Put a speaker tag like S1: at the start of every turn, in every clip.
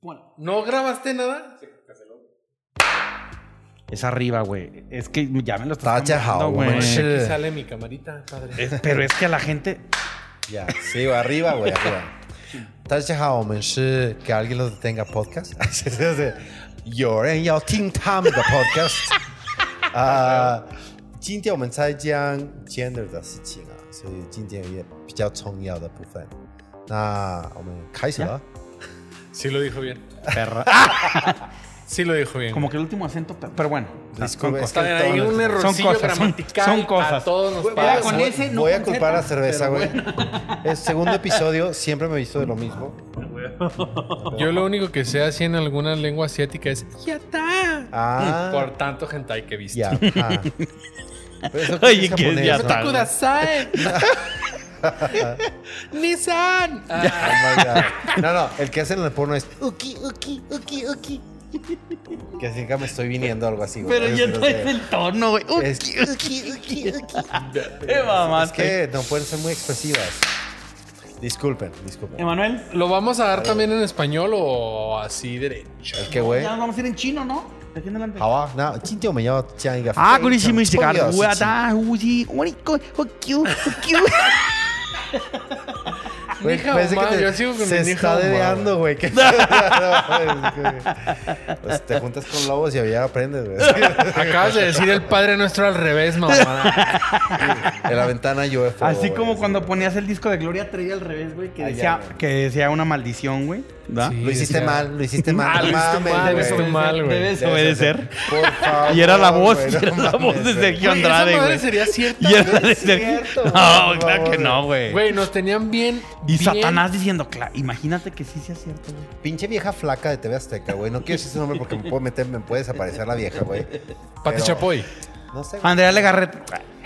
S1: ¿Cuál?
S2: ¿No grabaste nada?
S3: Es arriba, güey. Es que ya me lo estás
S4: Tacha
S3: cambiando,
S4: Howard.
S3: güey.
S4: Sí.
S2: Aquí sale mi camarita, padre.
S3: Es- Pero es que a la gente...
S4: Ya, sí, güey, arriba, güey, arriba. que alguien los detenga podcast. You're in your team time the podcast. Ah, 今天我们才讲 gender 的事情啊，所以今天也比较重要的部分。那我们开始了。
S2: Eh, Sí lo dijo bien.
S3: Perra.
S1: Ah,
S2: Sí lo dijo bien.
S3: Como que el último acento, pe- pero bueno.
S4: Disculpe, es que
S2: Está bien, hay
S4: todos-
S2: un errorcillo
S3: cosas, son-
S2: gramatical.
S3: son cosas.
S2: A todos nos
S4: Voy-
S2: pasa.
S4: voy-
S1: con
S4: voy-
S1: ese, no
S4: voy a
S1: con
S4: culpar
S1: Z,
S4: a cerveza,
S1: pero
S4: güey. El segundo episodio siempre me he visto de lo mismo.
S1: Mm,
S2: Yo lo único que sé así en alguna lengua asiática es yata.
S4: Ah,
S2: Por tanto hentai que viste.
S4: ya. ah. Pero eso creo
S3: Oye,
S4: es
S3: que es
S4: japonés,
S3: ya
S4: ¿no?
S3: tan-
S2: Kudasai. Nissan. Ah,
S4: Oh my God. No, no, el que hacen en el porno es uki, uki, uki, uki. Que así que me estoy viniendo algo así, güey.
S3: Pero ya
S4: Es-
S3: no es el tono, güey. Uy,
S4: es- es- uki, uki, uki.
S3: qué mamá.
S4: Es que no pueden ser muy expresivas. Disculpen, disculpen.
S3: Emanuel,
S2: ¿Lo vamos a dar también en español o así derecho?
S4: Es que, güey.
S3: ya nos vamos a ir en chino, ¿no? De aquí en adelante.
S4: 好啊，那今天我们要讲一个
S3: Ah,
S4: 非常
S3: Gurishi
S4: 重
S3: Mishika,
S4: 要的事情。
S3: Guata, Uji, Urico, Hokyu, Hokyu.
S4: Güey,
S2: Nija
S4: parece Pues, que
S2: Omar,
S4: te-
S2: yo sigo con
S4: se
S2: mi Nija
S4: está
S2: Omar,
S4: dedeando, güey. que- Pues te juntas con lobos y allá aprendes, güey.
S2: Acabas de decir el Padre Nuestro al revés, mamá.
S4: En la ventana yo
S3: Así como cuando ponías el disco de Gloria Trevi al revés, güey, que
S4: Ah, ya,
S3: decía,
S4: güey.
S3: que decía una maldición, güey. ¿da?
S2: Sí.
S4: Lo hiciste
S2: decía-
S4: mal, lo hiciste mal.
S2: Ah, lo hiciste
S4: mames,
S2: mal,
S4: güey.
S2: lo hiciste mal, güey.
S3: Debes obedecer.
S4: Por favor.
S3: Y era la voz,
S4: güey,
S3: y era
S4: no
S3: la voz de
S4: mames,
S3: Sergio
S2: Güey, esa
S3: Andrade,
S2: madre
S3: güey.
S2: sería cierta.
S3: Y era de Sergio.
S4: cierto,
S3: No,
S4: güey, por
S3: claro que
S4: favor,
S3: no, güey.
S2: Güey, nos tenían bien.
S3: Y
S2: bien-
S3: Satanás diciendo, "Cla- imagínate que sí sea cierto, güey.
S4: Pinche vieja flaca de TV Azteca, güey. No quiero decir su nombre porque me puedo meter, me puede desaparecer la vieja, güey.
S2: Pati
S4: Pero-
S2: Chapoy.
S4: No sé. güey.
S3: Andrea Legarreta.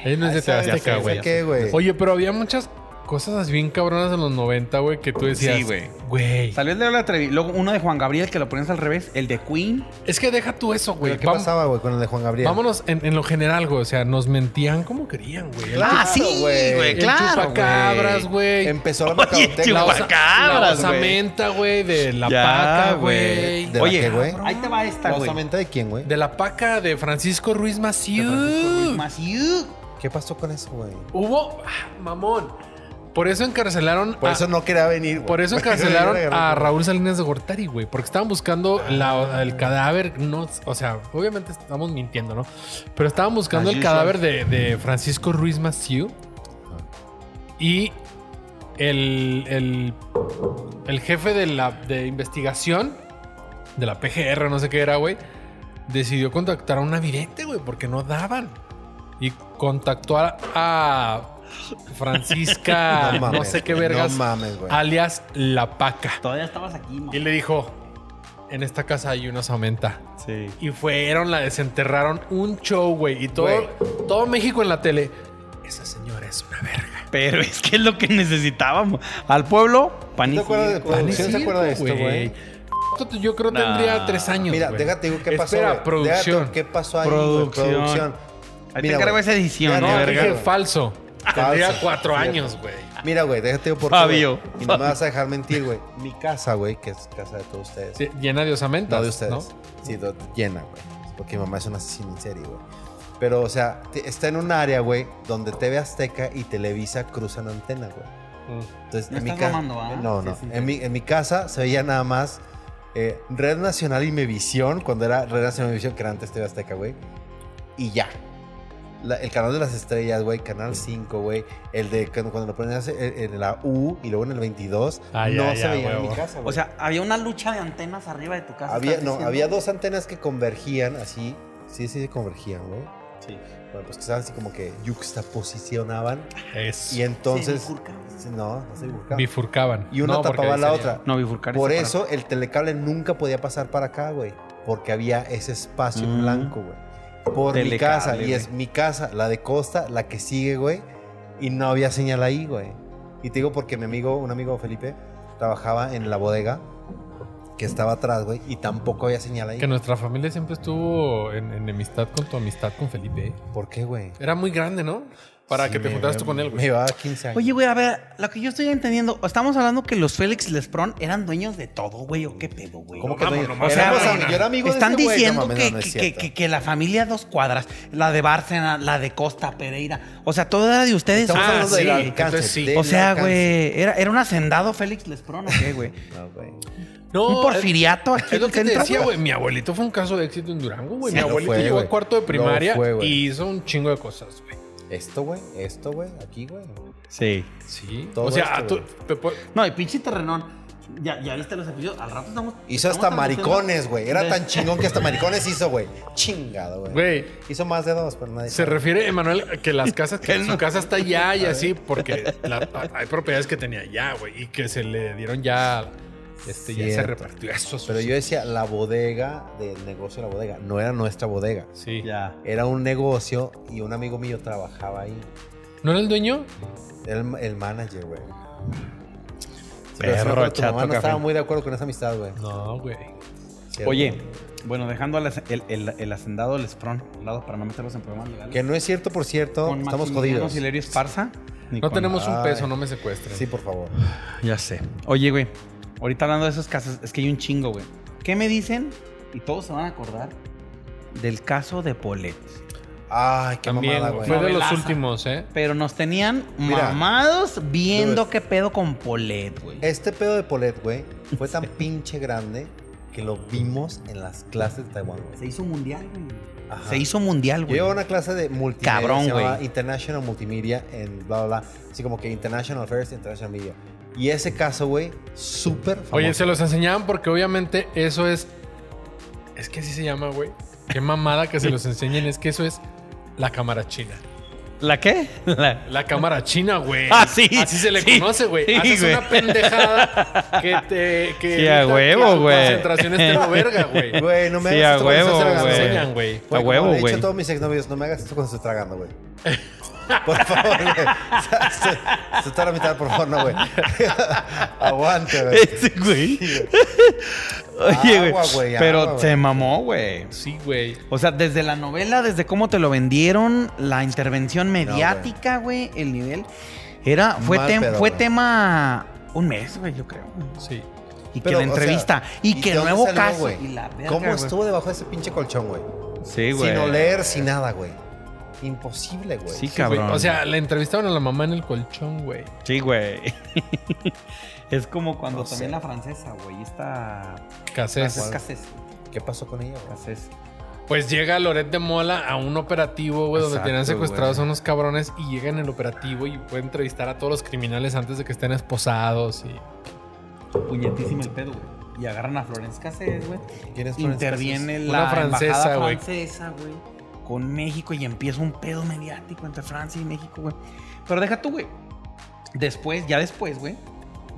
S2: Él no es de
S4: Esa-
S2: TV Azteca,
S4: esa-
S2: güey.
S4: ¿qué, güey?
S2: Oye, pero había muchas cosas así bien cabronas en los 90, güey, que tú decías.
S3: Sí, güey.
S2: Güey.
S3: Salió el de Gloria Trevi, luego uno de Juan Gabriel que lo ponías al revés, el de Queen.
S2: Es que deja tú eso, güey.
S4: ¿Pero ¿Qué
S2: Vam-
S4: pasaba, güey, con el de Juan Gabriel?
S2: Vámonos en, en lo general, güey. O sea, nos mentían como querían, güey. El
S4: Claro,
S3: Ah, sí,
S4: güey.
S3: güey,
S2: El
S3: claro.
S2: chupacabras,
S3: güey.
S2: güey.
S4: Empezó la
S3: Oye,
S4: mercadotecnia.
S2: osa- la
S3: chupacabras, güey.
S2: osamenta, güey, de la
S3: Ya,
S2: paca,
S3: güey.
S2: güey.
S4: ¿De la
S3: Oye,
S4: qué, güey?
S3: ahí te va esta,
S4: ¿La
S3: güey.
S4: osamenta de quién, güey?
S2: De la paca de Francisco Ruiz Maciú.
S3: Más you.
S4: ¿Qué pasó con eso, güey?
S2: Hubo. ah, mamón. Por eso encarcelaron.
S4: Por
S2: a-
S4: eso no quería venir, güey.
S2: Por eso cancelaron
S4: Yo le
S2: a
S4: agarré-
S2: Raúl Salinas de Gortari, güey. Porque estaban buscando la- el cadáver. No, o sea, obviamente estamos mintiendo, ¿no? Pero estaban buscando
S3: As
S2: el
S3: usual.
S2: cadáver de, de Francisco Ruiz Maciú. Y el, el, el jefe de la de investigación, de la PGR, no sé qué era, güey, decidió contactar a una vidente, güey, porque no daban. Y contactó a, a Francisca, no,
S4: mames,
S2: sé qué
S4: güey,
S2: vergas
S4: No mames, güey.
S2: alias La Paca.
S3: Todavía estabas aquí, mamá.
S2: Y le dijo, en esta casa hay una samenta.
S3: Sí.
S2: Y fueron, la desenterraron, un show, güey. Y todo,
S4: Güey.
S2: todo México en la tele. Esa señora es una verga.
S3: Pero es que es lo que necesitábamos. Al pueblo, pan y
S4: ¿Te acuerdas de
S3: circo,
S4: pan y
S3: güey.
S4: circo? ¿Sí se acuerda de esto, güey?
S2: Esto Yo creo que tendría
S3: Nah.
S2: tres años.
S4: Mira,
S2: güey.
S4: déjate digo qué pasó.
S2: Espera,
S4: güey.
S2: producción.
S4: Déjate, ¿Qué pasó ahí, güey?
S3: Producción.
S4: Producción.
S3: Ahí te
S4: Mira,
S3: encargo
S4: güey.
S3: esa edición,
S4: No,
S3: de
S2: No,
S3: verga.
S2: dije
S4: güey.
S2: falso. Tendría
S4: Falso.
S2: cuatro
S4: Cierto.
S2: años, güey.
S4: Mira, güey, déjate digo por qué,
S3: Fabio.
S4: güey. Y no me vas a dejar mentir, güey. Mi casa, güey, que es casa de todos ustedes.
S2: Sí, llena de osamentas.
S4: No de ustedes.
S2: ¿no?
S4: Sí, do- llena, güey. Porque mi mamá es una asesina en serie, güey. Pero, o sea, te- está en un área, güey, donde TV Azteca y Televisa cruzan antena, güey.
S2: Mm.
S4: Entonces,
S3: No
S4: en mi
S3: estás
S4: ca-
S3: mamando, ¿ah?
S4: No, no.
S3: Sí, sí, sí.
S4: en, mi, en mi casa se veía nada más eh, Red Nacional y Mevisión, cuando era Red Nacional y Mevisión, que era antes TV Azteca, güey. Y ya. La- el canal de las estrellas, güey, Canal 5, güey. El de cuando, cuando lo ponías en, en la U y luego en el 22.
S2: Ah,
S4: no
S2: ya,
S4: se
S2: ya,
S4: veía en
S2: huevo.
S4: mi casa, güey.
S3: O sea, había una lucha de antenas arriba de tu casa.
S4: había,
S3: ¿estás
S4: no,
S3: diciendo?
S4: había dos antenas que convergían así. Sí, sí, se convergían, güey. Sí. Bueno, pues que estaban así como que yuxtaposicionaban.
S2: Es-
S4: Y entonces.
S3: Se bifurcaban.
S4: Sí, no, no se bifurcaban.
S2: bifurcaban.
S4: Y una
S2: No, porque
S4: tapaba
S2: ahí
S4: la
S2: sería-
S4: otra.
S3: No, bifurcar. es
S4: Por
S3: separar.
S4: eso el telecable nunca podía pasar para acá, güey. Porque había ese espacio en
S3: Mm.
S4: blanco, güey. Por mi
S3: Telecable,
S4: casa. Y
S3: güey.
S4: es mi casa, la de Costa, la que sigue, güey. Y no había señal ahí, güey. Y te digo porque mi amigo, un amigo Felipe, trabajaba en la bodega. que estaba atrás, güey, y tampoco había señal ahí.
S2: Que nuestra familia siempre estuvo en enemistad con tu amistad con Felipe.
S4: ¿Por qué, güey?
S2: Era muy grande, ¿no? Para
S4: Sí,
S2: que te
S4: me-
S2: juntaras tú con él,
S4: Me
S2: güey.
S4: llevaba 15 años.
S3: Oye, güey, a ver, lo que yo estoy entendiendo, estamos hablando que los Félix Lesprón eran dueños de todo, güey, o qué pedo, güey.
S4: ¿Cómo
S2: No,
S4: que
S2: vamos,
S4: no?
S2: nomás
S4: Éramos
S3: era
S4: am-
S2: una.
S4: yo era amigo de
S3: Están
S4: ese güey. No
S3: diciendo
S4: mames,
S3: que,
S4: no, no es
S3: que-
S4: cierto.
S3: que- que la familia dos cuadras, la de Bárcena, la de Costa Pereira, o sea, todo era de ustedes.
S4: Estamos
S3: Ah,
S4: hablando del
S3: sí.
S4: alcance.
S2: entonces sí.
S4: del
S3: O sea,
S4: alcance.
S3: güey, era, era un hacendado Félix Lesprón, ¿o qué, güey?
S4: No, güey.
S2: No,
S3: un
S2: es-
S3: porfiriato aquí
S2: Es lo
S3: en
S2: que
S3: el
S2: te
S3: centro,
S2: decía,
S3: güey.
S2: güey. Mi abuelito fue un caso de éxito en Durango, güey.
S4: Sí,
S2: mi
S4: lo
S2: abuelito
S4: fue,
S2: llegó a
S4: güey.
S2: cuarto de
S4: Lo
S2: primaria
S4: fue, güey.
S2: y hizo un chingo de cosas, güey.
S4: Esto, güey. Esto, güey. Aquí, güey.
S3: Sí.
S2: Sí.
S4: Todo
S2: o sea,
S4: esto,
S2: tú- te po-
S3: No, y pinche terrenón. Ya, ya viste los episodios, al rato estamos.
S4: Hizo
S3: estamos
S4: hasta
S3: transmitiendo
S4: maricones, güey. Era
S3: de-
S4: tan chingón que hasta maricones hizo, güey. Chingado, güey.
S2: güey,
S4: Hizo más de dos, pero nadie.
S2: se
S4: sabe.
S2: refiere, Emanuel, a que las casas, que su casa está allá y así, porque la- hay propiedades que tenía allá, güey, y que se le dieron ya, este, ya se
S4: Cierto.
S2: repartió eso.
S4: Pero yo decía, la bodega del negocio de la bodega. No era nuestra bodega.
S2: Sí.
S3: Ya.
S4: Era un negocio y un amigo mío trabajaba ahí.
S2: ¿No era el dueño?
S4: Era el, el manager, güey.
S3: Perro,
S4: sí me acuerdo, tu
S3: chato,
S4: mamá no estaba
S3: café.
S4: muy de acuerdo con esa amistad, güey.
S2: No, güey.
S4: Cierto.
S3: Oye, bueno, dejando al- el, el, el hacendado Lesprón a un lado para no meterlos en problemas legales.
S4: Que no es cierto, por cierto.
S3: Con
S4: estamos
S3: Maximiliano
S4: jodidos.
S3: Silerio Esparza. ni
S2: No
S3: con-
S2: tenemos un
S4: ay.
S2: peso, no me secuestren.
S4: Sí, por favor.
S3: Ya sé. Oye, güey. Ahorita hablando de esos casos, es que hay un chingo, güey. ¿Qué me dicen? Y todos se van a acordar del caso de Polet.
S4: Ay, qué
S2: También
S4: mamada, güey.
S2: fue de los
S3: Novelaza.
S2: últimos, ¿eh?
S3: Pero nos tenían
S4: Mira.
S3: mamados viendo
S4: Dude.
S3: qué pedo con Polet, güey.
S4: Este pedo de Polet, güey, fue tan pinche grande que lo vimos en las clases de Taiwán, güey.
S3: Se hizo mundial, güey.
S4: Ajá.
S3: Se hizo mundial,
S4: Yo
S3: güey.
S4: llevaba una clase de multimedia.
S3: Cabrón,
S4: se llamaba
S3: güey.
S4: International Multimedia en bla, bla, bla. Así como que International Affairs, International Media. Y ese caso, güey, súper famoso.
S2: Oye, se los enseñaban porque obviamente eso es. Es que así se llama, güey. Qué mamada que se los enseñen. Es que eso es la cámara china.
S3: ¿La qué? La,
S2: La cámara china, güey.
S3: Ah, sí.
S2: Así se le
S3: Sí.
S2: conoce, güey.
S3: Sí,
S2: Haces
S3: güey.
S2: una pendejada que te. Que
S3: Sí, a
S2: evita
S3: huevo,
S2: que tu
S3: güey.
S2: Concentración esté en la verga, güey.
S4: Güey, no me
S3: Sí,
S4: hagas
S3: a
S4: esto cuando
S3: huevo,
S2: Se
S4: estás tragando,
S2: los
S3: güey.
S2: enseñan, güey.
S4: Güey,
S3: A
S4: como
S3: huevo,
S4: le he dicho
S3: güey.
S4: a todos mis exnovios, no me hagas esto cuando estoy tragando, güey. Por favor, güey. O sea, se- se está a la mitad, por favor, no, güey. Aguante, güey.
S3: Ese güey. Oye,
S4: Pues, Agua,
S3: güey.
S4: güey,
S3: Pero
S4: agua,
S3: se
S4: güey.
S3: mamó, güey.
S2: Sí, güey.
S3: O sea, desde la novela, desde cómo te lo vendieron, la intervención mediática, güey, el nivel. Era, fue,
S4: Mal
S3: tem-
S4: pedo,
S3: fue
S4: güey.
S3: tema un mes, güey, yo creo.
S2: Sí.
S3: Y
S4: Pero,
S3: que
S4: o
S3: la
S4: sea,
S3: entrevista, y que
S4: de
S3: el
S4: dónde
S3: nuevo
S4: salió,
S3: caso.
S4: güey?
S3: y la verga,
S4: ¿Cómo
S3: güey.
S4: estuvo debajo de ese pinche colchón, güey?
S3: Sí, güey.
S4: Sin oler, sin nada, güey. Imposible, güey.
S3: Sí,
S2: Sí, güey.
S3: cabrón.
S2: O sea, le entrevistaron a la mamá en el colchón, güey.
S3: Sí, güey. es como cuando
S4: No
S3: también
S4: sé.
S3: la francesa, güey, esta...
S2: Casés.
S3: Francés Cassés.
S4: ¿Qué pasó con ella, güey?
S3: Cassés.
S2: Pues llega Loret de Mola a un operativo, güey, donde
S3: Exacto,
S2: tenían secuestrados
S3: güey.
S2: a unos cabrones y llega en el operativo y puede entrevistar a todos los criminales antes de que estén esposados y
S3: Puñetísima el pedo, güey. Y agarran a Florence Cassés, güey.
S4: ¿Quién es Florence
S3: interviene
S2: Casas.
S3: la
S2: Una francesa,
S3: embajada
S2: güey.
S3: francesa, güey, con México y empieza un pedo mediático entre Francia y México, güey. Pero deja tú, güey. Después, ya después, güey,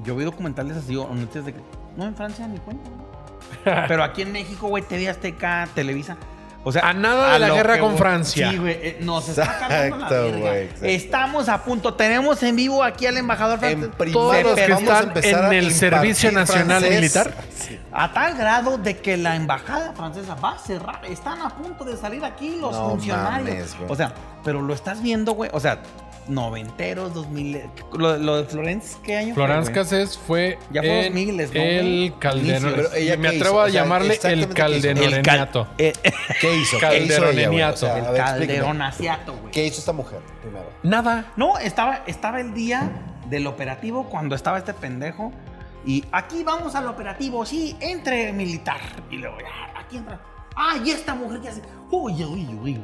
S3: yo vi documentales así, o- antes de que- no en Francia ni cuenta. güey. Pero aquí en México, güey, TV Azteca, Televisa. O sea,
S2: A nada Ah, de la
S3: lo
S2: guerra
S3: que,
S2: con
S3: güey.
S2: Francia.
S3: Sí, güey, eh, nos está acabando la
S4: Exacto,
S3: verga.
S4: güey, exacto.
S3: Estamos a punto. Tenemos en vivo aquí al embajador
S4: Cassés? En
S3: francés.
S4: primaria
S2: los que
S4: vamos a
S2: están
S4: empezar
S2: en
S4: a
S2: el
S4: impartir
S2: Servicio Nacional
S4: francés.
S2: Militar.
S4: Sí.
S3: A tal grado de que la embajada francesa va a cerrar. Están a punto de salir aquí los
S4: No
S3: funcionarios.
S4: mames, güey.
S3: o sea, pero lo estás viendo, güey. O sea, noventeros, dos mil. Lo, lo de Florence, ¿qué año? fue,
S2: Florence
S3: güey?
S2: Cassés fue
S3: Ya fue
S2: en
S3: 2000, ¿no,
S2: el
S3: güey?
S2: Calderón.
S3: Inicios.
S4: Pero ella
S2: me
S4: qué
S2: atrevo
S4: hizo,
S2: a
S4: o sea,
S2: llamarle el
S4: exactamente qué hizo.
S3: El cal-
S2: Caldenoreniato.
S3: eh,
S4: ¿Qué hizo? ¿Qué hizo ella, güey? O
S2: Calderoneniato.
S4: sea, a
S3: el
S4: ver, explíqueme.
S3: calderonaciato, güey.
S4: ¿Qué hizo esta mujer primero?
S2: Nada.
S3: No, estaba, estaba el día del operativo cuando estaba este pendejo. Y aquí vamos al operativo, sí, entre militar. Y luego, ya, aquí entra. Ah, y esta mujer que hace. Uy, uy, uy.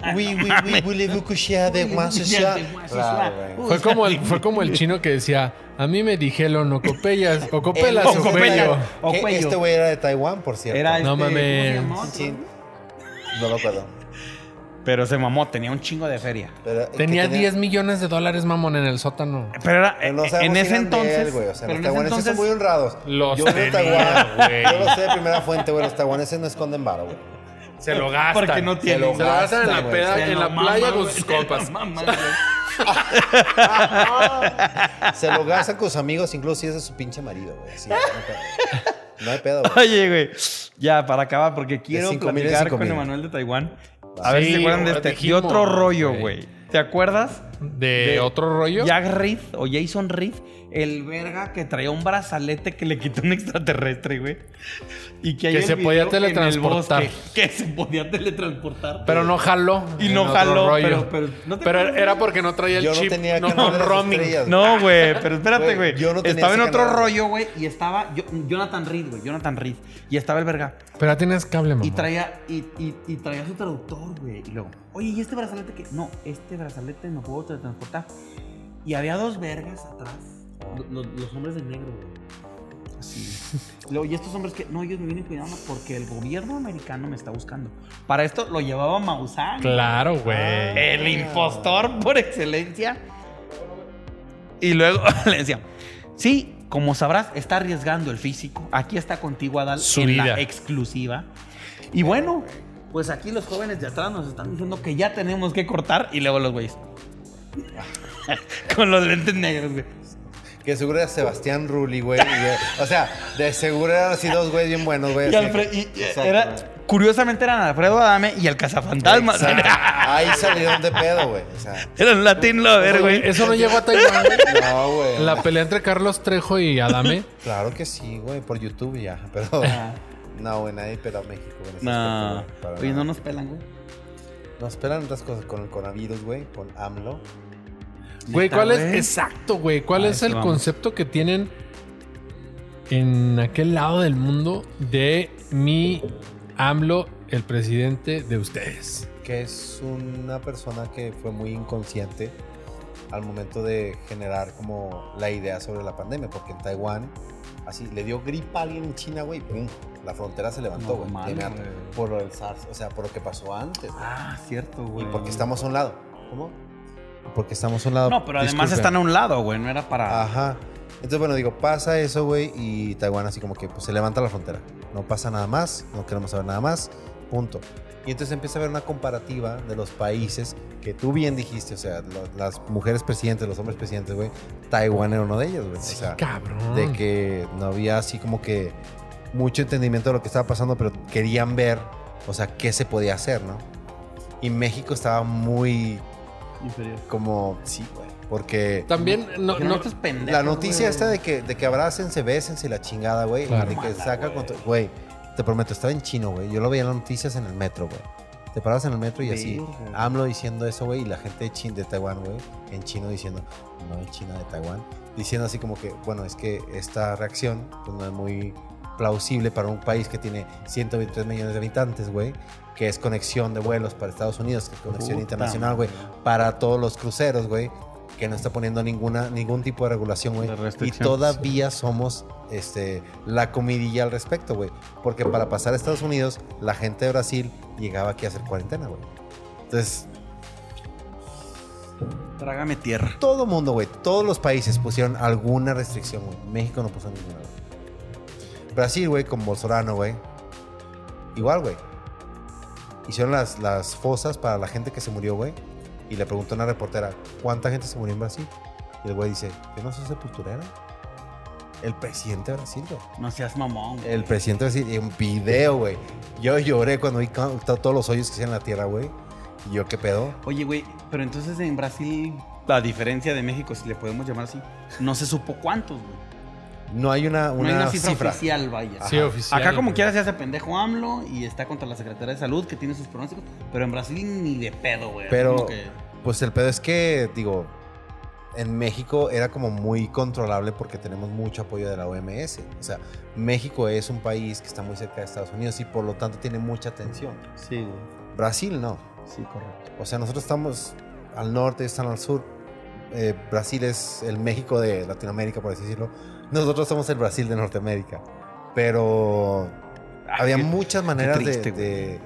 S2: Ah,
S4: Oui, oui, oui, voulez-vous coucher avec moi ce soir? Claro, güey.
S2: Fue como, el, fue como el chino que decía, a mí me dijeron o copellas, o
S4: El
S2: copelas, o
S4: ojo,
S3: Ocopelas.
S2: cuello".
S4: güey.
S3: O
S4: Que
S3: cuello.
S4: Este güey era de Taiwán, por cierto.
S3: Era
S2: No
S3: este, ¿cómo se
S2: mames.
S3: llamaba?
S4: Sí. No lo acuerdo.
S3: Pero se mamó, tenía un chingo de feria.
S4: Pero-
S2: Tenía
S4: que
S2: 10 millones de dólares, mamón, en el sótano.
S3: Pero era
S4: Pero no sabemos
S3: Eh, en
S4: si
S3: ese
S4: eran de
S3: entonces.
S4: él, güey. O
S3: pero
S4: sea, los
S3: en ese
S4: taiwaneses
S3: entonces.
S4: son muy honrados.
S2: Los
S4: Yo vivo en
S2: tenía,
S4: Taiwán,
S2: güey.
S4: Yo lo sé de primera fuente, güey. Los taiwaneses no esconden varo, güey.
S2: Se lo gastan.
S3: Porque no
S2: Se lo
S3: tienen.
S2: gastan en la,
S4: güey.
S2: peda-
S3: Se
S2: en
S3: lo
S2: la playa
S3: mama,
S2: con
S3: güey.
S2: sus
S3: Se lo
S2: compas.
S3: mama, güey.
S4: Se lo gastan con sus amigos, incluso si es de su pinche marido, güey. Así, No hay pedo, güey.
S3: Oye, güey. Ya, para acabar, porque quiero
S4: cinco mil en
S3: platicar
S4: cinco
S3: con
S4: mil.
S3: Emanuel de Taiwán.
S2: Sí,
S3: A ver si se acuerdan de
S2: ahora
S3: este. Y
S2: dijimos,
S3: otro rollo,
S2: güey.
S3: güey. ¿Te acuerdas?
S2: ¿De,
S3: De-
S2: otro rollo?
S3: Jack Reed o Jason Reed, el verga que traía un brazalete que le quitó un extraterrestre, güey. Y que, hay
S2: Que
S3: el
S2: se podía
S3: video en el
S2: teletransportar.
S3: bosque, que se podía teletransportar.
S2: Pero no jaló.
S3: y
S2: en
S3: no
S2: otro
S3: jaló,
S2: rollo.
S3: pero, pero, ¿no te
S2: Pero
S3: acuerdas,
S2: era
S3: güey?
S2: porque no traía el
S4: Yo no
S2: chip.
S4: tenía
S2: No,
S4: Canal de las
S2: roaming.
S4: Estrellas.
S3: No, güey, pero espérate,
S4: Güey,
S3: güey.
S4: yo no tenía
S3: estaba en
S4: ese
S3: otro
S4: canal.
S3: rollo, güey, y estaba yo- Jonathan Reed, güey, Jonathan Reed. Y estaba el verga.
S2: Pero ya tenías cable, mamá.
S3: Y traía, y, y- y traía su traductor, güey. Y luego, oye, ¿y este brazalete qué? No, este brazalete no puedo teletransportar. Y había dos vergas atrás. lo- lo- los hombres de negro, güey. Así. Luego, y estos hombres que. No, ellos me vienen cuidando porque el gobierno americano me está buscando. Para esto lo llevaba Maussan. Ah,
S2: Claro, güey.
S3: El impostor por excelencia. Y luego le decía, sí, como sabrás, está arriesgando el físico. Aquí está contigo, Adal,
S2: Su
S3: en
S2: vida.
S3: la exclusiva. Y bueno, pues aquí los jóvenes de atrás nos están diciendo que ya tenemos que cortar. Y luego los güeyes. Con los lentes negros, güey.
S4: Que seguro era Sebastián Rulli, güey. y, eh, O sea, de seguro eran así dos güeyes bien buenos, güey.
S3: Y,
S4: así
S3: Alfre-
S4: que-
S3: y- eh,
S4: Exacto,
S3: era,
S4: güey.
S3: curiosamente eran Alfredo Adame y el cazafantasma.
S4: Exacto. Ahí salieron de pedo, güey. O sea,
S3: Eran Latin Lover, güey.
S2: Eso no llegó a Taiwán. güey.
S4: no, güey.
S2: La pelea entre Carlos Trejo y Adame.
S4: Claro que sí, güey. Por YouTube ya. Pero.
S3: Ah.
S4: No, güey, nadie pela a México, güey. en ese
S3: No.
S4: aspecto, güey, para
S3: Oye,
S4: nada.
S3: no nos pelan, güey.
S4: Nos pelan otras cosas con el coronavirus, güey. Con AMLO.
S2: Güey, ¿cuál es?
S3: güey.
S2: Exacto, güey. ¿Cuál
S3: A
S2: es
S3: eso
S2: el
S3: vamos.
S2: concepto que tienen en aquel lado del mundo de mi AMLO, el presidente de ustedes?
S4: que es una persona que fue muy inconsciente al momento de generar como la idea sobre la pandemia, porque en Taiwán así le dio gripa a alguien en China, güey, pum, la frontera se levantó, güey,
S3: Normal,
S4: de inmediato,
S3: güey.
S4: por lo del SARS, o sea, por lo que pasó antes, güey.
S3: Ah, cierto,
S4: y
S3: güey.
S4: porque estamos a un lado, ¿cómo? Porque estamos a un lado.
S3: No, pero además
S4: Disculpen. Ah.
S3: están a un lado, güey. No era para.
S4: Ajá. Entonces, bueno, digo, pasa eso, güey, y Taiwán así como que pues, se levanta la frontera. No pasa nada más, no queremos saber nada más, punto. Y entonces empieza a haber una comparativa de los países que tú bien dijiste, o sea, lo- las mujeres presidentes, los hombres presidentes, güey, Taiwán era uno de ellos, güey. o sea,
S2: Cabrón.
S4: de que no había así como que mucho entendimiento de lo que estaba pasando, pero querían ver, o sea, qué se podía hacer, ¿no? Y México estaba muy
S3: Inferior.
S4: como, sí, güey, porque...
S2: También no,
S3: No,
S2: no,
S3: estos pendejos,
S4: La noticia
S3: güey.
S4: esta de que, de que abrácense, bésense y la chingada, güey.
S2: Claro.
S4: De que
S3: Mala,
S4: saca con tu- Güey, te prometo, estaba en chino, güey. Yo lo veía en las noticias en el metro, güey. Te parabas en el metro y así.
S3: Verga.
S4: AMLO diciendo eso, güey. Y la gente de, Chin, de Taiwán, güey. En chino diciendo, no en China, de Taiwán. Diciendo así como que, bueno, es que esta reacción pues, no es muy plausible para un país que tiene 123 millones de habitantes, güey. Que es conexión de vuelos para Estados Unidos, que es conexión
S3: Puta
S4: internacional, güey. Para todos los cruceros, güey que no está poniendo ninguna, ningún tipo de regulación, güey.
S3: De
S4: Y
S3: restricción.
S4: todavía somos este, la comidilla al respecto, güey. Porque para pasar a Estados Unidos, la gente de Brasil llegaba aquí a hacer cuarentena, güey. Entonces,
S3: Trágame tierra.
S4: todo mundo, güey, todos los países pusieron alguna restricción, güey. México no puso ninguna, güey. Brasil, güey, con Bolsonaro, güey. Igual, güey. Hicieron las, las fosas para la gente que se murió, güey. Y le preguntó a una reportera, ¿cuánta gente se murió en Brasil? Y el güey dice, ¿yo no soy sepulturera? El presidente de Brasil, güey.
S3: No seas mamón. güey.
S4: El presidente de Brasil, en video, güey. Yo lloré cuando vi ca- todos los hoyos que hacían en la tierra, güey. Y yo, ¿qué pedo?
S3: Oye, güey, pero entonces en Brasil, la diferencia de México, si le podemos llamar así, no se supo cuántos, güey.
S4: No hay una,
S3: No
S4: una,
S3: hay una cifra,
S4: cifra.
S3: oficial, vaya.
S2: Sí,
S4: Ajá.
S2: oficial.
S3: Acá como
S2: güey.
S3: quiera se hace pendejo AMLO y está contra la Secretaría de Salud que tiene sus pronósticos, pero en Brasil ni de pedo, güey.
S4: Pero-
S3: Como que-
S4: Pues el pedo es que, digo, en México era como muy controlable porque tenemos mucho apoyo de la OMS. O sea, México es un país que está muy cerca de Estados Unidos y por lo tanto tiene mucha atención.
S3: Sí, güey.
S4: Brasil no.
S3: Sí, correcto.
S4: O sea, nosotros estamos al norte, ellos están al sur. Eh, Brasil es el México de Latinoamérica, por así decirlo. Nosotros somos el Brasil de Norteamérica. Pero había
S3: qué-
S4: muchas maneras de-
S3: triste, güey.
S4: de,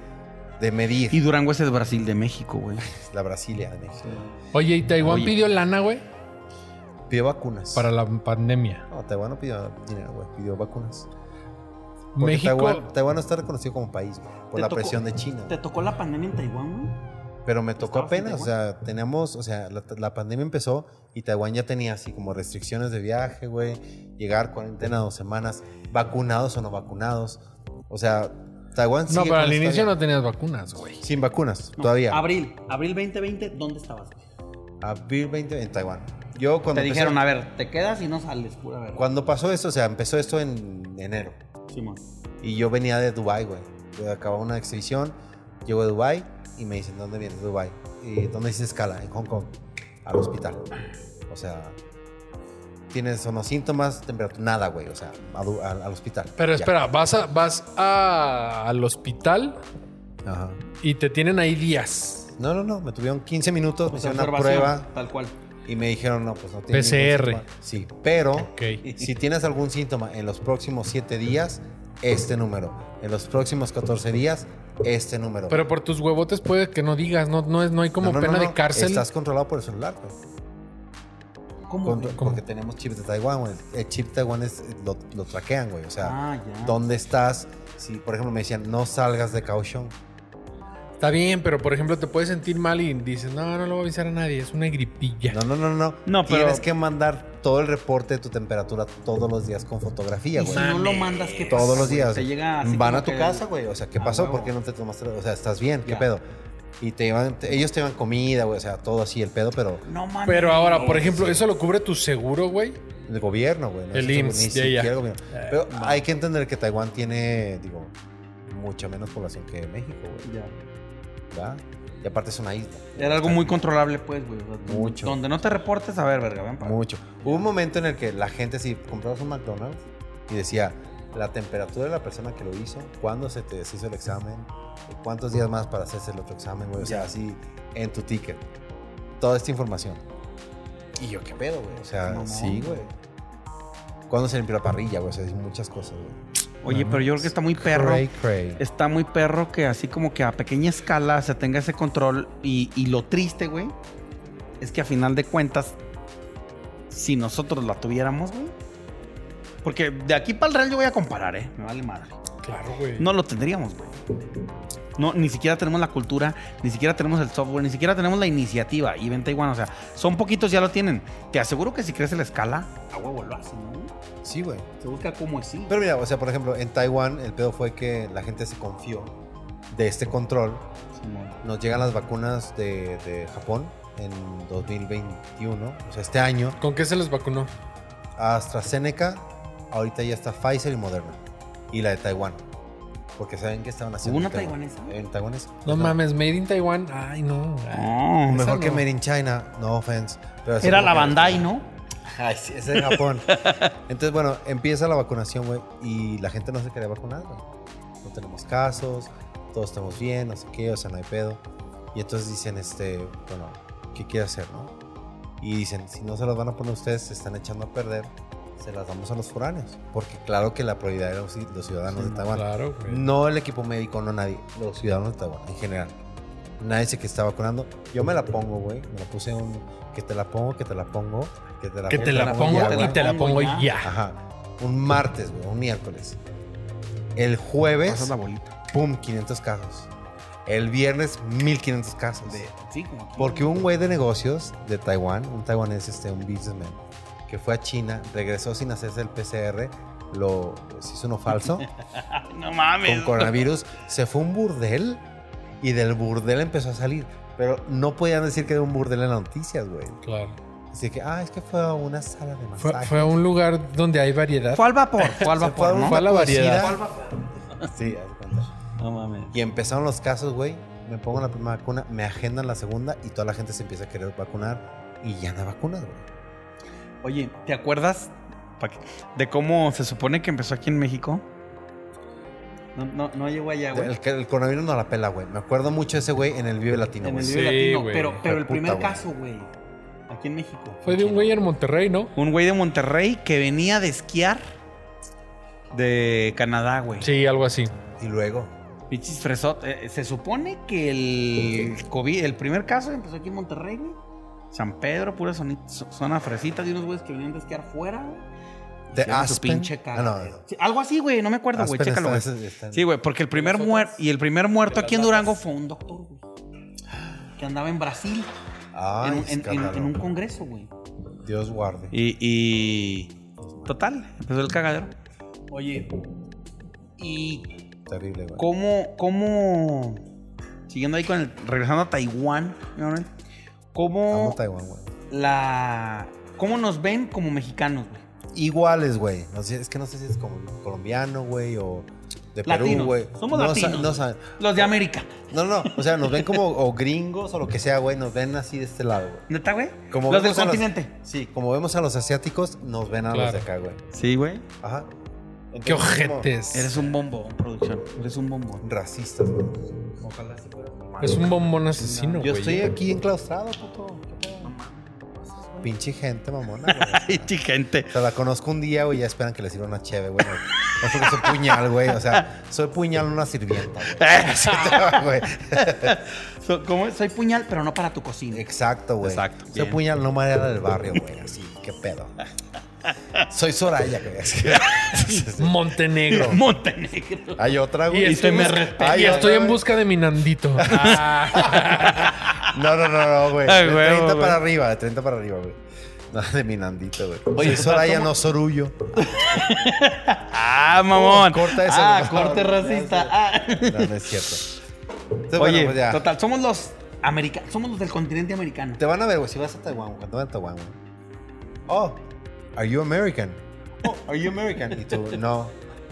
S4: de medir
S3: Y Durango es el Brasil de México, güey.
S4: la Brasilia de México.
S2: Oye, ¿y Taiwán
S3: Oye.
S2: pidió lana, güey?
S4: Pidió vacunas.
S2: Para la pandemia.
S4: No, Taiwán no pidió dinero, güey. Pidió vacunas. Porque
S2: México.
S4: Taiwán, Taiwán no está reconocido como país, güey, por
S3: Te
S4: la
S3: tocó-
S4: presión de China.
S3: ¿Te tocó la pandemia en Taiwán, güey?
S4: Pero me tocó
S3: estabas en
S4: apenas, o sea, teníamos, o sea, la, la pandemia empezó y Taiwán ya tenía así como restricciones de viaje, güey, llegar, cuarentena, dos semanas, vacunados o no vacunados. O sea, Taiwán
S2: no,
S4: sigue
S2: pero
S4: con
S2: al
S4: la
S2: inicio
S4: historia.
S2: no tenías vacunas, güey.
S4: Sin vacunas,
S3: No,
S4: todavía.
S3: Abril, abril 2020, ¿dónde estabas? güey?
S4: Abril 20 en Taiwán. Yo cuando
S3: Te
S4: empecé-
S3: dijeron, a ver, te quedas y no sales, pura verdad.
S4: Cuando pasó esto, o sea, empezó esto en enero.
S3: Simón.
S4: Y yo venía de Dubai, güey. Yo Acababa una exhibición, llego a Dubai y me dicen, ¿dónde vienes? Dubai. ¿Y dónde hice escala? En Hong Kong. Al hospital. O sea, tienes unos síntomas, temperatura, nada, güey. O sea, a du- al, al hospital.
S2: Pero
S4: Ya.
S2: espera, vas, a, vas a- al hospital
S4: Ajá.
S2: y te tienen ahí días.
S4: No, no, no. Me tuvieron 15 minutos, me hicieron una
S3: Observación,
S4: prueba
S3: Tal cual.
S4: y me dijeron, no, pues no tienes. ningún
S2: PCR.
S4: síntoma. Sí, pero
S2: Ok.
S4: si tienes algún síntoma en los próximos 7 días, este número. En los próximos 14 días, este número.
S2: Pero por tus huevotes puede que no digas, no, no, es, no hay como
S4: No, no,
S2: pena
S4: no,
S2: de
S4: no.
S2: cárcel.
S4: Estás controlado por el celular, güey.
S3: ¿Cómo?
S4: Con-
S3: güey?
S4: Porque tenemos chips de Taiwán, güey. El chip de Taiwán es, lo, lo traquean, güey. O sea,
S3: Ah, ya.
S4: ¿dónde estás? Si, por ejemplo, me decían, no salgas de Kaohsiung.
S2: Está bien, pero por ejemplo te puedes sentir mal y dices, no, no lo voy a avisar a nadie, es una gripilla.
S4: No, no, no, no.
S3: No, pero-
S4: Tienes que mandar todo el reporte de tu temperatura todos los días con fotografía,
S3: Y si
S4: güey.
S3: no lo mandas, ¿qué pasa?
S4: Todos los
S3: güey?
S4: días.
S3: Te llega así
S4: Van
S3: como
S4: a tu
S3: que-
S4: casa, güey. O sea, ¿qué
S3: Ah,
S4: pasó?
S3: huevo.
S4: ¿Por qué no te tomaste? O sea, ¿estás bien? ¿Qué
S3: Ya.
S4: pedo? Y te llevan, te- ellos te llevan comida, güey. O sea, todo así, el pedo, pero
S3: No mames.
S2: Pero ahora, por ejemplo, eso lo cubre tu seguro, güey.
S4: el gobierno, güey. no
S2: El
S4: es
S2: IMSS,
S4: ni
S2: ya, ya.
S4: siquiera el gobierno. Pero hay que entender que Taiwán tiene, digo, mucha menos población que México, güey.
S3: Ya.
S4: ¿verdad? Y aparte es una isla.
S3: Era algo muy controlable, pues, güey. o sea, tú-
S4: Mucho.
S3: Donde no te reportes, a ver, verga, ven para.
S4: Mucho. Hubo un momento en el que la gente, si comprabas un McDonald's y decía la temperatura de la persona que lo hizo, cuándo se te deshizo el examen, cuántos días más para hacerse el otro examen, güey. O sea,
S3: Ya.
S4: así en tu ticket. Toda esta información. Y yo, ¿qué pedo, güey? O sea,
S3: Mamón,
S4: sí, güey. ¿Cuándo se limpió la parrilla, güey? O sea, hay muchas cosas, güey.
S3: Oye,
S2: No,
S3: pero yo creo que está muy perro.
S4: Cray, cray.
S3: Está muy perro que así como que a pequeña escala se tenga ese control. Y, y lo triste, güey, es que a final de cuentas, si nosotros la tuviéramos, güey. Porque de aquí para el Real yo voy a comparar, ¿eh? Me vale madre.
S2: Claro, güey.
S3: No lo tendríamos, güey. No, ni siquiera tenemos la cultura, ni siquiera tenemos el software, ni siquiera tenemos la iniciativa. Y ven Taiwán, o sea, son poquitos, ya lo tienen. Te aseguro que si crece la escala, a huevo lo hacen, ¿no?
S4: Sí, güey.
S3: Se busca cómo es sí.
S4: Pero mira, o sea, por ejemplo, en Taiwán el pedo fue que la gente se confió de este control nos llegan las vacunas de, de Japón en 2021, o sea, este año.
S2: ¿Con qué se les vacunó?
S4: AstraZeneca, ahorita ya está Pfizer y Moderna. Y la de Taiwán. Porque saben que estaban haciendo.
S3: ¿Hubo
S4: en
S3: una
S4: Taiwán.
S3: taiwanesa?
S4: En taiwanesa.
S2: No mames, Made in Taiwan. Ay, no.
S3: No,
S4: Mejor
S2: Esa
S4: que
S2: no.
S4: Made in China, no offense. pero así
S3: Era
S4: como
S3: la
S4: que-
S3: Bandai, ¿no?
S4: Ay, sí, es en Japón. Entonces, bueno, empieza la vacunación, güey, y la gente no se quería vacunar, güey. No tenemos casos, todos estamos bien, no sé qué, o sea, no hay pedo. Y entonces dicen, este, bueno, ¿qué quiere hacer, no? Y dicen, si no se las van a poner ustedes, se están echando a perder, se las damos a los foráneos. Porque claro que la prioridad eran los ci- los ciudadanos
S3: Sí,
S4: de Taiwán.
S2: Claro, güey.
S4: No el equipo médico, no nadie. Los ciudadanos de Taiwán, en general. Nadie se que está vacunando. Yo me la pongo, güey. Me la puse un... Que te la pongo, que te la pongo, que te la
S2: Que te la
S4: ya,
S2: pongo
S4: güey.
S2: y te la pongo ya.
S4: Ajá. Un martes, güey. Un miércoles. El jueves,
S3: Pasas la bolita.
S4: pum, 500 casos. El viernes, 1500 casos.
S3: Sí, como aquí.
S4: Porque un güey de negocios de Taiwán, un taiwanés, este, un businessman, que fue a China, regresó sin hacerse el PCR, lo se hizo uno falso
S3: No
S4: con
S3: mames.
S4: coronavirus, se fue a un burdel y del burdel empezó a salir. Pero no podían decir que era un burdel en las noticias, güey.
S2: Claro.
S4: Así que, ah, es que fue a una sala de
S2: Fue,
S4: masaje.
S2: fue a un lugar donde hay variedad.
S3: Fue al vapor, fue al
S4: Se fue a
S3: vapor,
S4: una
S2: Fue a
S3: ¿no?
S2: la variedad.
S4: cocida. Sí, haz de cuenta.
S3: No mames.
S4: Y empezaron los casos, güey. Me pongo la primera vacuna, me agendan la segunda y toda la gente se empieza a querer vacunar y ya no hay vacunas, güey.
S3: Oye, ¿te acuerdas pa' que- de cómo se supone que empezó aquí en México? No, no, no llegó allá, güey.
S4: El, el coronavirus no la pela, güey. Me acuerdo mucho de ese güey en el Vive Latino,
S3: En
S4: güey.
S3: el
S2: Sí,
S3: video latino,
S2: güey.
S3: pero, pero el
S4: Puta,
S3: primer
S4: güey.
S3: caso, güey. Aquí en México.
S2: Fue de un güey en Monterrey, ¿no?
S3: Un güey de Monterrey que venía de esquiar de Canadá, güey.
S2: Sí, algo así.
S4: Y luego,
S3: Pichis fresot. Eh, se supone que el COVID, el primer caso empezó aquí en Monterrey, güey. San Pedro, pura zoni- zo- zona fresita de unos güeyes que venían de esquiar fuera, güey.
S4: De
S3: Hicieron su
S4: Aspen.
S3: pinche
S4: Ah,
S3: cagadero.
S4: no.
S3: Sí, algo así, güey, no me acuerdo, güey.
S4: Aspen
S3: Chécalo, güey.
S4: está- está en-
S3: Sí, güey, porque el primer muerto y el primer muerto aquí en Durango fue un doctor, güey. Que andaba en Brasil, en
S4: Ay,
S3: un- en, en-
S4: escándalo.
S3: en un congreso, güey.
S4: Dios guarde.
S3: Y, y Total, empezó el cagadero. Oye, ¿y
S4: Terrible, güey.
S3: cómo, cómo, siguiendo ahí con el, regresando a Taiwán, ¿no?
S4: Amo
S3: cómo
S4: Taiwán, güey.
S3: la, cómo nos ven como mexicanos, güey?
S4: Iguales, güey. No sé- es que no sé si es como colombiano, güey, o de Perú,
S3: Latinos.
S4: güey.
S3: Somos
S4: no
S3: latinos.
S4: sa- no saben.
S3: Los de América.
S4: No, no, no. O sea, nos ven como o gringos o lo que sea, güey. Nos ven así de este lado, güey.
S3: ¿Neta, güey?
S4: Como
S3: los del
S4: vemos a los-
S3: continente.
S4: Sí, como vemos a los asiáticos, nos ven a los
S2: Claro.
S4: de acá, güey.
S3: Sí, güey.
S4: Ajá.
S2: Qué
S4: Entonces, es como
S2: ojetes.
S3: Eres un bombón, producción. Eres un bombón.
S4: Racistas, güey.
S3: Ojalá se pueda.
S2: Es un bombón asesino, güey.
S4: Yo estoy aquí enclaustrado, puto. ¿Qué pedo? Pinche gente mamona, güey.
S3: Ay, gente.
S4: O sea, la conozco un día, güey, ya esperan que le sirva una cheve, güey. No es porque soy puñal, güey. O sea, soy puñal, no una sirvienta,
S3: Eh,
S4: güey. Sí, güey.
S3: So- ¿cómo es? Soy puñal, pero no para tu cocina.
S4: Exacto, güey.
S3: Exacto,
S4: Soy
S3: bien.
S4: puñal, no madera del barrio, güey. Así, qué pedo. Soy Soraya, güey. Así.
S2: Montenegro.
S3: Montenegro.
S4: Hay otra, güey.
S2: estoy Ah,
S3: me
S2: busca-
S3: respeta.
S2: y estoy en
S4: güey.
S2: busca de mi Nandito.
S4: No, no, no, no, güey.
S3: Ay,
S4: De
S3: güey,
S4: 30
S3: güey.
S4: para arriba, de 30 para arriba, güey. No, de mi Nandito, güey. Oye, Soraya, no Sorullo.
S3: Ah, mamón.
S4: Oh, corta eso,
S3: Ah,
S4: no.
S3: corte racista. Ah.
S4: No, no es cierto. Entonces, bueno,
S3: Oye,
S4: pues ya.
S3: total, somos los americanos. Somos los del continente americano.
S4: Te van a ver, güey, si vas a Taiwán, güey, te van a Taiwán, güey. Oh, are you American? Oh, are you American? Y tú, no.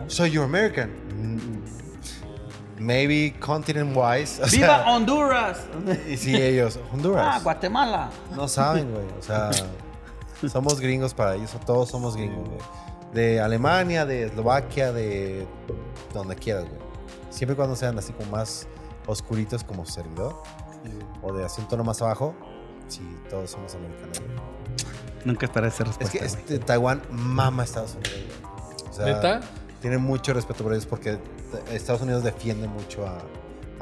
S4: So you're American. Mm, Maybe continent wise. O
S3: ¡Viva
S4: sea,
S3: Honduras!
S4: y sí, ellos,
S3: Ah,
S2: Pues,
S4: Honduras.
S3: Guatemala.
S2: ah,
S4: no saben, güey. O sea, somos gringos para ellos. Todos somos gringos, güey. De Alemania, de Eslovaquia, de donde quieras, güey. Siempre y cuando sean así como más oscuritos como su servidor. O de así un tono más abajo. Sí, todos somos americanos, güey.
S3: Nunca estará esa
S4: Es
S3: respuesta.
S4: que este, Taiwán mama a Estados Unidos. güey. O sea,
S2: ¿Neta?
S4: tiene mucho respeto por ellos porque t- Estados Unidos defiende mucho a,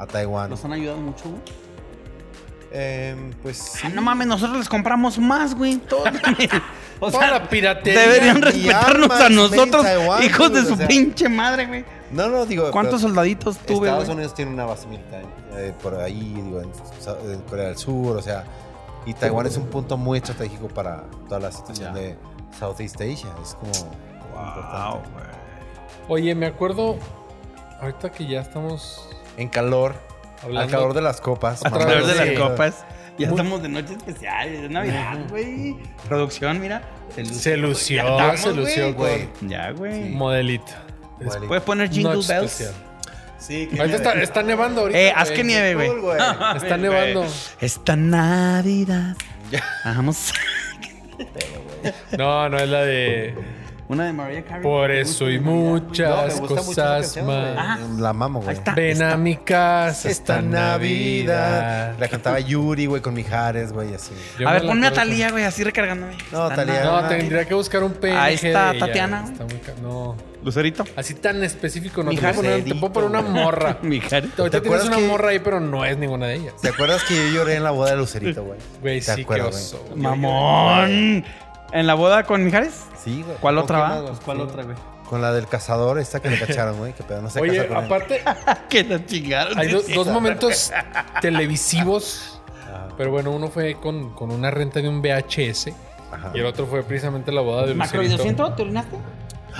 S4: a Taiwán.
S3: Nos han ayudado mucho, güey.
S4: Em, pues sí.
S3: Ah, no mames, nosotros les compramos más, güey. Todo. o
S2: Toda
S3: sea,
S2: la piratería.
S3: deberían
S4: y
S3: respetarnos
S4: armas
S3: a nosotros,
S4: made in Taiwan,
S3: hijos de
S4: güey,
S3: su
S4: o sea.
S3: pinche madre, güey.
S2: Pues,
S4: No, no, digo.
S3: ¿Cuántos
S4: pero
S3: soldaditos tuve,
S4: Estados
S3: güey?
S4: Unidos tiene una base militar eh, por ahí, digo, en, Sa- en Corea del Sur, o sea. Y Taiwán es un punto muy estratégico para toda la situación
S3: Ya.
S4: de Southeast Asia. Es como
S3: Wow,
S4: importante.
S3: güey.
S2: Oye, me acuerdo. Ahorita que ya estamos
S4: En calor, al
S2: hablando.
S4: calor de las copas.
S2: Otra
S3: A
S4: mamá.
S3: través de
S2: Sí.
S3: las copas. Ya
S2: Muy-
S3: estamos de noche especial, de Navidad, güey. Producción, mira. Se lució.
S2: Se lució,
S3: Ya estamos,
S2: se lució,
S4: güey.
S2: güey.
S3: Ya, güey.
S2: Modelito.
S4: Vale.
S3: Puedes poner Jingle
S2: Noche
S3: Bells.
S2: especial.
S4: Sí, que
S2: Ahorita está, está nevando ahorita.
S3: Eh, haz que
S2: güey.
S3: nieve, güey. Ah.
S4: cool, güey.
S2: Está nevando.
S3: Esta Navidad.
S4: Ya.
S3: Vamos.
S2: No, no es la de.
S3: Una de Mariah Carey.
S2: Por eso y
S4: No,
S2: muchas
S4: me gusta mucho esa
S2: cosas
S4: canción, güey.
S2: más.
S3: Ah.
S4: La mamo,
S3: Ahí
S4: güey.
S3: está.
S2: Ven a mi casa
S4: Esta Navidad. La cantaba Yuri, güey, con Mijares, güey, así.
S2: Yo
S3: A
S2: me
S3: ver,
S2: la
S3: pon una
S2: acuerdo con-
S3: Talía, güey, así recargándome.
S4: No,
S3: Esta
S4: Thalía.
S3: Navidad.
S2: No, tendría que buscar un PNG.
S3: Ahí está
S2: de ella,
S3: Tatiana.
S2: güey. Está muy ca- No.
S3: Lucerito.
S2: Así tan específico, no. Te puedo,
S4: Mijares.
S2: poner, te puedo poner una morra.
S3: Mi Carey.
S2: Ahorita tienes
S4: acuerdas
S2: una
S4: que-
S2: morra ahí, pero no es ninguna de ellas.
S4: ¿Te acuerdas que yo lloré en la boda de Lucerito, güey?
S2: Güey,
S4: ¿Te
S2: sí, qué
S4: acuerdas,
S2: oso. güey.
S3: Mamón. ¿En la boda con Mijares?
S4: Sí, güey.
S3: ¿Cuál
S4: ¿Con
S3: otra
S4: qué
S3: va?
S4: más, güey?
S3: Pues, ¿cuál
S4: Sí.
S3: otra, güey?
S4: Con la del cazador, esta que le cacharon, güey, que pedo no se
S2: Oye,
S4: casa con él.
S2: aparte,
S3: Ah, que la chingaron.
S2: hay do- dos momentos televisivos.
S4: Ajá,
S2: Pero bueno, uno fue con, con una renta de un VHS.
S4: ajá.
S2: Y el otro fue precisamente la boda de
S3: ¿Macro
S2: Lucerito.
S3: ¿Te orinaste?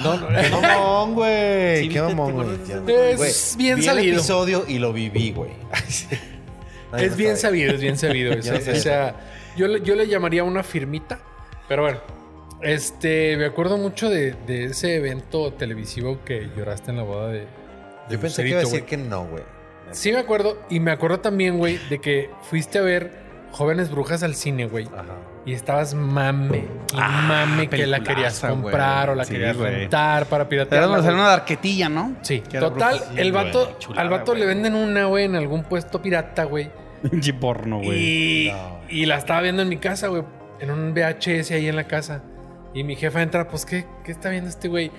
S2: No, no.
S4: ¡Qué mamón,
S3: Sí,
S4: güey!
S3: ¿te-
S4: ¡Qué
S3: te
S4: mamón, güey!
S3: acuerdas
S4: Ya,
S2: de ese?
S4: güey,
S2: Es bien
S4: vi el
S2: sabido.
S4: episodio y lo viví, güey. Ay, sí. Nadie
S2: Es
S4: lo
S2: bien
S4: sabe.
S2: sabido, es bien sabido. eso.
S4: Ya lo sé.
S2: o sea, yo le, yo le llamaría una firmita, pero bueno. Este, me acuerdo mucho de, de ese evento televisivo que lloraste en la boda de. de
S4: Yo pensé que iba a
S2: Lucerito,
S4: decir
S2: güey.
S4: que no, güey.
S2: Sí, me acuerdo. Y me acuerdo también, güey, de que fuiste a ver Jóvenes Brujas al cine, güey.
S4: Ajá.
S2: Y estabas mame. Y
S3: Ah,
S2: mame que la querías
S3: peliculaza, güey.
S2: comprar o la
S3: Sí,
S2: querías
S3: güey.
S2: rentar para
S3: Era
S2: piratear.
S3: donde salió una darquetilla, ¿no?
S2: Sí,
S3: Que era
S2: total,
S3: bruja.
S2: el
S3: Sí,
S2: vato,
S3: güey, chulada,
S2: al vato le
S3: güey.
S2: venden una, güey, en algún puesto pirata, güey.
S3: Pinche porno,
S2: Y,
S4: No.
S2: y la estaba viendo en mi casa, güey. En un VHS ahí en la casa. Y mi jefa entra, pues, ¿qué, qué está viendo este güey?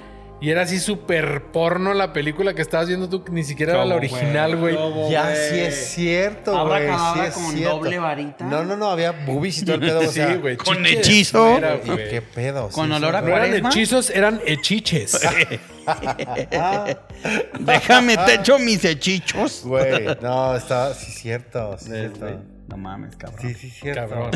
S2: Y era así súper porno la película que estabas viendo tú, que ni siquiera era la original, güey.
S4: Ya sí es cierto, güey. Sí
S3: Abracadabra
S4: es
S3: con
S4: cierto.
S3: doble varita.
S4: No, no, no, había boobies y todo el pedo. o sea,
S2: Sí, güey.
S3: con
S2: chiche de
S3: hechizo.
S2: fuera,
S4: ¿Y
S2: güey.
S4: qué pedo? Sí,
S3: Con
S4: sí,
S3: olor a
S4: sí.
S2: No eran
S3: ¿Cuaresma?
S2: hechizos, eran hechiches.
S4: Ah,
S3: Déjame, te echo mis hechichos.
S4: Güey, no, estaba, sí, cierto. Sí, cierto.
S3: No mames, cabrón.
S4: Sí, sí, cierto.
S2: Cabrón.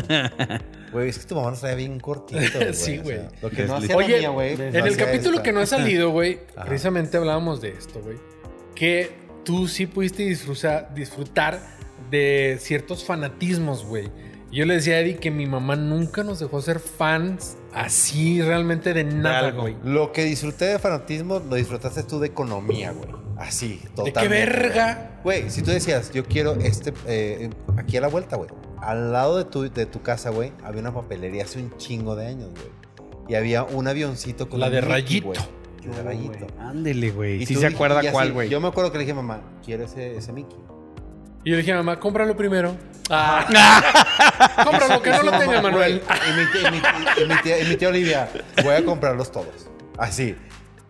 S4: Güey, es que tu mamá nos traía bien cortito, güey.
S2: Sí, güey.
S4: lo que no
S3: Desliz.
S4: hacía la
S2: Oye,
S4: mía, güey.
S3: en
S4: lo
S2: En el
S4: hacía
S2: capítulo
S4: esta.
S2: que no ha salido, güey,
S4: Ajá.
S2: precisamente hablábamos de esto, güey. Que tú sí pudiste disfruza- disfrutar de ciertos fanatismos, güey. Y Yo le decía a Eddie que mi mamá nunca nos dejó ser fans así realmente de nada,
S3: algo.
S2: güey.
S4: Lo que disfruté de fanatismo, lo disfrutaste tú de economía, güey. Así,
S2: ¿De
S4: totalmente.
S2: qué verga?
S4: Güey, si tú decías, yo quiero este, eh, aquí a la vuelta, güey. Al lado de tu, de tu casa, güey, había una papelería hace un chingo de años, güey. Y había un avioncito con
S2: La
S4: un
S2: de
S4: Mickey,
S2: rayito.
S4: güey. La de rayito.
S3: Ándele, güey.
S4: Y
S3: Sí
S4: tú
S3: se
S4: dij-
S3: acuerda
S4: y así,
S3: cuál, güey.
S4: Yo me acuerdo que le dije, mamá, quiero ese, ese Mickey.
S2: Y yo le dije, mamá, cómpralo primero. Ah. cómpralo, que no
S4: Y
S2: lo
S4: su
S2: tenga,
S4: mamá,
S2: Manuel.
S4: güey, Y mi, tía, y mi tía- y mi tía- y mi tía Olivia, voy a comprarlos todos. Así.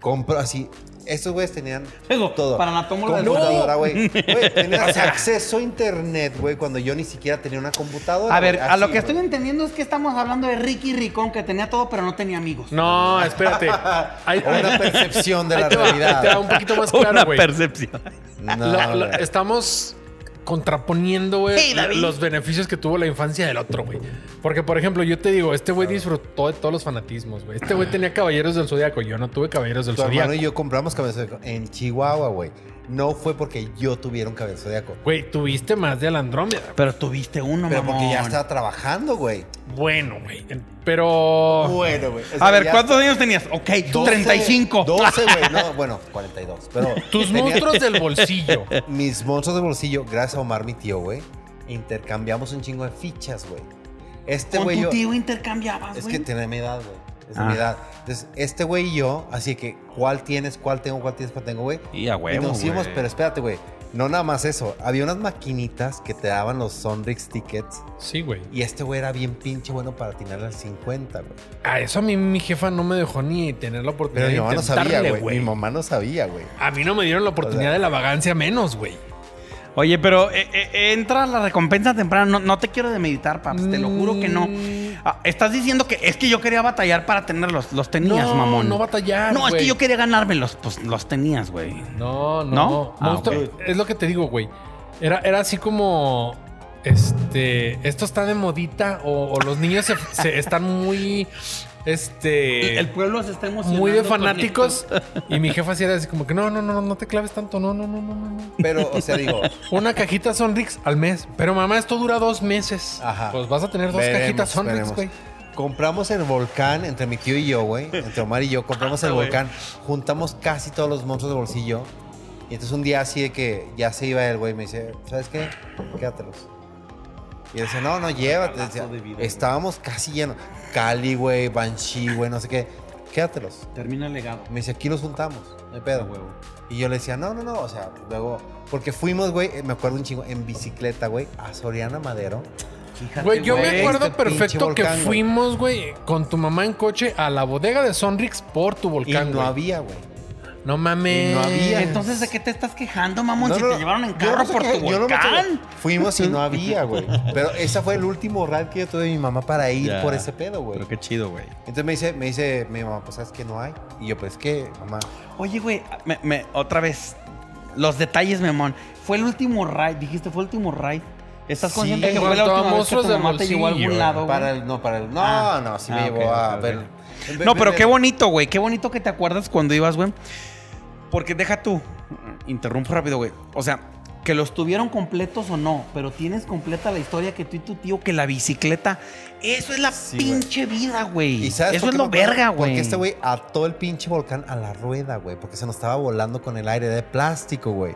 S4: Compro así. Estos güeyes tenían
S3: Luego,
S4: todo.
S3: para la tómbola del
S4: computadora, güey. Güey, tenías acceso a internet, güey, cuando yo ni siquiera tenía una computadora.
S3: A ver,
S4: güey,
S3: a lo
S4: así,
S3: que estoy
S4: güey.
S3: entendiendo es que estamos hablando de Ricky Ricón, que tenía todo, pero no tenía amigos.
S2: No, espérate. Ahí,
S4: O Ah, una
S2: ahí-
S4: percepción de
S2: ahí
S4: la
S2: te va- ahí te va un
S4: realidad.
S2: poquito más pues, claro, güey.
S3: percepción.
S4: No,
S2: La- la-
S4: güey.
S2: estamos contraponiendo, güey,
S3: Hey, David.
S2: los beneficios que tuvo la infancia del otro, güey. Porque, por ejemplo, yo te digo, este güey disfrutó de todos los fanatismos, güey. Este güey tenía Caballeros del Zodíaco. Yo no tuve Caballeros del
S4: Tu hermano
S2: Zodíaco.
S4: y yo compramos cabeza de zodiaco en Chihuahua, güey. No fue porque yo tuviera un cabeza de zodiaco.
S2: Güey, tuviste más de Alandrómeda.
S3: Pero tuviste uno,
S4: Pero
S3: mamón.
S4: porque ya estaba trabajando, güey.
S2: Bueno, güey. Pero.
S4: Bueno, güey. o sea,
S3: A ver,
S4: ya-
S3: ¿cuántos años tenías? Ok,
S4: 12,
S3: 35.
S4: 12, güey. No, bueno, 42. Pero
S2: Tus
S4: tenía
S2: monstruos del bolsillo.
S4: Mis monstruos de bolsillo, gracias a Omar, mi tío, güey. Intercambiamos un chingo de fichas, güey. Este
S3: Con
S4: güey y
S3: tu
S4: yo.
S3: tío intercambiabas,
S4: Es
S3: güey.
S4: que tiene mi edad, güey. Es de
S3: Ah.
S4: mi edad. Entonces, este güey y yo, así que, ¿cuál tienes? ¿Cuál tengo? ¿Cuál tienes? ¿Cuál tengo, güey?
S3: Y a
S4: Y
S3: huevo,
S4: nos íbamos,
S3: güey.
S4: pero espérate, güey. No nada más eso. Había unas maquinitas que te daban los Sonrix tickets.
S2: Sí, güey.
S4: Y este güey era bien pinche bueno para atinarle al 50, güey.
S2: A eso a mí mi jefa no me dejó ni tener la
S4: Pero
S2: oportunidad
S4: mi
S2: de
S4: mamá no sabía,
S2: intentarle,
S4: güey. Mi mamá no sabía, güey.
S2: A mí no me dieron la oportunidad
S4: O sea-
S2: de la vagancia menos, güey.
S3: Oye, pero eh, eh, entra la recompensa temprana. No, no te quiero demeditar, paps. Ah, pues Te lo juro que no.
S2: Mm.
S3: Ah, estás diciendo que es que yo quería batallar para tenerlos. Los tenías,
S2: no,
S3: mamón.
S2: No batallar.
S3: No, es que
S2: güey.
S3: yo quería ganármelos. Pues los tenías, güey.
S2: No, no.
S3: ¿No?
S2: no.
S3: Ah,
S2: Monstruo-
S3: ok.
S2: Es lo que te digo, güey. Era, era así como. Este. Esto está de modita. O, o los niños se, se están muy. Este.
S3: El pueblo se está emocionando.
S2: muy de
S3: con
S2: fanáticos.
S3: esto.
S2: Y mi jefa sí era así como que no, no, no, no te claves tanto. No, no, no, no, no. no".
S4: Pero, o sea, digo,
S2: Una cajita Sonrix al mes. Pero mamá, esto dura dos meses.
S4: Ajá.
S2: Pues vas a tener dos
S4: Veremos,
S2: cajitas Sonrix,
S4: veremos.
S2: güey.
S4: Compramos el volcán entre mi tío y yo, güey. Entre Omar y yo compramos el volcán. Juntamos casi todos los monstruos de bolsillo. Y entonces un día así de que ya se iba él, güey. Me dice, ¿sabes qué? Quédatelos. Y él dice, no, no, llévate. Decía, Estábamos casi llenos. Cali, güey, Banshee, güey, no sé qué. Quédatelos.
S3: Termina el legado.
S4: Me dice, aquí los juntamos. No hay pedo. Y yo le decía, no, no, no. O sea, luego... Porque fuimos, güey, eh, me acuerdo un chingo, en bicicleta, güey, a Soriana Madero.
S3: Fíjate,
S2: Güey, yo me
S4: güey,
S2: acuerdo
S4: este pinche
S2: perfecto que
S4: volcán, güey.
S2: fuimos, güey, con tu mamá en coche a la bodega de Sonrix por tu
S4: Y
S2: volcán,
S4: no
S2: güey.
S4: había, güey.
S2: No mames.
S4: Y no había.
S3: Entonces, ¿de qué te estás quejando, mamón?
S4: No,
S3: si
S4: no,
S3: te
S4: no.
S3: llevaron en
S4: Yo
S3: carro
S4: no sé
S3: por tu
S4: qué, yo no me
S3: volcán.
S4: acuerdo. Fuimos y no había, güey. Pero ese fue el último ride que yo tuve de mi mamá para ir
S3: Ya.
S4: por ese pedo, güey.
S3: qué chido, güey.
S4: Entonces me dice, me dice mi mamá, pues sabes que no hay. Y yo, pues que, mamá.
S3: Oye, güey, me- me- otra vez. Los detalles, memón. Fue el último raid, dijiste, fue el último raid. ¿Estás
S4: Sí,
S3: consciente que
S2: en
S3: fue la
S2: cuanto a
S3: última vez que
S2: monstruos
S3: tu
S2: del
S3: mamá te llevó a algún
S2: bolsillo,
S3: lado,
S4: Para
S3: Ah, güey?
S4: el, no, para el. No,
S3: Ah.
S4: no, sí
S3: Ah,
S4: me
S3: ok,
S4: llevó a
S3: ok,
S4: ver. Ve-
S3: No,
S4: ve-
S3: pero
S4: ve-
S3: qué bonito, güey. Qué bonito que te acuerdas cuando ibas, güey. Porque deja tú. Interrumpo rápido, güey. O sea, que los tuvieron completos o no, pero tienes completa la historia que tú y tu tío, que la bicicleta. Eso es la
S4: Sí, güey.
S3: pinche vida, güey.
S4: ¿Y
S3: Eso
S4: sabes por
S3: es
S4: qué
S3: lo
S4: me acuerdo?
S3: verga, güey.
S4: Porque este güey ató el pinche volcán a la rueda, güey. Porque se nos estaba volando con el aire de plástico, güey.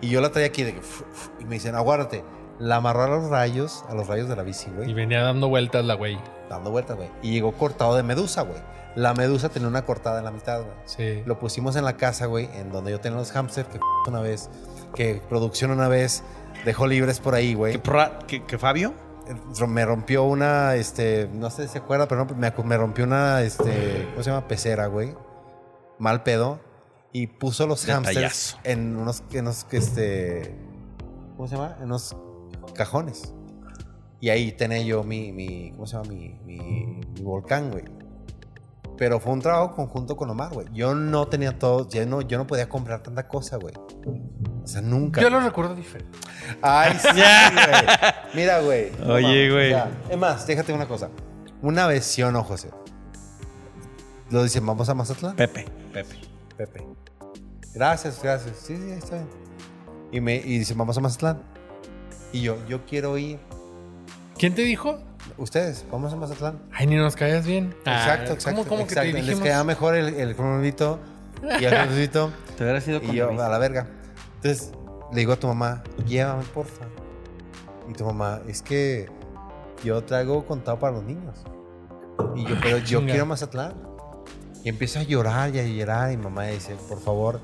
S4: Y yo la traía aquí de que. fu- fu- Y me dicen, aguárdate. La amarró a los rayos, a los rayos de la bici, güey.
S2: Y venía dando vueltas la güey.
S4: dando vueltas, güey. Y llegó cortado de medusa, güey. La medusa tenía una cortada en la mitad, güey.
S2: Sí.
S4: Lo pusimos en la casa, güey, en donde yo tenía los hamsters que una vez, que producción una vez dejó libres por ahí,
S3: ¿Que
S4: güey.
S3: pra- que- que Fabio?
S4: Me rompió una, este, no sé si se acuerda, pero no, me, acu- me rompió una, este, ¿cómo se llama? Pecera, güey. Mal pedo. Y puso los hamsters
S3: Detallazo.
S4: en unos, en unos, este, ¿cómo se llama? En unos cajones. Y ahí tenía yo mi, mi ¿cómo se llama? Mi, mi- mi volcán, güey. Pero fue un trabajo conjunto con Omar, güey. Yo no tenía todo, yo no, yo no podía comprar tanta cosa, güey. O sea, nunca.
S2: Yo lo recuerdo diferente.
S4: Ay, sí, güey. Mira, güey. No
S3: Oye,
S4: mames,
S3: güey.
S4: ya. Es más, déjate una cosa. Una vez sí o no, José. Lo dicen, vamos a Mazatlán.
S3: Pepe, Pepe.
S4: Pepe. Gracias, gracias. Sí, sí, está bien. Y, me, y dicen, vamos a Mazatlán. Y yo, yo quiero ir.
S2: ¿Quién te dijo?
S4: Ustedes, vamos a Mazatlán.
S2: Ay, ni nos caías bien.
S4: exacto,
S2: Ah,
S4: exacto.
S2: ¿Cómo, cómo
S4: exacto.
S2: que te
S4: Les
S2: dijimos?
S4: quedaba mejor el, el cronolito y el cronolito.
S3: Te hubiera sido con
S4: Y yo,
S3: Luis.
S4: a la verga. Entonces, le digo a tu mamá, llévame, porfa. Y tu mamá, es que yo traigo contado para los niños. Y yo, pero yo
S2: Chinga.
S4: quiero Mazatlán. Y empiezo a llorar y a llorar. Y mamá dice, por favor,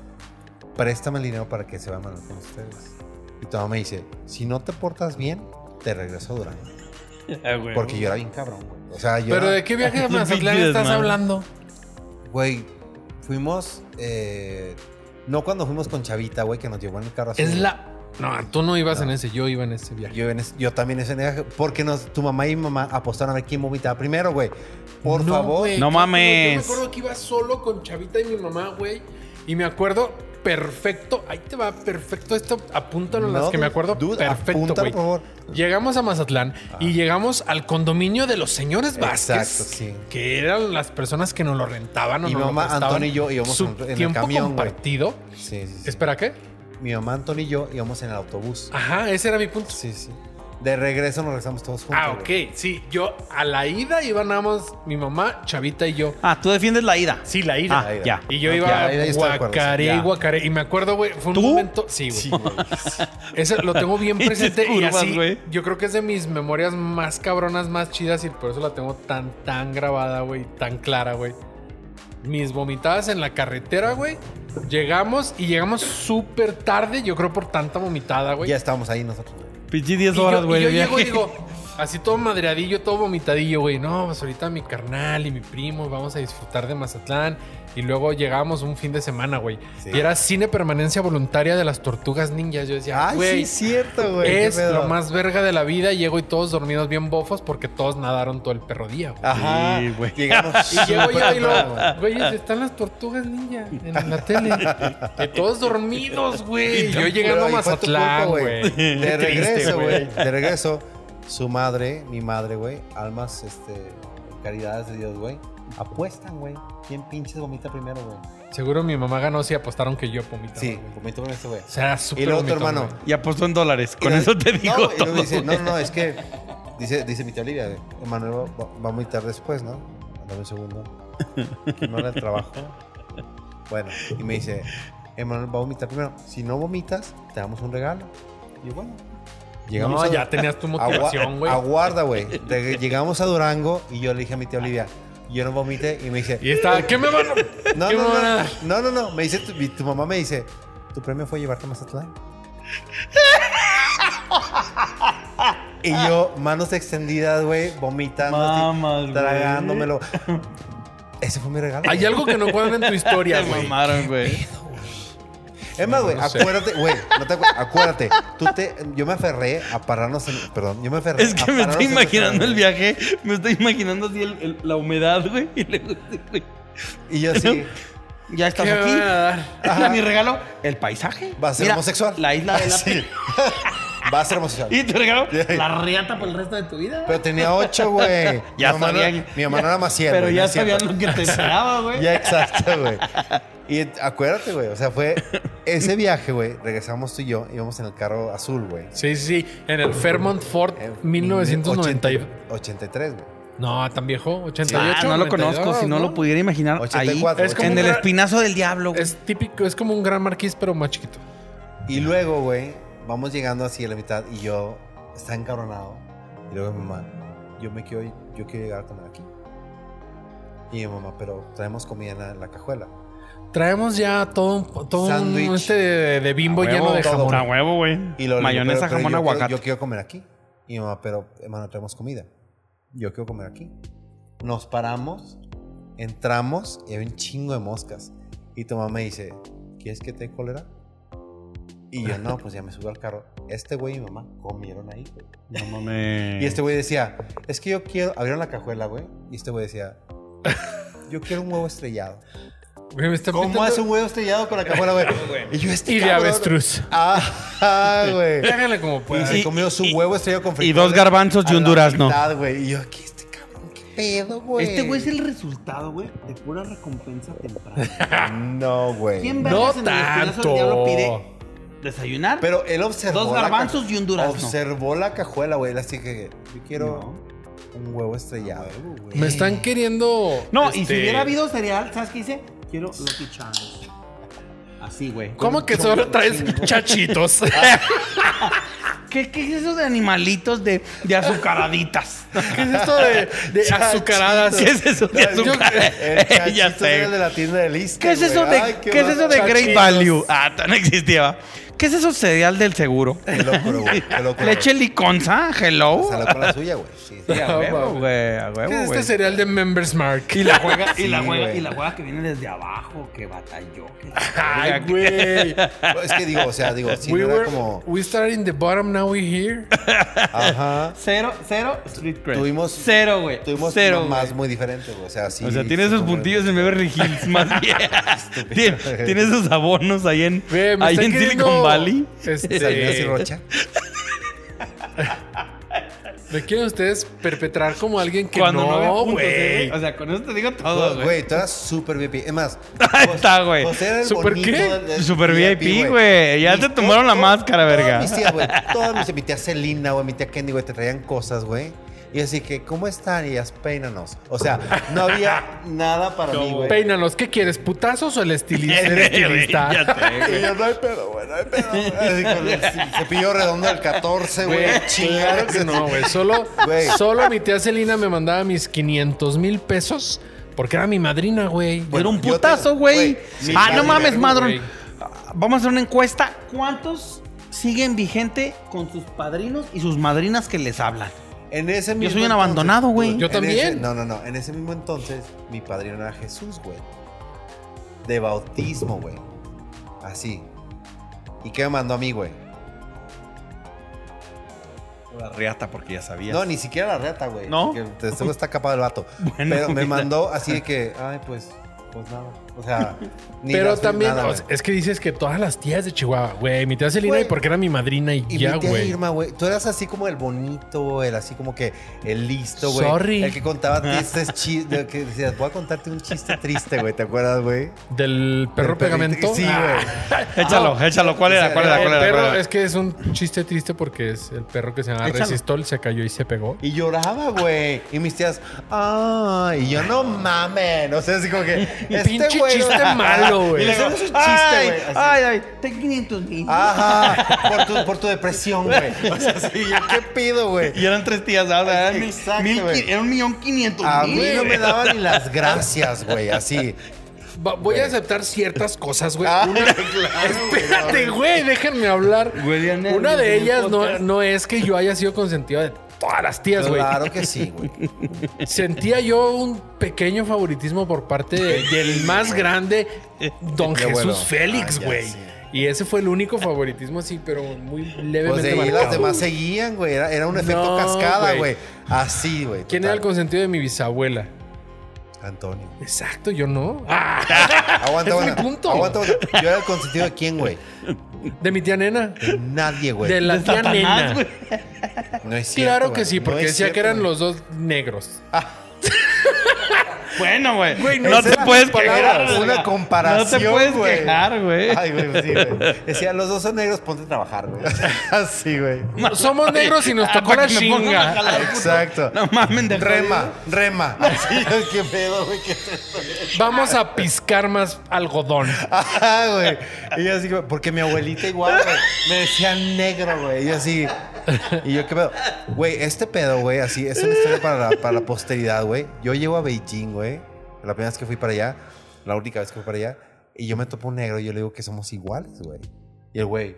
S4: préstame el dinero para que se vayan con ustedes. Y tu mamá me dice, si no te portas bien, te regreso a Durango.
S3: Ah, güey.
S4: Porque yo era bien cabrón, güey. O sea, yo
S2: ¿Pero
S4: era-
S2: de qué viaje a
S3: Los
S2: Mazatlán
S3: pinches
S2: estás
S3: desmadres.
S2: hablando?
S4: Güey, fuimos... eh, no cuando fuimos con Chavita, güey, que nos llevó en el carro azul.
S2: Es la... No, tú no ibas en ese, yo iba en ese viaje.
S4: Yo, en ese- yo también ese viaje, porque nos, tu mamá y mi mamá apostaron a ver quién vomitaba primero, güey. Por
S2: No,
S4: favor.
S2: güey,
S3: No
S2: yo-
S3: mames.
S2: Yo me acuerdo que iba solo con Chavita y mi mamá, güey. Y me acuerdo perfecto. Ahí te va, perfecto. Esto apúntalo en
S4: No,
S2: las que me acuerdo.
S4: dude,
S2: perfecto,
S4: apúntalo,
S2: güey.
S4: por favor.
S2: Llegamos a Mazatlán y llegamos al condominio de los señores Vázquez.
S4: Ah. Exacto, sí.
S2: Que eran las personas que nos lo rentaban o
S4: Y
S2: nos lo
S4: mamá,
S2: prestaban.
S4: Antonio y yo íbamos
S2: Su
S4: en- en el
S2: tiempo
S4: camión, güey.
S2: compartido.
S4: Sí, sí, sí.
S2: ¿Espera qué?
S4: Mi mamá, Antonio y yo íbamos en el autobús.
S2: Ajá, ese era mi punto.
S4: Sí, sí. De regreso nos regresamos todos juntos.
S2: Ah, ok.
S4: güey.
S2: Sí, yo a la ida iban nada más mi mamá, Chavita y yo.
S3: Ah, tú defiendes la ida.
S2: Sí, la ida.
S3: Ah,
S4: Ahí va.
S3: ya.
S2: Y yo
S4: No,
S2: iba
S4: ya,
S2: a
S4: ahí estoy de acuerdo, sí,
S2: guacarear y
S3: ya.
S2: guacarear. Y me acuerdo, güey, fue un
S3: ¿Tú?
S2: momento. Sí, güey.
S4: Sí, güey.
S2: Ese lo tengo bien
S3: Pinches
S2: presente. y
S3: curvas,
S2: así,
S3: güey.
S2: yo creo que es de mis memorias más cabronas, más chidas. Y por eso la tengo tan, tan grabada, güey. Tan clara, güey. Mis vomitadas en la carretera, güey. Llegamos y llegamos súper tarde. Yo creo por tanta vomitada, güey.
S4: Ya estábamos ahí nosotros. güey.
S3: Pinche 10
S2: Y yo-
S3: horas,
S2: y
S3: güey.
S2: Yo,
S3: de
S2: llego y
S3: viaje.
S2: digo, así todo madreadillo, todo vomitadillo, güey. No, pues ahorita mi carnal y mi primo vamos a disfrutar de Mazatlán. Y luego llegamos un fin de semana, güey.
S4: Sí.
S2: Y era cine permanencia voluntaria de las tortugas ninjas. Yo decía,
S4: Ay, sí,
S2: güey.
S4: es cierto, güey. qué
S2: es
S4: pedo.
S2: lo más verga de la vida. Llego y todos dormidos bien bofos porque todos nadaron todo el perro día, güey.
S4: Ajá.
S3: Sí, güey.
S4: Llegamos.
S2: Y llego yo
S4: súper
S2: y luego,
S4: temprano,
S2: güey, están las tortugas ninja en la tele. Y todos dormidos, güey. Yo
S4: güey.
S2: llegando a
S4: Pero ahí fue tu
S2: Mazatlán,
S4: culpa,
S2: güey.
S4: De
S2: Qué triste,
S4: regreso, güey. De regreso, su madre, mi madre, güey, almas, este, caridades de Dios, güey, apuestan, güey. ¿Quién pinches vomita primero, güey?
S2: Seguro mi mamá ganó si apostaron que yo vomitaba.
S4: Sí,
S2: güey.
S4: vomito con este, güey.
S2: O sea, era súper
S4: Y luego tu
S2: vomitón,
S4: hermano.
S2: güey.
S3: Y apostó en dólares. Con
S4: Y
S3: eso
S4: luego-
S3: te digo
S4: no, y luego
S3: todo.
S4: dice,
S3: güey.
S4: no, no, es que, dice, dice mi tía Olivia, güey, Emanuel va, va a vomitar después, ¿no? Dame un segundo. No era el trabajo. Bueno, y me dice, Emanuel va a vomitar primero. Si no vomitas, te damos un regalo. Y yo, bueno.
S2: No,
S4: a-
S2: ya tenías tu
S4: Agua-
S2: motivación, güey.
S4: Aguarda, güey. De- Llegamos a Durango y yo le dije a mi tía Olivia, yo no vomité y me dice,
S2: Y está, ¿qué me van a-
S4: no,
S2: ¿qué
S4: no,
S2: me van a
S4: no,
S2: dar?
S4: no, no, no. Me dice, tu, mi- tu mamá me dice, tu premio fue llevarte a Mazatlán. y yo, manos extendidas, güey, vomitando, así,
S3: Mamas, güey.
S4: tragándomelo. Ese fue mi regalo.
S2: Hay algo que no cuadra en tu historia,
S3: Te
S2: güey.
S3: mamaron, güey.
S4: Es más, güey,
S2: No sé.
S4: acuérdate, güey, no te acu- acuérdate. Tú te, yo me aferré a pararnos en, perdón, yo me aferré
S3: Es
S4: a
S3: que me
S4: pararnos
S3: estoy
S4: en
S3: imaginando el
S4: restaurante.
S3: viaje. Me estoy imaginando así el- el- la humedad, güey. Y luego, güey,
S4: Y yo así,
S3: Ya estás
S2: ¿Qué me van a
S3: aquí. Este
S2: dar?
S4: Ajá.
S3: Mi regalo, el paisaje.
S4: Va a ser
S3: Mira,
S4: homosexual.
S3: La isla de la
S4: Sí. Va a ser homosexual.
S3: Y te regalo la riata por el resto de tu vida.
S4: Pero tenía ocho, güey.
S3: Ya
S4: mi mamá no-
S3: sabían.
S4: mi mamá no era Maciel.
S3: Pero
S4: güey, no
S3: ya
S4: es cierto.
S3: sabían lo que te esperaba, güey.
S4: Ya, exacto, güey. Y acuérdate, güey. O sea, fue ese viaje, güey. Regresamos tú y yo. Íbamos en el carro azul, güey. Eh,
S2: Sí, sí, sí. En el Fairmont Ford
S4: En
S2: 1990.
S4: 83, güey.
S2: No, tan viejo. 88.
S3: Ah, no lo
S2: 92,
S3: conozco. Si no, lo pudiera imaginar
S4: 84.
S3: Ah, ahí.
S2: Es como
S3: en
S2: un
S3: el
S2: gran-
S3: espinazo del diablo, güey.
S2: Es típico, es como un gran marquís, pero más chiquito.
S4: Y luego, güey, vamos llegando así a la mitad y yo está encabronado. Y luego mi mamá, yo me quiero, yo quiero llegar a comer aquí. Y mi mamá, pero traemos comida en la, en la cajuela.
S2: Traemos ya todo un, todo un-
S4: Sándwich.
S2: este de, de bimbo
S3: A
S2: lleno
S3: huevo,
S2: de
S4: todo.
S2: jamón.
S3: A huevo, güey.
S4: Y lo- le digo,
S3: Mayonesa,
S4: pero- pero
S3: jamón,
S4: yo quiero-
S3: aguacate.
S4: yo quiero comer aquí. Y mi mamá, pero hermano, traemos comida. Yo quiero comer aquí. Nos paramos, entramos y había un chingo de moscas. Y tu mamá me dice, ¿quieres que te dé cólera? Y yo, no, pues ya me subo al carro. Este güey y mi mamá comieron ahí. güey.
S3: No mames.
S4: Y este güey decía, es que yo quiero... Abrieron la cajuela, güey. Y este güey decía, yo quiero un huevo estrellado.
S2: Güey, me está
S4: ¿Cómo
S2: pintando-
S4: hace un huevo estrellado con la cámara, güey? Y yo este
S2: Y de
S4: cabrón-
S2: avestruz.
S4: Ajá, güey.
S2: Háganle como
S4: Y
S2: puedan.
S4: se
S3: Y-
S4: Pues, comió su
S3: y-
S4: huevo estrellado con
S3: y
S4: frijoles.
S3: dos garbanzos y
S4: a
S3: un
S4: la
S3: durazno.
S4: mitad, güey. Y yo, aquí este cabrón, qué pedo, güey.
S3: Este güey es el resultado, güey, de pura recompensa temprana.
S4: No, güey.
S3: ¿Quién
S2: No
S3: vergas en el espinazo del
S2: tanto.
S3: diablo pide desayunar?
S4: Pero él observó.
S3: Dos
S4: la ca-
S3: garbanzos y un durazno.
S4: Observó la cajuela, güey. Así que yo quiero un huevo estrellado,
S3: Ah,
S4: güey.
S2: Me están queriendo.
S3: no, y si
S2: este,
S3: hubiera habido cereal, ¿sabes qué hice? Quiero Lucky Charms. Así, güey.
S2: ¿Cómo que solo traes chachitos?
S3: ¿Qué, qué es eso de animalitos de, de azucaraditas?
S2: ¿Qué es esto de, de
S4: Chachitos.
S2: azucaradas?
S3: ¿Qué es eso de
S2: Yo-
S4: El
S3: azucar?
S4: chachito
S3: ya
S4: era el de
S3: sé.
S4: la tienda de lista.
S3: ¿Qué es
S4: güey.
S3: eso de,
S4: Ay,
S3: ¿qué es
S4: mal-
S3: eso de Great
S2: chachitos.
S3: Value? Ah, tan existía. ¿Qué es eso cereal del seguro?
S4: Qué locura, güey. Qué locura,
S3: Leche liconza, hello.
S4: güey. Se la con la suya, güey. Sí, sí.
S3: Sí, a huevo,
S2: No,
S3: güey, a huevo,
S2: ¿Qué es
S3: güey.
S2: este cereal de Members Mark?
S3: Ah, Y la juega, y
S4: Sí,
S3: la juega,
S4: güey.
S3: y la juega que viene desde abajo, que batalló. que la
S2: Ay,
S3: verga, que-
S2: güey.
S4: Es que digo, o sea, digo, si
S2: we
S4: no era
S2: were.
S4: como.
S2: We started in the bottom, now we here.
S4: Ajá.
S3: Cero, cero, street cred.
S4: Tuvimos-
S3: cero, güey.
S4: Tuvimos
S3: cero,
S4: uno más
S3: güey.
S4: muy diferentes, güey. O sea, sí.
S3: O sea, tiene esos
S4: sí,
S3: puntillos en Beverly Hills, más bien. tiene, tiene esos abonos ahí en,
S2: Güey, me
S3: ahí
S2: están
S3: en Silicon
S2: queriendo,
S3: Valley.
S4: Salinas y
S2: Este,
S4: Rocha.
S2: me quieren ustedes perpetrar como alguien que
S3: Cuando no, había
S2: no,
S3: puntos,
S2: güey.
S3: ¿eh? O sea, con eso te digo todo, güey.
S4: Güey, tú eras súper VIP. Es más,
S3: Ahí está, güey.
S4: José era el
S2: ¿Súper
S4: bonito
S2: qué?
S4: del- del
S3: Super VIP, güey. Ya
S4: Y
S3: te
S4: to-
S3: tomaron la
S4: to-
S3: máscara, verga.
S4: Todas mis tías, güey. Todas mis, mi tía Celina, güey, mi tía Candy, güey, te traían cosas, güey. Y yo así que, ¿cómo están? Y ellas, peínanos. O sea, no había nada para mí, güey.
S2: Peínalos. ¿Qué quieres? ¿Putazos o el estilista? El
S3: Ya
S2: estilista.
S3: sé, güey.
S4: Y yo, no hay pedo, güey, no hay pedo. güey. Así con el cepillo redondo del 14, güey.
S2: Güey,
S4: Chingado
S2: claro que no, güey. Solo,
S4: Güey.
S2: solo mi tía Celina me mandaba mis 500 mil pesos porque era mi madrina, güey.
S3: Era
S4: Bueno,
S3: un
S4: yo te-
S3: putazo, güey.
S4: güey, sí,
S3: ah,
S4: ya
S3: no
S4: dinero,
S3: mames, madrón.
S2: güey.
S3: Vamos a hacer una encuesta. ¿Cuántos siguen vigente con sus padrinos y sus madrinas que les hablan?
S4: En ese mismo
S3: soy un abandonado, güey.
S2: Yo
S4: en
S2: también.
S4: ese- no, no, no. En ese mismo entonces, mi padrino era Jesús, güey. De bautismo, güey. Así. ¿Y qué me mandó a mí, güey?
S3: La reata, porque ya sabías.
S4: No, ni siquiera la reta, güey.
S3: ¿No?
S4: Porque te- este güey está capaz del vato.
S3: Bueno,
S4: Pero me
S3: mira.
S4: mandó así de que, ay, pues, pues nada. O sea, ni
S2: Pero
S4: las-
S2: también,
S4: nada,
S2: o
S4: güey.
S2: sea, es que dices que todas las tías de Chihuahua, güey, mi tía Celina
S4: Güey.
S2: y porque era mi madrina y,
S4: Y
S2: ya,
S4: mi tía
S2: güey.
S4: Irma, güey. Tú eras así como el bonito, el así como que el listo, güey.
S2: Sorry.
S4: El que contaba chistes chistes. Que decías, voy a contarte un chiste triste, güey. ¿Te acuerdas, güey?
S2: Del perro
S4: Del perrito.
S2: pegamento.
S4: Sí,
S2: Ah,
S4: güey.
S3: Échalo, échalo. ¿Cuál era? ¿Cuál era?
S2: el
S3: ¿Cuál era?
S2: perro-
S3: ¿Cuál era?
S2: es que es un chiste triste porque es el perro que se llama
S3: Échalo.
S2: Resistol, se cayó y se pegó.
S4: Y lloraba, güey. Y mis tías, ¡ay! Y yo, no mames. O sea, así como que. "Este
S2: Y pinche chiste malo, güey.
S4: Y le digo, "Ese es un chiste,
S3: Ay,
S4: güey. Así.
S3: ay, ay, ten 500 mil.
S4: Ajá. Por tu, por tu depresión, güey. O sea, sí, yo, ¿qué pido, güey?
S3: Y eran tres tías, ¿sabes? Eran mil-
S4: Exacto,
S3: mil
S4: güey. Ah,
S3: qui- Era un millón quinientos
S4: A mí
S3: mil.
S4: no me daban ni las gracias, güey. Así.
S2: Va- voy a aceptar ciertas cosas, güey.
S4: Ah,
S2: Pues, Una- Espérate, güey, déjenme hablar.
S3: Güey, Diana,
S2: Una
S3: no
S2: de
S3: tenía
S2: ellas no,
S3: podcast.
S2: no es que yo haya sido consentido de todas las tías, güey.
S4: Claro que sí, güey.
S2: Sentía yo un pequeño favoritismo por parte de- del más grande, don
S4: De abuelo.
S2: Jesús Félix,
S4: Ah, ya,
S2: güey.
S4: sí.
S2: Y ese fue el único favoritismo, sí, pero muy
S4: Pues
S2: levemente
S4: de ahí las
S2: marcado.
S4: demás seguían, güey. Era, era un efecto
S2: No,
S4: cascada,
S2: güey.
S4: güey. Así, güey.
S2: ¿Quién
S4: total.
S2: era el consentido de mi bisabuela?
S4: Antonio.
S2: Exacto, yo no. Ah,
S4: Aguanta,
S2: Es mi
S4: aguanta.
S2: punto.
S4: Aguanta, aguanta. Yo era el consentido de quién, güey.
S2: de mi tía nena.
S4: De nadie, güey.
S2: De la tía nena.
S3: güey.
S4: No es cierto.
S2: Claro que
S4: güey.
S2: sí,
S4: No
S2: porque
S4: es
S2: decía
S4: cierto,
S2: que eran
S4: güey.
S2: los dos negros.
S3: Bueno, güey.
S2: Güey,
S3: no,
S2: no
S4: Esa
S3: te
S2: sé
S4: era
S3: puedes
S4: una palabra,
S3: quejar.
S4: Una
S3: verga.
S4: comparación.
S3: No te puedes
S4: güey.
S3: quejar, güey.
S4: Ay, güey, sí, güey. Decía, los dos son negros, ponte a trabajar, güey. Así, güey.
S2: Somos negros y nos
S3: Ah,
S2: tocó
S3: para
S2: la
S3: que me pongan a
S2: chinga.
S3: jalar, puto.
S4: Exacto.
S3: No mames, de
S4: Rema, rema. Así, qué pedo, güey. qué-
S2: Vamos a piscar más algodón.
S4: Ajá, güey. Y yo así, güey, porque mi abuelita igual, güey, me decía negro, güey. Y yo así, y yo qué pedo. Güey, este pedo, güey, así, es una historia para la, para la posteridad, güey. Yo llego a Beijing, güey. La primera vez que fui para allá, la única vez que fui para allá. Y yo me topo un negro y yo le digo que somos iguales, güey. Y el güey,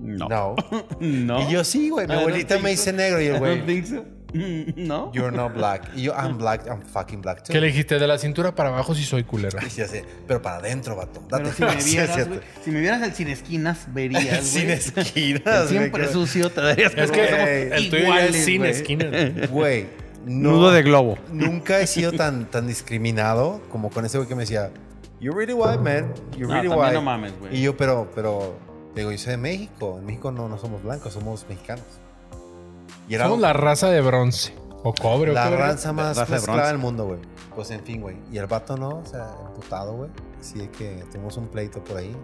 S3: No.
S4: no.
S3: No.
S4: Y yo sí, güey. Mi
S3: I don't
S4: abuelita
S3: think
S4: me
S3: so.
S4: dice negro y
S3: I
S4: el
S3: don't
S4: güey,
S3: think so. Mm, No.
S4: you're not black. Y yo, I'm black, I'm fucking black too.
S2: ¿Qué le dijiste? De la cintura para abajo sí soy culero.
S4: Y yo así, pero para adentro, vato. Date
S3: Pero si me
S4: Sí, es
S3: vieras,
S4: cierto.
S3: güey, si me vieras al sin esquinas, verías, güey. El
S4: Sin esquinas,
S3: Siempre
S4: güey.
S3: sucio te darías
S2: Es
S3: cuenta
S2: que
S4: Güey.
S3: somos
S2: el tuyo ya
S3: iguales,
S2: es sin
S3: güey.
S2: esquina.
S4: Güey, no-
S3: Nudo de globo.
S4: Nunca he sido tan, tan discriminado como con ese güey que me decía, You really white, man. You
S3: No,
S4: really
S3: también
S4: white.
S3: no mames, güey.
S4: Y yo, pero, pero, te digo, yo soy de México. En México no, no somos blancos, somos mexicanos. Y era
S2: Somos la raza de bronce. O cobre, o
S4: la
S2: qué verga.
S4: ranza más
S1: Raza de
S4: mezclada
S1: bronce.
S4: del mundo, güey. Pues en fin, güey. Y el vato no, o sea, emputado, güey. Así de que tuvimos un pleito por ahí.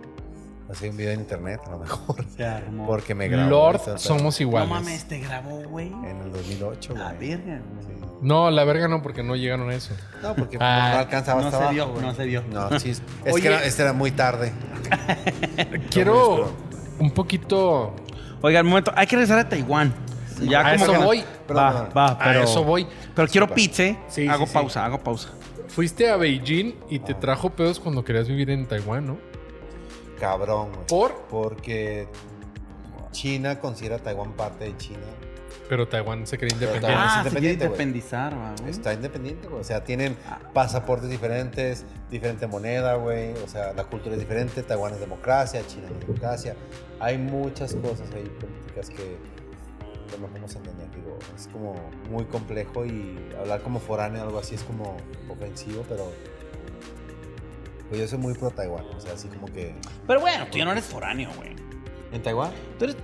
S4: Así un video en internet, a lo mejor.
S3: Se armó.
S4: Porque me grabó.
S2: Lord,
S4: o sea,
S2: somos
S3: no
S2: iguales. No,
S3: mames, te grabó, güey.
S4: En el 2008,
S3: La
S4: güey.
S3: verga.
S4: Sí.
S2: la verga no, porque no llegaron a eso.
S4: No, porque
S2: Ah,
S4: no alcanzaba
S3: No
S4: hasta
S3: se
S4: abajo,
S3: dio,
S4: güey.
S3: no se dio.
S4: No, sí. Es
S3: Oye.
S4: que era, este era muy tarde.
S2: Quiero un poquito.
S3: Oiga, al momento, hay que regresar a Taiwán. Ya
S2: a
S3: como
S2: eso
S3: que-
S2: voy.
S3: Va, va, pero.
S2: A eso voy.
S3: Pero quiero pizza. ¿eh?
S2: Sí, sí,
S3: hago
S2: sí.
S3: pausa, hago pausa.
S2: Fuiste a Beijing y te trajo pedos cuando querías vivir en Taiwán, ¿no?
S4: Cabrón, güey.
S2: Por.
S4: Porque China considera a Taiwán parte de China.
S2: Pero Taiwán se cree
S4: Pero
S2: independiente.
S4: Taiwán es
S3: Ah, se quiere
S4: independiente, güey.
S3: independizar, va, güey.
S4: Está independiente, güey. O sea, tienen
S3: Ah.
S4: pasaportes diferentes, diferente moneda, güey. O sea, la cultura es diferente. Taiwán es democracia, China es democracia. Hay muchas cosas ahí políticas que no nos vamos a entender. Digo, es como muy complejo y hablar como foráneo o algo así es como ofensivo, pero. Pues yo soy muy pro Taiwán. O sea, así como que.
S3: Pero bueno, tú ya no eres foráneo, güey.
S4: ¿En Taiwán?
S3: Tú eres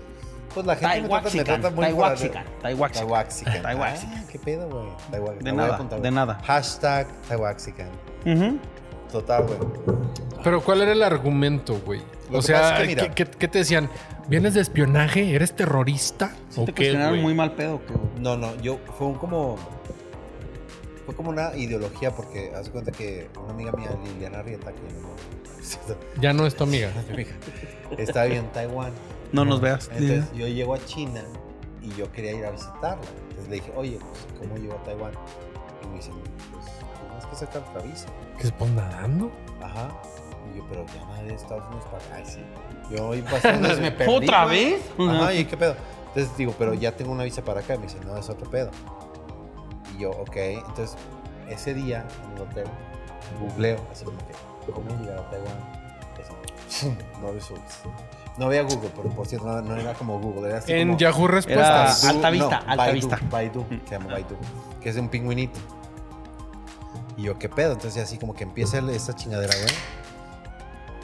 S4: Pues la gente me trata, me
S3: taiwaxican.
S4: trata muy
S3: Taiwaxican.
S4: foráneo.
S3: Taiwaxican.
S4: Taiwaxican.
S3: Taiwaxican.
S4: Ah, ¿Qué pedo, güey? Taihua-
S3: De
S4: la voy a
S3: nada,
S4: apuntar,
S3: de
S4: güey.
S3: nada.
S4: Hashtag Taiwaxican.
S3: Ujú.
S4: Total, güey.
S2: Pero ¿cuál era el argumento, güey?
S4: Lo
S2: O
S4: que
S2: sea,
S4: pasa es que, mira-
S2: ¿qué, qué- qué te decían? ¿Vienes de espionaje? ¿Eres terrorista?
S3: Sí
S2: ¿O
S3: te
S2: qué,
S3: cuestionaron
S2: güey?
S3: muy mal pedo, que, güey.
S4: No, no, yo fue un como fue como una ideología porque haz de cuenta que una amiga mía, Liliana Rieta, que no,
S2: Ya no es tu amiga.
S4: estaba bien en Taiwán.
S3: No nos veas.
S4: Entonces yo llego a China y yo quería ir a visitarla. Entonces le dije, oye, pues, ¿cómo llego a Taiwán? Y me dicen, pues tienes que sacar otra visa.
S2: ¿Que se pon nadando?
S4: Ajá. Y yo, pero ya madre, Estados Unidos para. Ay, sí. Yo iba pasando y me perdí.
S3: ¿Otra
S4: güey.
S3: vez?
S4: Ajá, ¿y qué pedo? Entonces digo, pero ya tengo una visa para acá. Me dice, no, es otro pedo. Y yo, ok. Entonces, ese día en el hotel, googleo, así como que, ¿cómo llegar a Taiwán? Así, no lo subes. No había Google, pero por cierto, no, no era como Google. Era así
S2: en
S4: como,
S2: Yahoo Respuestas.
S4: Baidu,
S3: Alta Vista, Alta
S4: Baidu,
S3: Vista.
S4: Baidu, se llama Baidu, que es de un pingüinito. Y yo, ¿qué pedo? Entonces, así como que empieza el- esta chingadera, güey.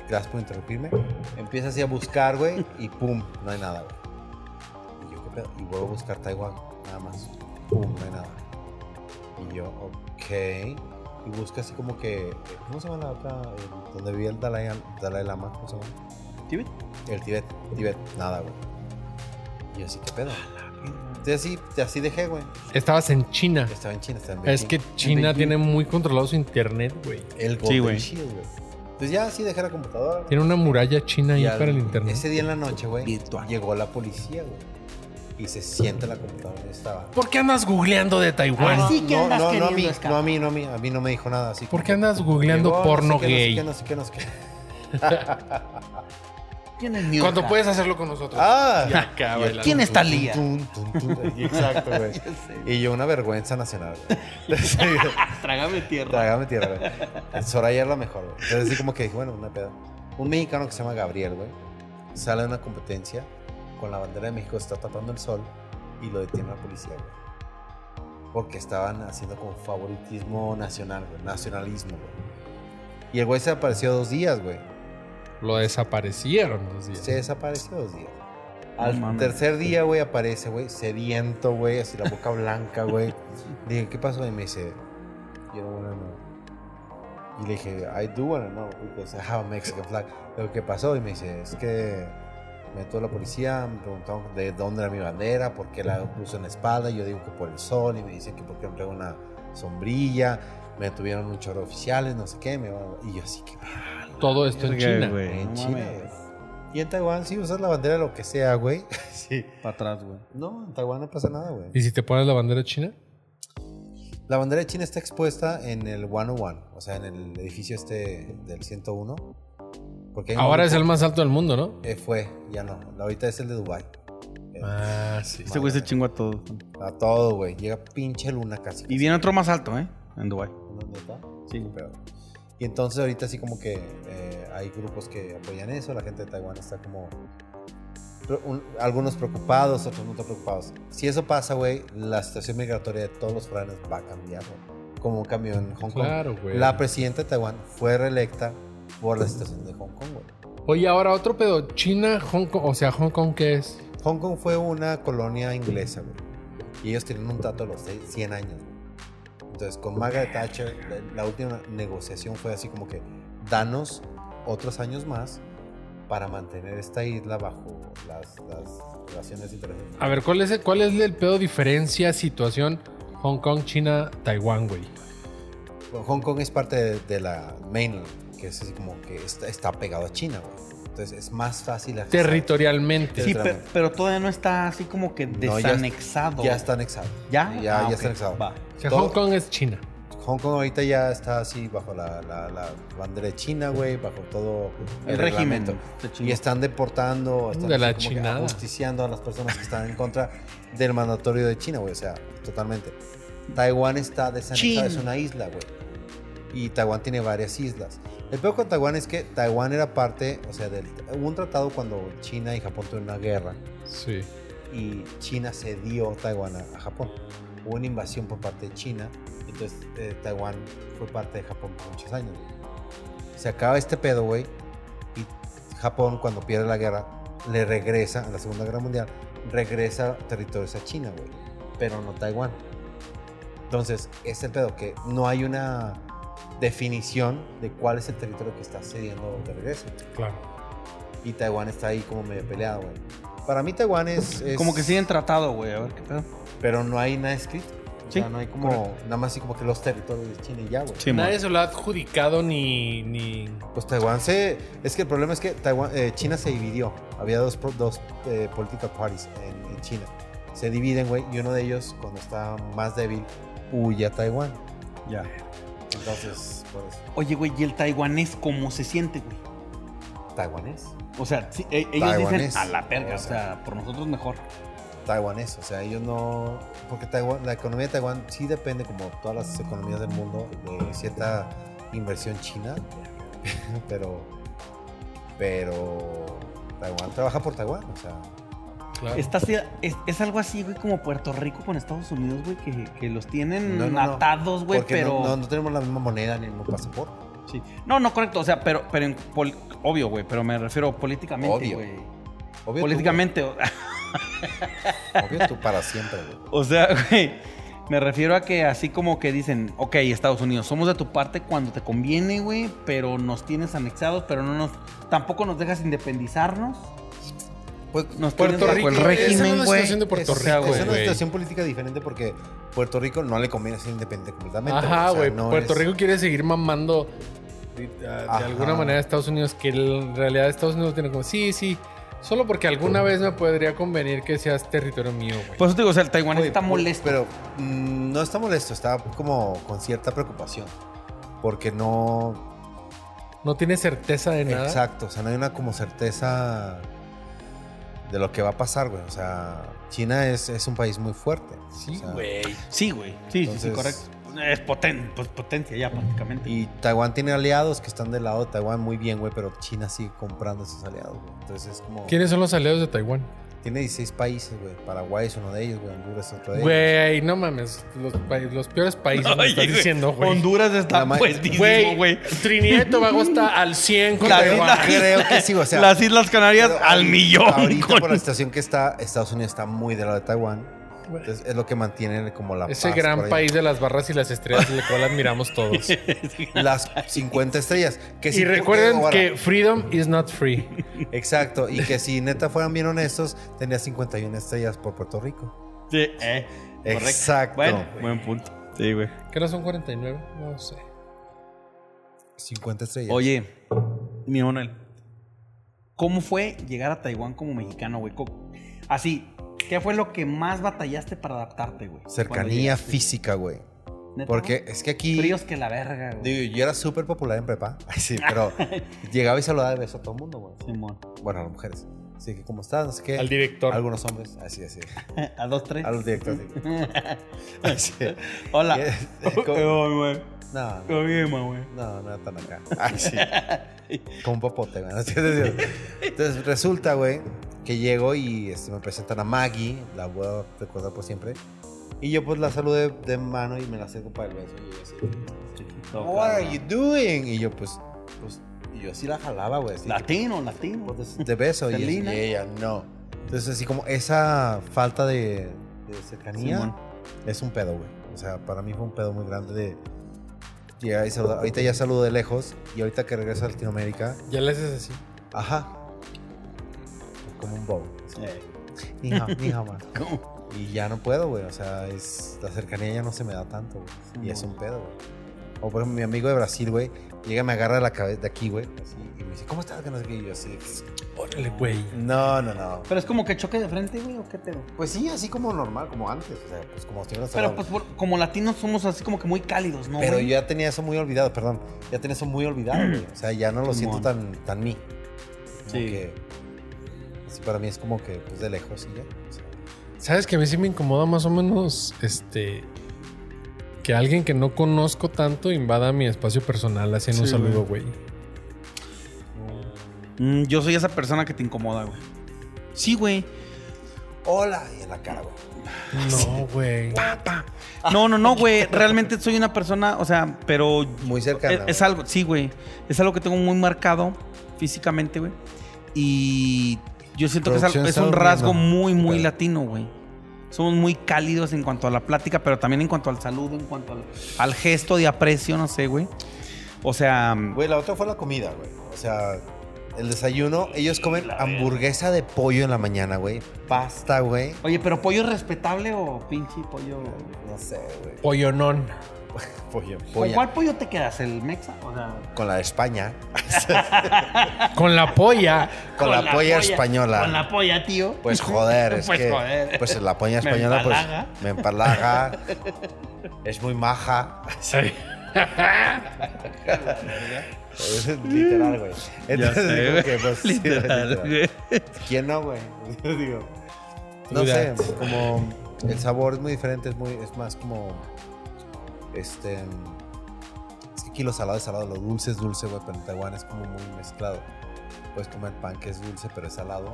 S4: Gracias por interrumpirme. Empieza así a buscar, güey, y pum, no hay nada, güey. Y yo, ¿qué pedo? Y vuelvo a buscar Taiwán, nada más. Pum, no hay nada. Y yo, ok. Y busca así como que, ¿cómo se llama la otra? Eh, Donde vivía el Dalai, Dalai Lama, ¿cómo se llama?
S3: ¿Tibet?
S4: El Tibet, Tibet, nada, güey. Y yo así, ¿qué pedo? Entonces así, así dejé, güey.
S2: Estabas en China.
S4: Estaba en China, estaba en Beijing.
S2: Es que China tiene muy controlado su internet, güey.
S4: El Golden
S3: Sí, güey.
S4: Shield, güey. Entonces ya así dejé la computadora.
S2: Tiene una muralla china ahí
S4: Y al-
S2: para el internet.
S4: Ese día en la noche, güey,
S3: Virtual.
S4: llegó la policía, güey. Y se sienta en la computadora donde estaba.
S2: ¿Por qué andas googleando de Taiwán?
S3: Así que
S4: no,
S3: andas
S4: no, no a
S3: queriendo
S4: mí,
S3: escapar.
S4: no a mí, no a mí, a mí no me dijo nada. Así
S2: ¿Por
S4: como
S2: qué
S4: que-
S2: andas googleando
S4: Llegó, no sé
S2: porno
S4: qué,
S2: gay?
S4: No sé qué, no sé qué, no sé qué.
S3: ¿Quién es New
S2: Cuando
S3: York?
S2: puedes hacerlo con nosotros.
S4: Ah,
S2: Y acá,
S4: Y
S2: güey,
S4: el-
S2: la-
S3: ¿Quién es Thalía?
S4: Tun, tun, tun, tun. Exacto, güey. Y yo una vergüenza nacional, güey. Sí, güey.
S3: Trágame tierra.
S4: Trágame tierra, güey. Soraya es la mejor, güey. Entonces, así como que dije, bueno, una peda. Un mexicano que se llama Gabriel, güey, sale a una competencia con la bandera de México, está tapando el sol y lo detiene la policía, güey. Porque estaban haciendo como favoritismo nacional, güey, nacionalismo, güey. Y el güey se desapareció dos días, güey.
S2: Lo desaparecieron. los días.
S4: Se desapareció dos días.
S3: No
S4: Al
S3: mames.
S4: tercer día, güey, aparece, güey, sediento, güey, así la boca blanca, güey. Le dije, ¿qué pasó? Y me dice, yo no wanna know. Y le dije, I do wanna know, because I have a "Ah, Mexican flag. Lo que pasó, y me dice, es que me metió la policía, me preguntaron de dónde era mi bandera, por qué la puso en la espalda, y yo digo que por el sol, y me dicen que por qué no traigo una sombrilla, me tuvieron un chorro de oficiales, no sé qué, me y yo así que... "Ah,
S2: Todo esto en China.
S4: En
S3: no
S4: China,
S3: mames.
S4: güey. Y en Taiwán sí usas la bandera lo que sea, güey. Sí.
S3: Para atrás, güey.
S4: No, en Taiwán no pasa nada, güey.
S2: ¿Y si te pones la bandera china?
S4: La bandera de China está expuesta en el 101, o sea, en el edificio este del 101. Porque hay un
S2: Ahora es
S4: grupo-
S2: el más alto del mundo, ¿no?
S4: Eh, fue, ya no. Ahorita es el de Dubai.
S2: Ah, sí.
S3: Este güey se chingó a todo.
S4: Eh, A todo, güey. Llega pinche luna casi.
S3: Y viene otro más alto, ¿eh? En Dubai.
S4: ¿Dónde está?
S3: Sí.
S4: Pero- Y entonces ahorita sí como que eh, hay grupos que apoyan eso, la gente de Taiwán está como... pero un- algunos preocupados, otros no tan preocupados. Si eso pasa, güey, la situación migratoria de todos los foráneos va a cambiar, güey. Como cambió en Hong Kong.
S2: Claro, güey.
S4: La presidenta de Taiwán fue reelecta por la situación de Hong Kong, güey.
S2: Oye, ahora otro pedo. China, Hong Kong. O sea, Hong Kong, ¿qué es?
S4: Hong Kong fue una colonia inglesa, güey. Y ellos tenían un trato de los seis- 100 años. güey. Entonces, con Margaret Thatcher, la- la última negociación fue así como que, danos otros años más para mantener esta isla bajo las, las relaciones internacionales.
S2: A ver, ¿cuál es, el, ¿cuál es el pedo diferencia, situación Hong Kong, China, Taiwán, güey?
S4: Bueno, Hong Kong es parte de, de la mainland, que es así como que está, está pegado a China, güey. Entonces, es más fácil... accesar.
S2: Territorialmente.
S3: Sí,
S4: Otra
S3: pero,
S4: vez.
S3: pero todavía no está así como que
S4: ya-
S3: desanexado.
S4: Ya está anexado.
S3: ¿Ya?
S4: Ya,
S3: Ah,
S4: ya
S3: ok.
S4: está anexado.
S3: Va.
S2: O sea,
S4: Todo-
S2: Hong Kong es China.
S4: Hong Kong ahorita ya está así bajo la, la- la bandera de China, güey, bajo todo
S3: El régimen.
S4: reglamento.
S3: Se chingó.
S4: Y están deportando, están
S2: De la
S4: así como que
S2: chinada.
S4: ajusticiando a las personas que están en contra del mandatorio de China, güey. O sea, totalmente. Taiwán está
S3: Chin.
S4: desanexada, es una isla, güey. Y Taiwán tiene varias islas. El peor con Taiwán es que Taiwán era parte, o sea, del, hubo un tratado cuando China y Japón tuvieron una guerra
S2: Sí.
S4: y China cedió Taiwán a, a Japón. Hubo una invasión por parte de China, entonces eh, Taiwán fue parte de Japón por muchos años. Se acaba este pedo, güey, y Japón cuando pierde la guerra le regresa a la Segunda Guerra Mundial, regresa territorios a China, güey, pero no Taiwán. Entonces, es el pedo que no hay una definición de cuál es el territorio que está cediendo de regreso.
S2: Claro.
S4: Y Taiwán está ahí como medio peleado, güey. Para mí Taiwán es... es-
S3: Como que siguen tratado, güey. A ver qué pedo.
S4: pero no hay nada escrito. O
S3: Sí,
S4: sea, no hay como nada más así como que los territorios de China y ya, güey.
S2: Nadie se lo ha adjudicado ni. ni...
S4: Pues Taiwán se. Es que el problema es que Taiwán, eh, China se dividió. Había dos, pro- dos eh, political parties en, en China. Se dividen, güey, y uno de ellos, cuando está más débil, huye a Taiwán.
S3: Ya.
S4: Entonces, por eso.
S3: Oye, güey, ¿y el taiwanés cómo se siente, güey?
S4: Taiwanés.
S3: O sea, sí, e- ellos
S4: Taiwanés.
S3: dicen a la perga. O
S4: O sea,
S3: sea, por nosotros mejor.
S4: Taiwanés. O sea, ellos no. Porque Taiwán, la economía de Taiwán sí depende, como todas las economías del mundo, de cierta inversión china. Pero. Pero. Taiwán trabaja por Taiwán. O sea,
S2: Claro.
S3: Está así- es, es algo así, güey, como Puerto Rico con Estados Unidos, güey, que, que los tienen
S4: No, no, no.
S3: atados, güey,
S4: porque
S3: pero...
S4: no, no- no tenemos la misma moneda ni el mismo pasaporte.
S3: Sí. No, no, correcto. O sea, pero, pero en pol- obvio, güey, pero me refiero políticamente,
S4: Obvio.
S3: güey.
S4: Obvio tú,
S3: Políticamente, o-
S4: güey. obvio tú para siempre, güey.
S3: o sea, güey, me refiero a que así como que dicen, ok, Estados Unidos, somos de tu parte cuando te conviene, güey, pero nos tienes anexados, pero no nos, tampoco nos dejas independizarnos.
S4: Pues,
S3: Nos
S2: Puerto
S3: tienen
S2: Rico.
S3: bajo el régimen,
S2: esa no es la
S3: güey.
S2: situación de Puerto
S4: es,
S2: Rico,
S4: es una
S2: güey.
S4: situación política diferente porque Puerto Rico no le conviene ser independiente completamente.
S2: Ajá,
S4: o sea,
S2: güey.
S4: no
S2: Puerto
S4: es-
S2: Rico quiere seguir mamando de, de- de
S4: Ajá.
S2: alguna manera a Estados Unidos, que en realidad Estados Unidos tiene como, sí, sí, solo porque alguna vez me podría convenir que seas territorio mío, güey.
S3: Por eso te digo, o sea, el taiwanés
S4: Güey,
S3: está
S4: pues,
S3: molesto.
S4: Pero mm, no está molesto, está como con cierta preocupación. Porque no.
S2: no tiene certeza de nada.
S4: Exacto, o sea, no hay una como certeza de lo que va a pasar, güey. O sea, China es, es un país muy fuerte. O
S2: Sí,
S4: sea,
S2: güey.
S3: Sí, güey. Sí, sí, sí,
S4: Entonces-
S3: correcto. Es poten- pues, potencia ya prácticamente.
S4: Y Taiwán tiene aliados que están del lado de Taiwán muy bien, güey, pero China sigue comprando esos aliados, güey. Entonces es como.
S2: ¿Quiénes son los aliados de Taiwán?
S4: Tiene 16 países, güey. Paraguay es uno de ellos, güey. Honduras es otro de ellos.
S2: Güey, no mames. Los, pa- los peores países me
S3: Oye,
S2: estás
S3: güey,
S2: diciendo, güey.
S3: Honduras
S4: La
S3: está
S4: ma-
S3: puestísimo,
S2: Güey,
S3: güey.
S2: Trinidad y Tobago está al 100 con
S4: La
S2: Taiwán.
S4: isla- creo que sí, o sea,
S3: las Islas Canarias
S4: Pero
S3: al
S4: ahorita-
S3: millón.
S4: Ahorita
S3: con-
S4: por la situación que está, Estados Unidos está muy del lado de Taiwán.
S2: Güey,
S4: Entonces es lo que mantiene como la
S2: Ese
S4: paz por
S2: gran
S4: ahí.
S2: país de las barras y las estrellas, el cual admiramos todos.
S4: Las 50 estrellas. Que si-
S2: Y recuerden
S4: ahora,
S2: que freedom is not free.
S4: Exacto. Y que si neta fueran bien honestos, tenía 51 estrellas por Puerto Rico.
S3: Sí, eh, correcto.
S4: Exacto.
S3: Bueno, buen punto. Sí, güey.
S2: ¿Qué no son 49? No sé.
S4: 50 estrellas.
S3: Oye, mi Manuel, ¿cómo fue llegar a Taiwán como mexicano, güey? Co- Así, ¿qué fue lo que más batallaste para adaptarte, güey? Cuando
S4: Cercanía
S3: llegaste.
S4: física, güey.
S3: ¿Neta,
S4: Porque
S3: güey?
S4: es que aquí.
S3: Fríos que la verga, güey.
S4: Digo, yo era súper popular en prepa. Ay, sí, pero llegaba y saludaba de beso a todo el mundo, güey.
S3: Simón.
S4: Bueno, a las mujeres. Así que, ¿cómo estás? No sé qué.
S2: Eh, Al director.
S4: Algunos hombres. Así, así.
S3: A dos, tres.
S4: A los directores. Así.
S3: Hola.
S4: Y es- es como-
S3: Ay, güey.
S4: No, no,
S3: Qué bien, ma, güey.
S4: no, no tan acá. Así. Como un popote, güey. Así, así. Entonces, resulta, güey, que llego y este, me presentan a Maggie. La voy a recordar por siempre. Y yo, pues, la saludé de mano y me la acerco para el beso. Y yo así.
S3: Chiquito,
S4: What are
S3: cabrón.
S4: you doing? Y yo, pues, pues, Y yo sí la jalaba, güey. así que,
S3: Latino, latino.
S4: pues, te beso. y, es-
S3: Selena.
S4: y ella, no. Entonces, así como esa falta de, de cercanía
S3: Simón.
S4: es un pedo, güey. O sea, para mí fue un pedo muy grande de llegar y saludar. Ahorita ya saludo de lejos y ahorita que regreso a Latinoamérica,
S2: Ya le haces así.
S4: ajá. Como un bow.
S3: Eh,
S4: Ni, ja- ni jamás.
S3: ¿cómo?
S4: Y ya no puedo, güey. O sea, es, la cercanía ya no se me da tanto, güey.
S3: Sí,
S4: y
S3: no.
S4: es un pedo, güey. O por ejemplo, mi amigo de Brasil, güey, llega, me agarra la cabeza de aquí, güey. así, Y me dice, ¿cómo estás? Que no sé qué. Y yo así,
S2: Órale, güey.
S4: no, no, no.
S3: Pero es como que choque de frente, güey, o qué pedo.
S4: Pues sí, así como normal, como antes. O sea, pues como siempre nos
S3: Pero
S4: hablábamos.
S3: pues por- como latinos somos así como que muy cálidos, ¿no?
S4: Pero
S3: güey?
S4: yo ya tenía eso muy olvidado, perdón. Ya tenía eso muy olvidado, güey. O sea, ya no lo siento
S3: Simón.
S4: tan, tan mí. Como
S3: Sí.
S4: que- sí, para mí es como que pues, de lejos y ya. O sea,
S2: ¿Sabes que a mí sí me incomoda más o menos este que alguien que no conozco tanto invada mi espacio personal haciendo
S3: Sí,
S2: un saludo, güey?
S3: Mm, yo soy esa persona que te incomoda, güey. Sí, güey.
S4: Hola, y en la cara, güey.
S2: No, güey.
S3: Pa. No, no, no, güey. Realmente soy una persona, o sea, pero
S4: Muy cercana.
S3: es,
S4: güey.
S3: es algo, sí, güey. Es algo que tengo muy marcado físicamente, güey. Y yo siento que es, algo-
S4: Producción
S3: es
S4: está
S3: un rasgo
S4: durmiendo.
S3: muy, muy
S4: Claro.
S3: latino, güey. Somos muy cálidos en cuanto a la plática, pero también en cuanto al saludo, en cuanto al, al gesto de aprecio, no sé, güey. O sea,
S4: Güey, la otra fue la comida, güey. O sea, el desayuno, ellos comen hamburguesa de pollo en la mañana, güey. Pasta, güey.
S3: oye, pero pollo respetable o pinche pollo.
S4: No sé, güey.
S2: Pollonón.
S4: Pollo.
S3: ¿Con
S4: Polla.
S3: cuál pollo te quedas? ¿El mexa? O sea,
S4: Con la de España.
S2: Con la polla.
S4: Con, la, polla, española.
S3: Con la polla, tío.
S4: Pues joder, es
S3: Pues,
S4: que.
S3: joder.
S4: Pues la polla
S3: Me
S4: española,
S3: empalaga.
S4: pues. Me empalaga. es muy maja. Es literal, güey. Entonces,
S3: sé,
S4: digo
S3: güey.
S4: que, pues, sí,
S3: Literal,
S4: literal.
S3: güey.
S4: ¿Quién no, güey? Yo digo. No
S2: True
S4: sé,
S2: that.
S4: como el sabor es muy diferente, es muy, es más como. Este. Es que aquí lo salado es salado, lo dulce es dulce, güey, pero en Taiwán es como muy mezclado. Puedes comer pan que es dulce pero es salado,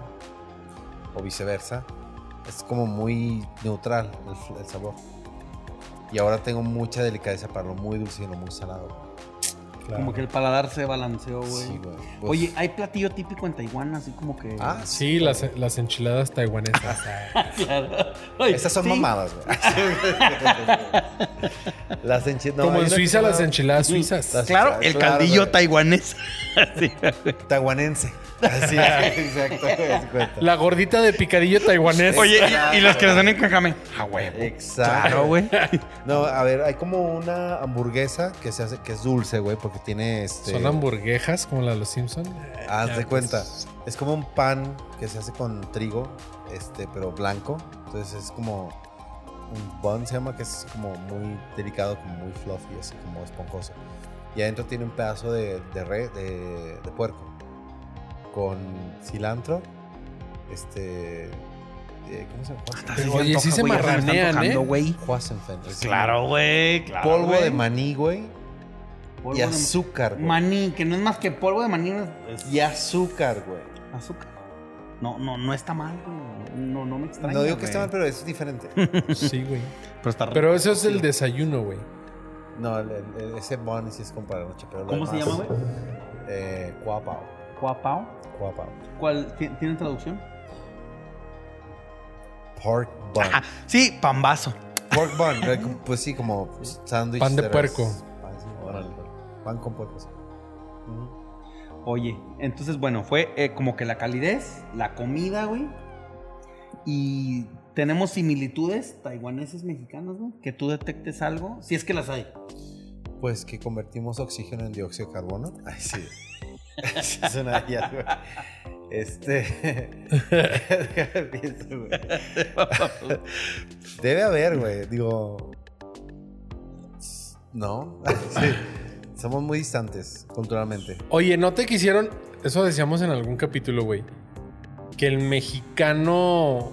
S4: o viceversa. Es como muy neutral el, el sabor. Y ahora tengo mucha delicadeza para lo muy dulce y lo muy salado.
S3: Como que el paladar se balanceó, güey.
S4: Sí, güey. Uf.
S3: Oye, hay platillo típico en Taiwán, así como que.
S4: Ah,
S2: Sí, las, las enchiladas taiwanesas.
S3: claro. Oye,
S4: Estas son
S3: sí.
S4: mamadas, güey. las enchiladas.
S2: Como en Suiza, las enchiladas suizas.
S4: Las-
S3: Claro, el
S4: Claro,
S3: caldillo
S4: güey.
S3: taiwanés. Sí.
S4: Tahuanense. Así es, exacto. güey, se cuenta.
S2: La gordita de picadillo taiwanés.
S3: Oye, y, y los que les dan en cajame. Ah, güey.
S4: Exacto.
S3: Claro, güey.
S4: No, a ver, hay como una hamburguesa que se hace, que es dulce, güey, porque tiene este.
S2: ¿Son hamburguesas como la de los Simpsons?
S4: Haz de
S3: pues,
S4: cuenta. Es como un pan que se hace con trigo, este, pero blanco. Entonces es como un bun, se llama, que es como muy delicado, como muy fluffy, así como esponjoso. Y adentro tiene un pedazo de, de, re- de, de puerco con cilantro, este... eh, ¿Cómo se
S3: Ah,
S4: llama?
S2: Oye, sí se
S3: me están
S2: marranean,
S3: tocando,
S2: ¿eh?
S3: güey.
S4: Hoasenfen.
S3: Pues Claro, güey. Claro,
S4: Polvo
S3: güey.
S4: de maní, güey.
S3: Polvo
S4: Y
S3: de
S4: azúcar, güey.
S3: Maní, que no es más que polvo de maní, es
S4: Y azúcar, güey.
S3: azúcar. No, no, no está mal, güey. No, no me extraña.
S4: No digo que
S3: güey.
S4: esté mal, pero es diferente.
S2: Sí, güey.
S3: Pero está
S2: Pero eso es el desayuno, güey.
S4: No, el- el- el- ese bun sí es como para la noche, pero lo
S3: ¿Cómo se
S4: demás-
S3: llama, güey?
S4: Eh, cuapao,
S3: Cuapao.
S4: cuapao.
S3: ¿Cuál? ti- ¿Tiene traducción?
S4: Pork bun.
S3: Sí, pambazo.
S4: Pork bun, eh, como- pues sí, como sándwich.
S2: Pan de
S4: res.
S2: puerco.
S4: Pan, sí, órale. Pan con puerco. sí. Ujú.
S3: Oye, entonces, bueno, fue eh, como que la calidez, la comida, güey. Y tenemos similitudes taiwaneses mexicanos, güey. Que tú detectes algo, si es que las hay.
S4: Pues que convertimos oxígeno en dióxido de carbono. Ay, sí. Sí, es una guía, güey. Este. déjame pienso, güey. Debe haber, güey. Digo. No. Sí. Somos muy distantes culturalmente.
S2: Oye, ¿no te quisieron? Eso decíamos en algún capítulo, güey. Que el mexicano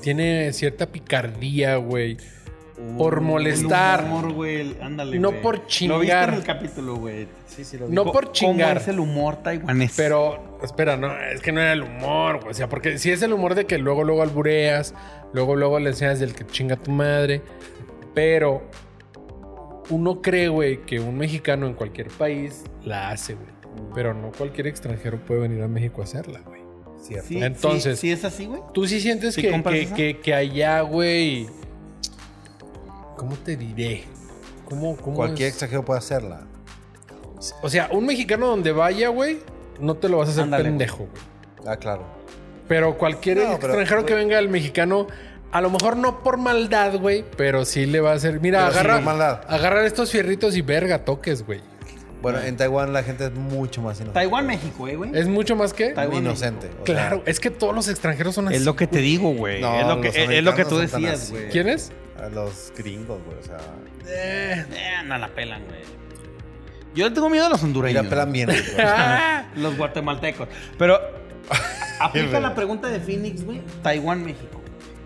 S2: tiene cierta picardía, güey. Por molestar.
S3: El humor, güey. el- Ándale,
S2: No
S3: güey.
S2: por
S3: Lo viste en
S2: chingar.
S3: el capítulo, güey.
S4: Sí, sí, lo
S2: vi. No
S3: Co-
S2: por chingar.
S3: ¿Cómo es el humor taiwanés?
S2: Pero, espera, no, es que no era el humor, güey. O sea, porque si es el humor de que luego, luego albureas, luego, luego le enseñas del que chinga tu madre. Pero uno cree, güey, que un mexicano en cualquier país la hace, güey. Pero no cualquier extranjero puede venir a México a hacerla, güey.
S4: Cierto.
S3: Sí,
S2: Entonces-
S3: sí, sí es así, güey.
S2: ¿Tú sí sientes
S3: ¿Sí
S2: que,
S3: compras
S2: que-
S3: esa?
S2: que- que allá, güey... ¿Cómo te diré? ¿Cómo, cómo
S4: Cualquier
S2: es?
S4: extranjero puede hacerla.
S2: O sea, un mexicano donde vaya, güey, no te lo vas a hacer
S3: Ándale.
S2: pendejo, güey.
S4: Ah, claro.
S2: Pero cualquier
S4: No, pero-
S2: extranjero que venga al mexicano, a lo mejor no por maldad, güey, pero sí le va a hacer. Mira,
S4: Pero sí
S2: agarra,
S4: por maldad.
S2: agarrar estos fierritos y verga, toques, güey.
S4: Bueno, en Taiwán la gente es mucho más inocente.
S3: Taiwán, México, eh, güey.
S2: Es mucho más que.
S3: Taiwán,
S4: Inocente. o sea,
S2: Claro, es que todos los extranjeros son así.
S3: Es lo que te digo, güey.
S4: No,
S3: es, lo que,
S4: los
S3: es- es lo que tú
S4: americanos son tan
S3: decías,
S4: así.
S3: güey.
S2: ¿Quién es?
S4: a los gringos, güey. O sea,
S3: Eh, no la pelan, güey. Yo le tengo miedo a los
S4: y
S3: hondureños.
S4: la pelan bien. güey.
S2: Ah,
S3: Los guatemaltecos. Pero aplica
S4: verdad.
S3: la pregunta de Phoenix, güey. Taiwán, México.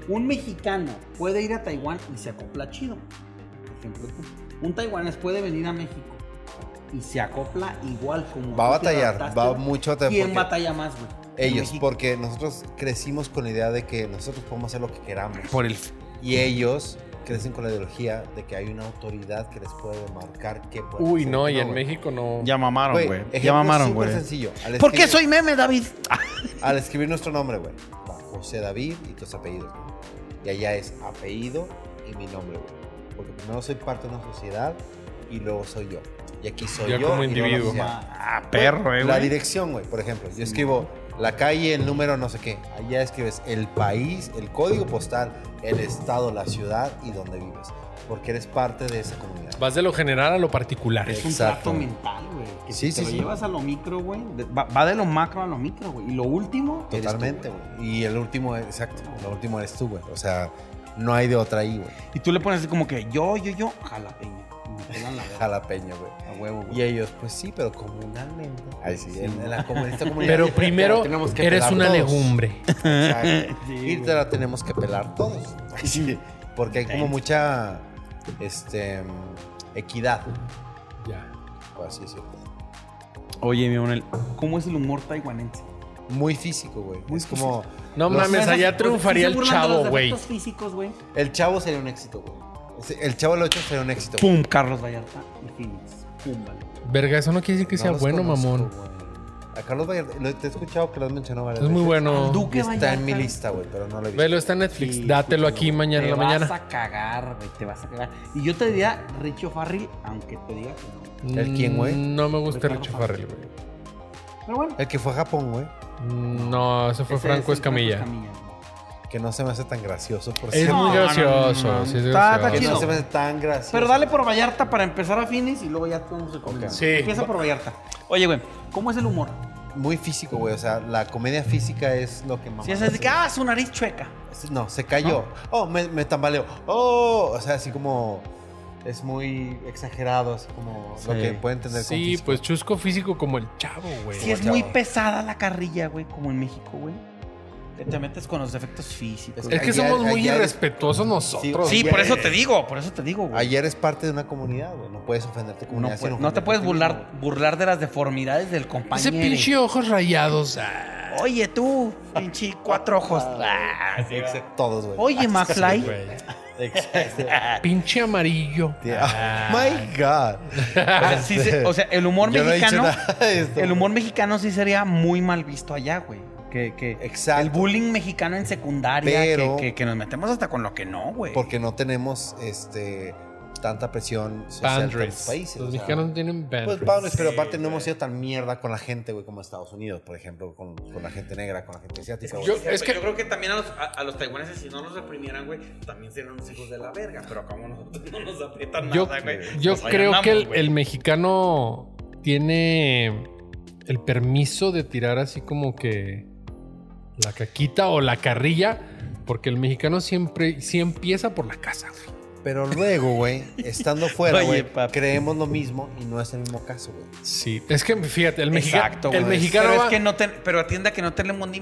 S3: Un mexicano puede ir a Taiwán y se acopla chido. Por ejemplo, tú. un taiwanés puede venir a México y se acopla igual como.
S4: Va a
S3: tú te
S4: batallar,
S3: adaptaste.
S4: va mucho a batallar
S3: ¿Quién
S4: porque-
S3: batalla más, güey?
S4: Ellos,
S3: México.
S4: porque nosotros crecimos con la idea de que nosotros podemos hacer lo que queramos.
S3: Por el.
S4: Y ellos crecen con la ideología de que hay una autoridad que les puede marcar qué pueden
S2: Uy,
S4: hacer,
S2: no, y en
S4: güey.
S2: México no.
S1: Ya mamaron, güey. Ya
S4: ejemplo pues,
S1: mamaron,
S4: súper
S1: güey.
S4: sencillo. Al
S3: ¿Por qué
S4: escribir-
S3: soy meme, David?
S4: Al escribir nuestro nombre, güey. va José David y tus apellidos. güey. Y allá es apellido y mi nombre, güey. Porque primero soy parte de una sociedad y luego soy yo. Y aquí soy
S2: Ya
S4: yo.
S2: como
S4: y luego la
S2: individuo.
S4: sociedad.
S1: Ah, perro, eh,
S4: La
S1: güey.
S4: dirección, güey, por ejemplo. Yo escribo la calle, el número, no sé qué. Allá escribes el país, el código postal, el estado, la ciudad y dónde vives. Porque eres parte de esa comunidad.
S2: Vas de lo general a lo particular.
S4: Es
S3: Es un
S4: Exacto.
S3: trato mental, güey. Que
S4: Sí,
S3: si
S4: sí,
S3: te lo
S4: sí.
S3: llevas a lo micro, güey. de- Va, va de lo macro a lo micro, güey. Y lo último. eres tú,
S4: Totalmente,
S3: güey.
S4: güey. Y el último, exacto. Lo último eres tú, güey. O sea, no hay de otra ahí, güey.
S3: Y tú le pones así como que yo, yo, yo, jalapeño. Y me pelan la verga.
S4: Jalapeño, güey.
S3: A huevo, güey.
S4: Y ellos, pues sí, pero comunalmente. Ay, sí, en, en la comu- esta comunidad.
S2: Pero
S4: te la
S2: primero
S4: tenemos que
S2: eres
S4: pelar
S2: una
S4: todos.
S2: legumbre.
S4: Exacto.
S3: Sí,
S4: y te
S3: güey.
S4: la tenemos que pelar todos. Ay, sí, Porque hay como mucha este, mm, equidad,
S2: Ya.
S4: por así decirlo.
S3: Oye, mi Manuel, ¿cómo es el humor taiwanense?
S4: Muy físico, güey. Es como.
S2: No
S4: Los-
S2: mames, allá
S3: Esas-
S2: triunfaría
S3: sí se
S2: el
S3: burlan de los
S2: chavo, güey.
S3: defectos físicos, güey.
S4: El chavo sería un éxito, güey. El chavo del 8 sería un éxito. güey.
S3: Pum, Carlos Vallarta y Phoenix. Pum, vale.
S2: Verga, eso no quiere decir que
S4: No
S2: sea
S4: los
S2: bueno,
S4: conozco,
S2: mamón.
S4: güey. A Carlos Vallarta, lo- te he escuchado que lo has mencionado varias
S2: Es muy
S4: veces.
S2: bueno.
S3: Duque
S4: Y Está
S3: Vallarta.
S4: en mi lista, güey, pero no lo he visto.
S2: Velo, está en Netflix.
S3: Sí,
S2: Dátelo
S3: sí,
S2: aquí
S3: güey.
S2: mañana en la
S3: Te vas
S2: mañana.
S3: a cagar, güey. Te vas a cagar. Y yo te diría Richo Farrell, aunque te diga que no.
S4: ¿El quién, güey?
S2: Mm, No me gusta
S3: Ricardo
S2: Richo Farrell,
S3: Farrell.
S2: güey.
S3: Pero bueno.
S4: El que fue a Japón, güey.
S2: Mm, No, ese fue
S3: ese
S2: Franco
S3: es el
S2: Escamilla.
S4: Que no se me hace tan gracioso, por
S2: Es
S4: cierto.
S2: muy
S3: No, no,
S2: gracioso.
S3: no, no.
S2: sí, es
S3: Está-
S2: gracioso.
S3: está
S4: Que no
S3: chido.
S4: se me hace tan gracioso.
S3: Pero dale pues. por Vallarta para empezar a Phoenix y luego ya todos recomendamos.
S4: Ok.
S2: Sí.
S3: Empieza por Vallarta. Oye, güey, ¿cómo es el humor?
S4: Muy físico, güey. O sea, la comedia física es lo que más.
S3: Si es así que, ah, su nariz chueca.
S4: No, se cayó. Oh, me, me tambaleó. Oh, o sea, así como. Es muy exagerado, así como lo
S2: Sí.
S4: que puede entender con
S2: Sí,
S4: físico.
S2: pues chusco físico como el chavo, güey.
S3: Si es
S4: Guachaba.
S3: muy pesada la carrilla, güey, como en México, güey. Que te metes con los defectos físicos.
S2: Es que
S4: Ayer-
S2: somos muy
S4: ayer-
S2: irrespetuosos nosotros.
S4: Sí,
S3: Sí,
S4: güey.
S3: por eso te digo, por eso te digo, güey.
S4: Ayer es parte de una comunidad, güey. No puedes ofenderte
S3: no,
S4: comunidad.
S3: puedes-
S4: sino
S3: no te
S4: ofenderte
S3: puedes
S4: a ti mismo,
S3: burlar, burlar de las deformidades del compañero.
S2: Ese pinche ojos rayados. ah.
S3: Oye, tú, pinche cuatro ojos. Ah,
S4: güey. Excepto todos, Ah, güey.
S3: Oye,
S2: Sí,
S3: McFly.
S2: güey.
S4: Excepto-
S2: Pinche amarillo.
S4: Oh, my God.
S3: Ah, sí se- o sea, el humor
S4: Yo no he dicho
S3: mexicano.
S4: nada de esto.
S3: El humor mexicano sí sería muy mal visto allá, güey. Que, que
S4: Exacto.
S3: El bullying mexicano en secundaria, que-
S4: Pero-
S3: que, que nos metemos hasta con lo que no, güey.
S4: Porque no tenemos este tanta presión social de
S2: Boundaries.
S4: los países.
S2: Los
S4: o sea,
S2: mexicanos no tienen
S4: Pues
S2: boundaries.
S4: boundaries, pero aparte no hemos sido tan mierda con la gente, güey, como Estados Unidos, por ejemplo, con, con la gente negra, con la gente asiática. güey.
S2: Yo- es que-
S3: creo que también a los, a, a los taiwaneses, si no nos reprimieran, güey, también serían unos hijos de la verga. Pero como nosotros no nos aprietan
S2: Yo, yo
S3: pues ahí
S2: creo
S3: andamos,
S2: que el,
S3: güey.
S2: el mexicano tiene el permiso de tirar así como que la caquita o la carrilla, porque el mexicano siempre sí empieza por la casa. güey.
S4: Pero luego, güey, estando fuera,
S3: Oye,
S4: güey,
S3: papi.
S4: creemos lo mismo y no es el mismo caso, güey.
S2: Sí, es que fíjate, el, mexica-
S3: Exacto, güey.
S2: el mexicano
S3: Pero,
S2: va-
S3: es que no te, pero atienda que no tenemos ni.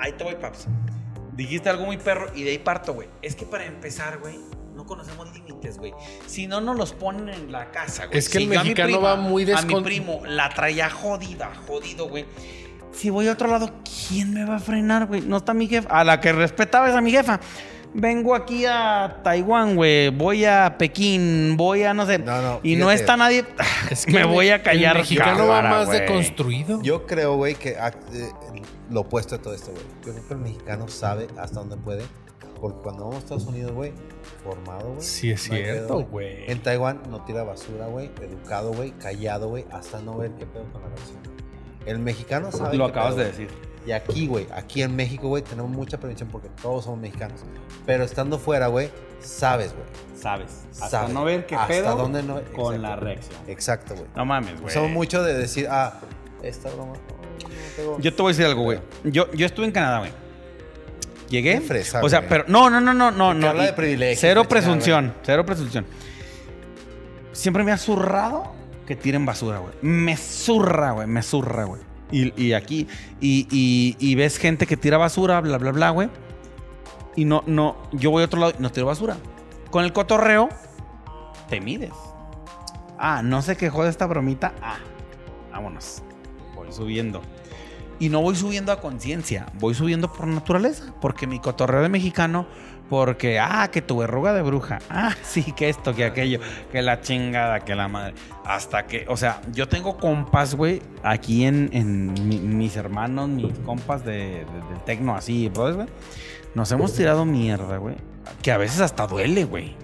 S3: Ahí te voy, paps. Dijiste algo muy perro y de ahí parto, güey. Es que para empezar, güey, no conocemos límites, güey. Si no nos los ponen en la casa, güey.
S2: Es que
S3: Si
S2: el
S3: yo a mi
S2: mexicano
S3: prima-
S2: va muy
S3: A mi
S2: descon-
S3: primo la traía jodida, jodido, güey. Si voy a otro lado, ¿quién me va a frenar, güey? No está mi jefa. A la que respetaba es a mi jefa.
S5: vengo aquí a Taiwán, güey, voy a Pekín, voy a no sé.
S4: No, no,
S5: y no
S4: fíjate.
S5: está nadie.
S2: Es
S5: me
S2: el-
S5: voy a callar.
S2: El mexicano va
S5: cámara,
S2: más
S5: güey.
S2: de construido.
S4: Yo creo, güey, que ah, eh, lo opuesto a todo esto, güey. Yo creo que el mexicano sabe hasta dónde puede. Porque cuando vamos a Estados Unidos, güey, formado, güey.
S2: Sí, es
S4: no hay
S2: cierto,
S4: pedo,
S2: güey.
S4: En Taiwán no tira basura, güey. Educado, güey. Callado, güey. Hasta no ver qué pedo con la relación. El mexicano sabe.
S5: Lo
S4: qué
S5: acabas
S4: pedo,
S5: de
S4: güey.
S5: decir.
S4: Y aquí, güey, aquí en México, güey, tenemos mucha prevención porque todos somos mexicanos. Pero estando fuera, güey, sabes, güey.
S5: Sabes. Hasta
S4: Sabes.
S5: no ver qué
S4: Hasta
S5: pedo
S4: dónde no-
S5: con
S4: exacto.
S5: la reacción.
S4: Exacto, güey.
S5: No mames, güey.
S4: Somos mucho de decir, ah, esta broma. oh, no pegó.
S5: Yo te voy a decir algo, güey. Yo, yo estuve en Canadá, güey. Llegué.
S4: Qué fresa,
S5: o sea,
S4: güey.
S5: pero no, no, no, no, no,
S4: Que
S5: no.
S4: habla
S5: y-
S4: de privilegios,
S5: Cero
S4: la chingada,
S5: presunción, cero presunción. Siempre me ha zurrado que tiren basura, güey. Me zurra, güey, me zurra, güey. Y, y aquí, y, y- y ves gente que tira basura, bla, bla, bla, güey. Y no, no, yo voy a otro lado y no tiro basura. Con el cotorreo, te mides. Ah, no se quejó de esta bromita. Ah, vámonos. Voy subiendo. Y no voy subiendo a conciencia, voy subiendo por naturaleza, porque mi cotorreo de mexicano, porque, ah, que tu verruga de bruja, ah, sí, que esto, que aquello, que la chingada, que la madre. Hasta que, o sea, yo tengo compas, güey, aquí en, en mi- mis hermanos, mis compas de, de- del tecno, así, ¿sabes, güey? Nos hemos tirado mierda, güey, que a veces hasta duele, güey.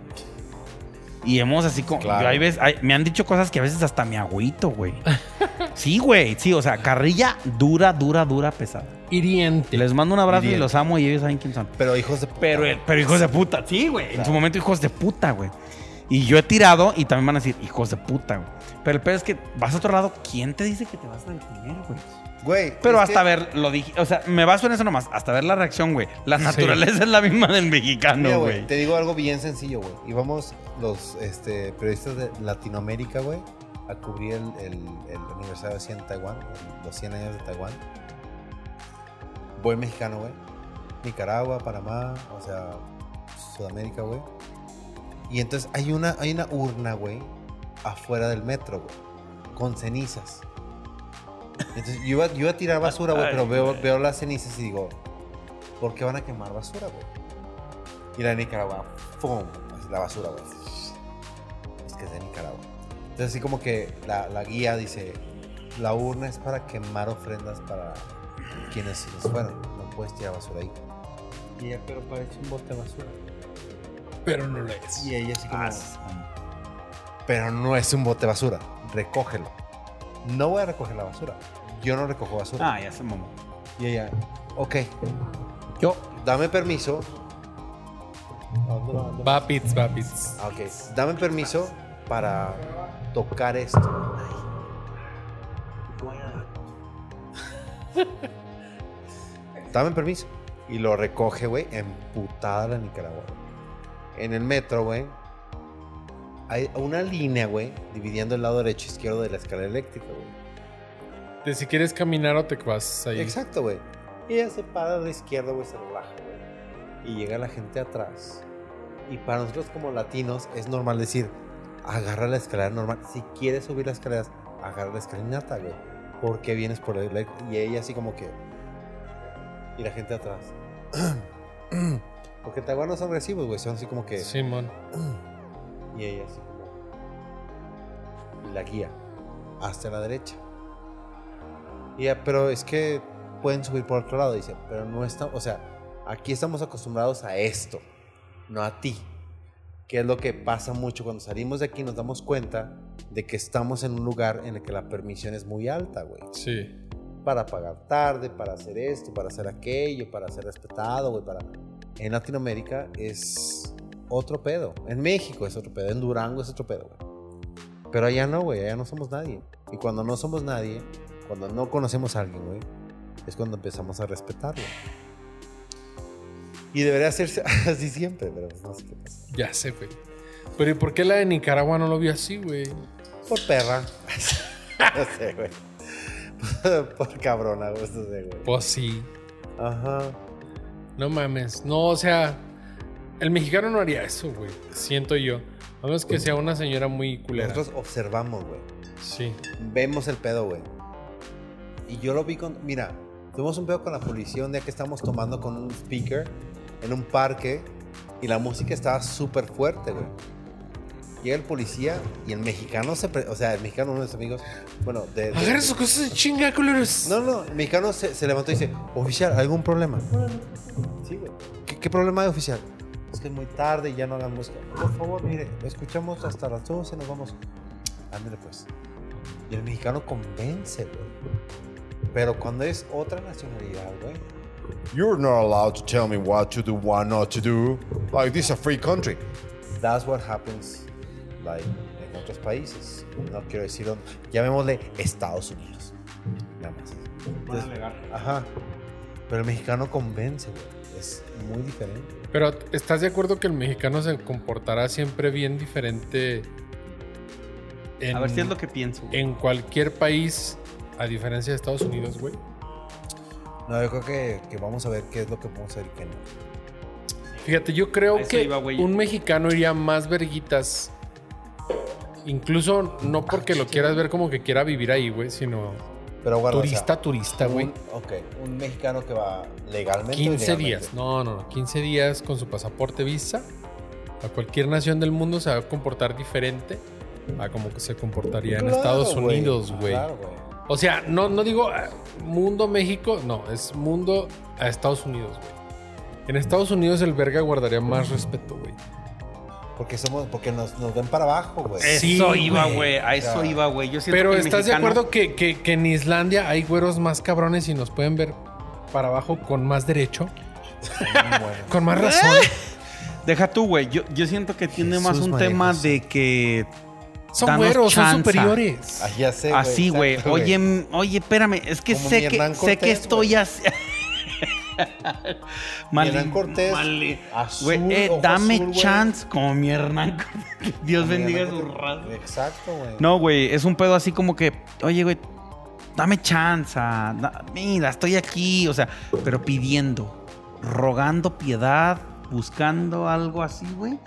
S5: Y hemos así como.
S4: Claro.
S5: yo hay veces- hay- me han dicho cosas que a veces hasta me agüito, güey. Sí, güey, sí, o sea, carrilla dura, dura, dura, pesada.
S2: Hiriente.
S5: Les mando un abrazo y
S4: Bien.
S5: los amo y ellos saben quién son.
S4: Pero hijos de puta,
S5: Pero,
S4: güey.
S5: el- pero hijos de puta, sí, güey. En su momento, hijos de puta, güey. Y yo he tirado y también van a decir, hijos de puta, güey. Pero el pedo es que vas a otro lado, ¿quién te dice que te vas a detener, güey?
S4: Güey.
S5: Pero
S4: es
S5: hasta
S4: que-
S5: ver, lo dije, o sea, me baso en eso nomás, hasta ver la reacción, güey. La
S2: Sí.
S5: naturaleza es la misma del
S4: Mira,
S5: mexicano,
S4: güey,
S5: güey.
S4: Te digo algo bien sencillo, güey. Íbamos los este, periodistas de Latinoamérica, güey, a cubrir el, el, el aniversario de 100 en Taiwán, el- los 100 años de Taiwán. Buen mexicano, güey. Nicaragua, Panamá, o sea, Sudamérica, güey. Y entonces hay una, hay una urna, güey, afuera del metro, güey, con cenizas. Entonces yo iba, yo iba a tirar basura, güey,
S5: Ay,
S4: pero veo,
S5: güey.
S4: veo las cenizas y digo, ¿por qué van a quemar basura, güey? Y la de Nicaragua, ¡fum! Así, La basura, güey. Es que es de Nicaragua. Entonces, así como que la, la guía dice: La urna es para quemar ofrendas para quienes se les fueron. No puedes tirar basura ahí. Y ella, pero parece un bote de basura.
S2: Pero no lo es.
S4: Y ella, así
S3: Ah,
S4: como. Pero no es un bote de basura. Recógelo. No voy a recoger la basura. Yo no recojo basura.
S5: Ah, ya se mamó.
S4: Y ella, ok,
S5: Yo,
S4: dame permiso. ¿A dónde la- dónde la-
S2: Va pits, va pits.
S4: Ah, Ok, dame permiso para tocar esto. Dame permiso. Y lo recoge, güey, emputada la Nicaragua. En el metro, güey, hay una línea, güey, dividiendo el lado derecho e izquierdo de la escala eléctrica, güey.
S2: De si quieres caminar o te vas ahí.
S4: Exacto, güey. Y ella se para a la izquierda, güey, se relaja, güey. Y llega la gente atrás. Y para nosotros como latinos es normal decir, agarra la escalera normal. Si quieres subir las escaleras, agarra la escalinata, güey. Porque vienes por el... elec-?" Y ella así como que... Y la gente atrás. Porque en Taiwán no son agresivos, güey. Son así como que...
S2: Simón.
S4: Y ella así como... Y la guía. Hasta la derecha. Y ella, pero es que pueden subir por otro lado. Dice, pero no estamos... O sea, aquí estamos acostumbrados a esto. No a ti. Que es lo que pasa mucho cuando salimos de aquí. Nos damos cuenta de que estamos en un lugar en el que la permisión es muy alta, güey
S2: Sí.
S4: para pagar tarde, para hacer esto, para hacer aquello, para ser respetado, güey, para... En Latinoamérica es otro pedo. En México es otro pedo. En Durango es otro pedo, güey. Pero allá no, güey. Allá no somos nadie. Y cuando no somos nadie, cuando no conocemos a alguien, güey, es cuando empezamos a respetarlo. Y debería hacerse así siempre, pero pues no sé qué pasa.
S2: Ya sé, güey. Pero ¿y por qué la de Nicaragua no lo vio así, güey?
S4: Por perra. no sé, güey. Por, por cabrona, güey. No sé, güey.
S2: Pues sí.
S4: Ajá.
S2: No mames. No, o sea, el mexicano no haría eso, güey. Siento yo. A menos que sea una señora muy culera.
S4: Nosotros observamos, güey.
S2: Sí.
S4: vemos el pedo, güey. Y yo lo vi con. Mira, tuvimos un pedo con la policía un día que estábamos tomando con un speaker en un parque Y la música estaba súper fuerte, güey. Llega el policía y el mexicano se... pre- o sea, el mexicano, uno de sus amigos... Bueno, de... de-
S2: Agarren sus cosas en chinga, culeros.
S4: no, no, el mexicano se, se levantó y dice, oficial, ¿algún problema? Sí, güey. ¿Qué, qué problema hay, oficial? Es que es muy tarde y ya no hagan música. Por favor, mire, lo escuchamos hasta las 12, nos vamos. Ándale, pues. Y el mexicano convence, güey. Pero cuando es otra nacionalidad, güey.
S1: You're not allowed to tell me what to do, what not to do. Like, this is a free country.
S4: That's what happens, like, en otros países. No quiero decir, dónde. llamémosle Estados Unidos. Nada más. Entonces, ajá. Pero el mexicano convence, güey. Es muy diferente.
S2: Pero ¿estás de acuerdo que el mexicano se comportará siempre bien diferente? En,
S5: A ver si es lo que pienso. güey.
S2: En cualquier país, a diferencia de Estados Unidos, güey.
S4: No, yo creo que, que vamos a ver qué es lo que podemos hacer y qué no.
S2: Fíjate, yo
S5: A
S2: creo
S5: eso
S2: que
S5: iba, güey.
S2: un mexicano iría más verguitas. Incluso no porque lo quieras ver como que quiera vivir ahí, güey, sino
S4: Pero guarda, o sea,
S2: turista, turista,
S4: un-
S2: güey.
S4: ok, un mexicano que va legalmente. o
S2: 15
S4: ilegalmente.
S2: días. No, no, no. 15 días con su pasaporte visa. A cualquier nación del mundo se va a comportar diferente a como que se comportaría en
S4: Claro,
S2: Estados
S4: güey,
S2: Unidos, güey.
S4: Claro, güey.
S2: O sea, no, no digo ah, mundo México, no, es mundo a Estados Unidos, güey. En Estados Unidos el verga guardaría más
S4: Mm.
S2: respeto, güey.
S4: Porque, somos, porque nos, nos ven para abajo, güey.
S2: Es- Sí,
S5: eso iba,
S2: güey.
S5: güey. A eso
S4: Ya.
S5: iba, güey. Yo siento
S2: Pero
S5: que el
S2: ¿estás de
S5: mexicano-
S2: acuerdo que, que- que en Islandia hay güeros más cabrones y nos pueden ver para abajo con más derecho?
S4: Muy bueno.
S2: Con más razón.
S5: Deja tú, güey. Yo, yo siento que tiene más
S4: Jesús
S5: un
S4: María
S5: tema
S4: José.
S5: de que
S2: Son
S5: Danos
S2: güeros, son
S5: chanza.
S2: superiores.
S4: Así, ya sé, Este, güey,
S5: Así, güey.
S4: exacto,
S5: Oye, m- oye, espérame. Es que
S4: Como mi
S5: sé que,
S4: Hernán
S5: sé que
S4: Cortés,
S5: estoy
S4: güey.
S5: así.
S4: Mi
S5: Mali-
S4: Hernán Cortés.
S5: mali-
S4: azul,
S5: Güey, eh,
S4: ojo
S5: dame
S4: azul, güey.
S5: chance como mi Hernán Cortés. Dios
S4: Mi
S5: bendiga
S4: Hernán
S5: su
S4: Cortés.
S5: raza.
S4: Exacto, güey.
S5: No, güey. Es un pedo así como que, oye, güey, dame chance. da- mira, estoy aquí. O sea, pero pidiendo, rogando piedad, buscando algo así, güey.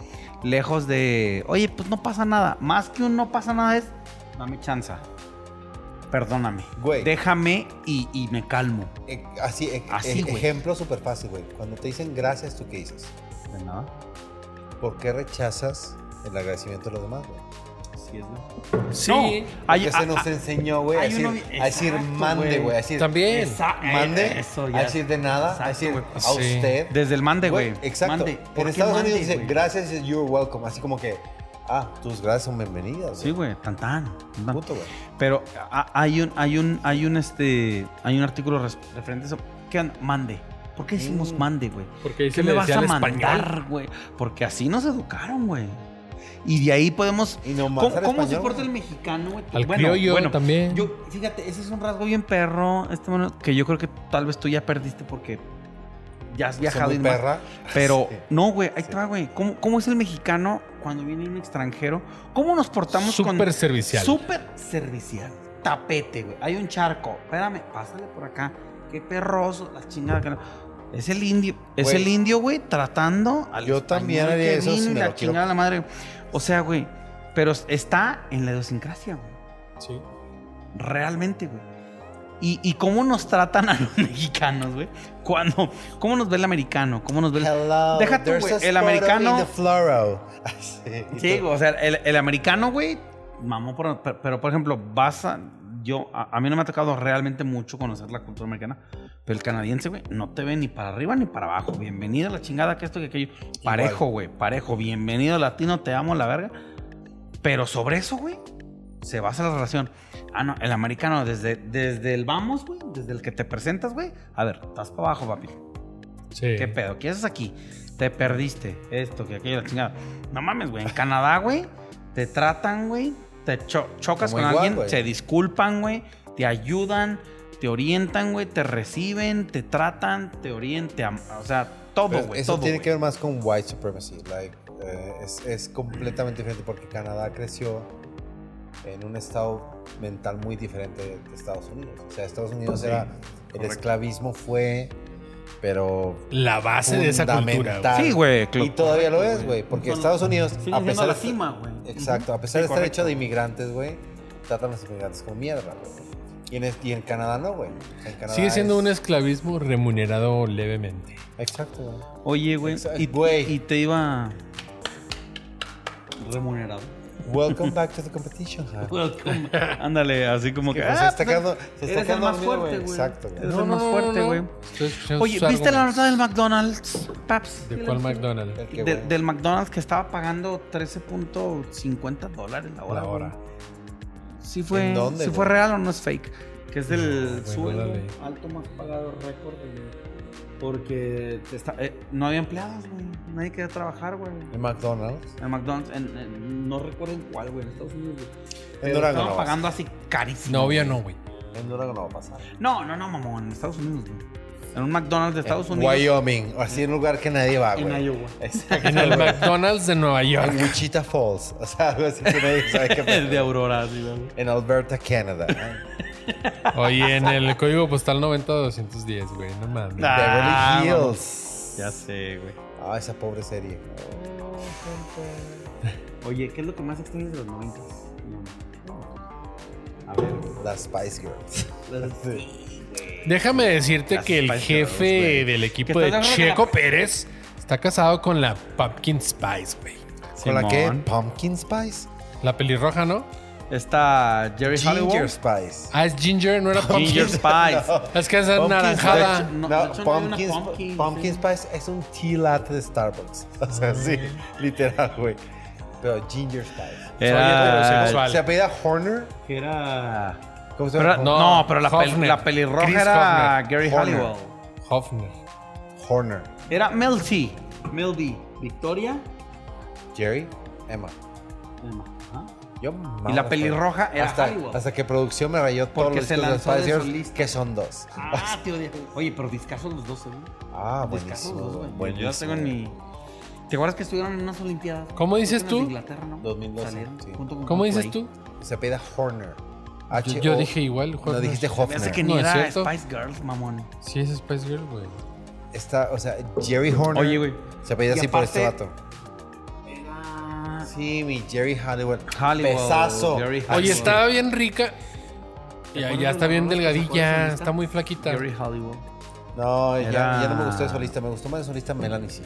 S5: Lejos de, oye, pues no pasa nada. Más que un no pasa nada es, dame chance. Perdóname.
S4: Güey.
S5: Déjame y, y me calmo.
S4: Eh, así, eh,
S5: Así,
S4: eh,
S5: güey.
S4: ejemplo súper fácil, güey. Cuando te dicen gracias, ¿tú qué dices?
S5: De nada.
S4: ¿Por qué rechazas el agradecimiento de los demás, güey?
S5: Así es,
S2: Sí.
S5: No, hay,
S4: Porque se nos enseñó, güey, a
S5: hay
S4: decir,
S5: uno bien-
S4: a decir
S5: exacto,
S4: mande,
S5: güey.
S4: güey. A decir,
S2: También.
S5: eh,
S4: mande, a decir de nada, a decir a
S2: güey. Sí.
S4: usted.
S5: Desde el mande, güey.
S4: Exacto.
S5: Mande. ¿Por
S4: en
S5: qué
S4: Estados
S5: mande,
S4: Unidos dice
S5: güey?
S4: gracias y you're welcome. Así como que, ah, tus gracias son bienvenidas.
S5: Sí, güey, tan tan. tan, tan.
S4: Puto, güey.
S5: Pero a- hay un, hay un, hay un este, hay un artículo res- referente a eso. ¿Qué onda? Mande. ¿Por qué decimos
S4: Mm.
S5: mande, güey?
S2: Porque
S5: ¿Qué
S2: dice
S5: me
S2: le
S5: vas
S2: decía
S5: a
S2: al español.
S5: mandar, güey? Porque así nos educaron, güey. Y de ahí podemos.
S4: Y nomás
S5: ¿Cómo,
S4: al
S5: cómo se
S4: español,
S5: porta el
S4: güey.
S5: mexicano, güey?
S2: Al criollo también.
S5: Yo, fíjate, ese es un rasgo bien perro, este mono, que yo creo que tal vez tú ya perdiste porque ya has viajado
S4: Soy
S5: y
S4: Pues muy
S5: demás.
S4: perra.
S5: Pero
S4: Sí.
S5: no, güey, ahí te
S4: Sí.
S5: va, güey. ¿Cómo, cómo es el mexicano cuando viene un extranjero? ¿Cómo nos portamos con
S2: Súper servicial.
S5: Súper servicial. Tapete, güey. Hay un charco. Espérame, pásale por acá. Qué perroso, la chingada. que no- Es el indio, es
S4: Güey.
S5: el indio, güey, tratando al
S4: Yo también
S5: español
S4: haría
S5: que
S4: eso si
S5: vino y
S4: me
S5: la
S4: lo quiero-
S5: chingada de la madre. O sea, güey, pero está en la idiosincrasia, güey.
S2: Sí.
S5: Realmente, güey. ¿Y, y cómo nos tratan a los mexicanos, güey? Cuando, ¿Cómo nos ve el americano? ¿Cómo nos ve el...
S4: Hello,
S5: Deja tú,
S4: there's
S5: güey,
S4: a
S5: el
S4: squirrel
S5: americano-
S4: in the floral. Ah, Así, y
S5: Sí,
S4: tú-
S5: güey, o sea, el, el americano, güey, mamó, por- pero, pero, por ejemplo, vas a. Yo, a, a mí no me ha tocado realmente mucho conocer la cultura americana, pero el canadiense, güey, no te ve ni para arriba ni para abajo. Bienvenido a la chingada, que esto, que aquello. Parejo, güey, parejo. Bienvenido latino, te amo la verga. Pero sobre eso, güey, se basa la relación. Ah, no, el americano, desde, desde el vamos, güey, desde el que te presentas, güey. A ver, estás para abajo, papi.
S2: Sí.
S5: ¿Qué pedo? ¿Qué haces aquí? Te perdiste. Esto, que aquello, la chingada. No mames, güey. En Canadá, güey, te tratan, güey. Te cho- chocas
S4: Como
S5: con
S4: igual,
S5: alguien,
S4: güey.
S5: se disculpan, güey. Te ayudan, te orientan, güey. Te reciben, te tratan, te orientan. O sea, todo,
S4: Pero
S5: güey.
S4: Eso
S5: Todo,
S4: tiene
S5: güey.
S4: que ver más con white supremacy. Like, eh, es, es completamente diferente porque Canadá creció en un estado mental muy diferente de Estados Unidos. O sea, Estados Unidos era. El esclavismo fue. Pero.
S2: La base de esa cultura. güey.
S4: fundamental.
S5: Sí, güey.
S4: Y
S5: cl-
S4: todavía lo es, güey. Porque
S5: Son-
S4: Estados Unidos.
S5: siguen
S4: A
S5: siendo
S4: pesar
S5: la
S4: de-
S5: cima, güey.
S4: Exacto. A
S5: Ujú.
S4: pesar de
S5: Sí,
S4: estar
S5: correcto.
S4: hecho de inmigrantes, güey. Tratan a los inmigrantes como mierda, güey. Y en, es- y en Canadá no, güey. O sea, en Canadá
S2: Sigue siendo
S4: es-
S2: un esclavismo remunerado levemente.
S4: Exacto, güey.
S3: Oye, güey.
S4: Exacto,
S3: Y,
S4: güey.
S3: y te iba. Remunerado.
S4: Welcome back to the competition. güey.
S3: Ándale, así como que.
S4: Que, pues, se
S3: ah,
S4: está quedando, se está
S3: eres el
S4: quedando
S3: más
S4: dormido,
S3: fuerte,
S4: güey.
S3: güey.
S4: Exacto, güey.
S3: Eres el más fuerte, güey.
S2: Estoy escuchando
S3: Oye,
S2: sus
S3: ¿viste la
S2: argumentos.
S3: nota del McDonald's, Paps?
S2: ¿De cuál McDonald's?
S4: El que,
S3: De-
S4: güey,
S3: del McDonald's que estaba pagando 13.50 dólares la hora.
S2: La
S3: güey.
S2: hora.
S3: Sí fue,
S4: ¿En dónde,
S3: sí
S4: güey?
S3: fue real o no es fake. Que es el
S2: güey,
S3: sueldo
S2: órale.
S3: alto más pagado récord. güey. Porque te está- eh, no había empleados, güey. Nadie quería trabajar, güey.
S4: el McDonald's.
S3: En McDonald's, en- en- no recuerdo en cuál, güey, en Estados Unidos. güey.
S4: En
S3: Pero
S4: Durango
S3: estaban
S4: no va a
S3: pagando así carísimo.
S2: No, obvio no, güey.
S4: pasar. En Durango no va a pasar.
S3: No, no, no, mamón, en Estados Unidos, güey. En un McDonald's de Estados Unidos.
S4: Wyoming. Así en un lugar que nadie va,
S3: En
S4: güey.
S3: Iowa.
S4: Exacto.
S2: En el McDonald's de Nueva York.
S4: En Wichita Falls. O sea, algo así que nadie sabe qué pedo.
S3: de Aurora, sí, güey.
S4: En Alberta, Canadá.
S2: Oye, en el código postal 90210, güey. No mames.
S3: Ah,
S4: Beverly Hills.
S3: Ya sé, güey.
S4: Ah, esa pobre serie.
S3: Oye, ¿qué es lo que más extrañas de los 90? A
S4: Las Spice Girls.
S3: ver.
S2: Déjame decirte que el
S3: Spice
S2: jefe del equipo
S3: Que
S2: de
S3: estás hablando de la-
S2: Checo Pérez está casado con la Pumpkin Spice, güey.
S4: ¿Con la que?
S3: Simón.
S4: Pumpkin Spice.
S2: La pelirroja, ¿no?
S3: Está Jerry
S4: Ginger
S3: Halliwell.
S4: Spice.
S2: Ah, es Ginger, no era Pumpkin.
S3: Ginger Spice.
S2: Es que esa es
S4: Pumpkin
S2: naranjada.
S4: Spice.
S3: No,
S4: No,
S3: de hecho no hay una
S4: pumpkin, Sp-
S3: pumpkin, sí.
S4: Pumpkin Spice es un tea latte de Starbucks. O sea, sí, literal, güey. Pero Ginger Spice.
S2: Ah,
S3: Era.
S2: Vale.
S4: ¿Se apellida Horner?
S3: Era.
S4: ¿Cómo se
S3: Pero,
S4: llama?
S3: no, pero la, pel-
S2: Hoffner.
S3: la pelirroja
S2: Chris
S3: era
S2: Hoffner.
S3: Gary
S4: Hoffner.
S3: Halliwell.
S2: Hoffner.
S4: Horner.
S3: Era Mel C. Mel D. Victoria.
S4: Jerry, Emma.
S3: Ajá.
S4: Yo
S3: Y
S4: mames,
S3: la pelirroja era
S4: hasta,
S3: Hollywood.
S4: hasta que producción me rayó todos
S3: Porque
S4: los
S3: se
S4: discos de
S3: lanzó de
S4: Spice Girls,
S3: solista.
S4: que son dos.
S3: Ah, tío. de- Oye, pero discasos los dos, güey.
S4: Ah,
S3: Discasos
S4: buenísimo.
S3: los dos,
S4: güey,
S3: güey. Yo
S4: buenísimo.
S3: los tengo en mi. ¿Te acuerdas que estuvieron en unas Olimpiadas?
S2: ¿Cómo dices
S3: Creo que en las
S2: tú?
S3: de Inglaterra, ¿no?
S4: 2012,
S3: Salieron
S4: sí.
S3: junto con
S2: ¿Cómo dices
S3: Coldplay.
S2: tú?
S4: Se apellida Horner.
S2: Yo,
S4: H
S2: yo
S4: O-
S2: dije igual, Hoffner.
S4: No dijiste
S3: Me
S4: Hoffner.
S3: hace que
S2: No,
S3: ni
S2: es
S3: era
S2: cierto.
S3: Spice Girls, mamón.
S2: Sí, es Spice Girl, güey.
S4: Está, o sea, Jerry Horner.
S3: Oye, güey.
S4: Se apellida
S3: Y
S4: así por
S3: aparte-
S4: este vato. Sí, mi Jerry Halliwell.
S3: Halliwell,
S4: Pesazo.
S3: Jerry Halliwell.
S2: Oye,
S3: Así.
S2: estaba bien rica.
S3: Ah, ¿Te
S2: Ya,
S3: acuerdas
S2: ya
S3: de
S2: está
S3: la
S2: bien
S3: rola que se fue
S2: delgadilla,
S3: solista?
S2: está muy flaquita.
S3: Gary Hollywood.
S4: No, ya,
S3: Era-
S4: ya no me gustó de solista. Me gustó más de solista Melanie. C.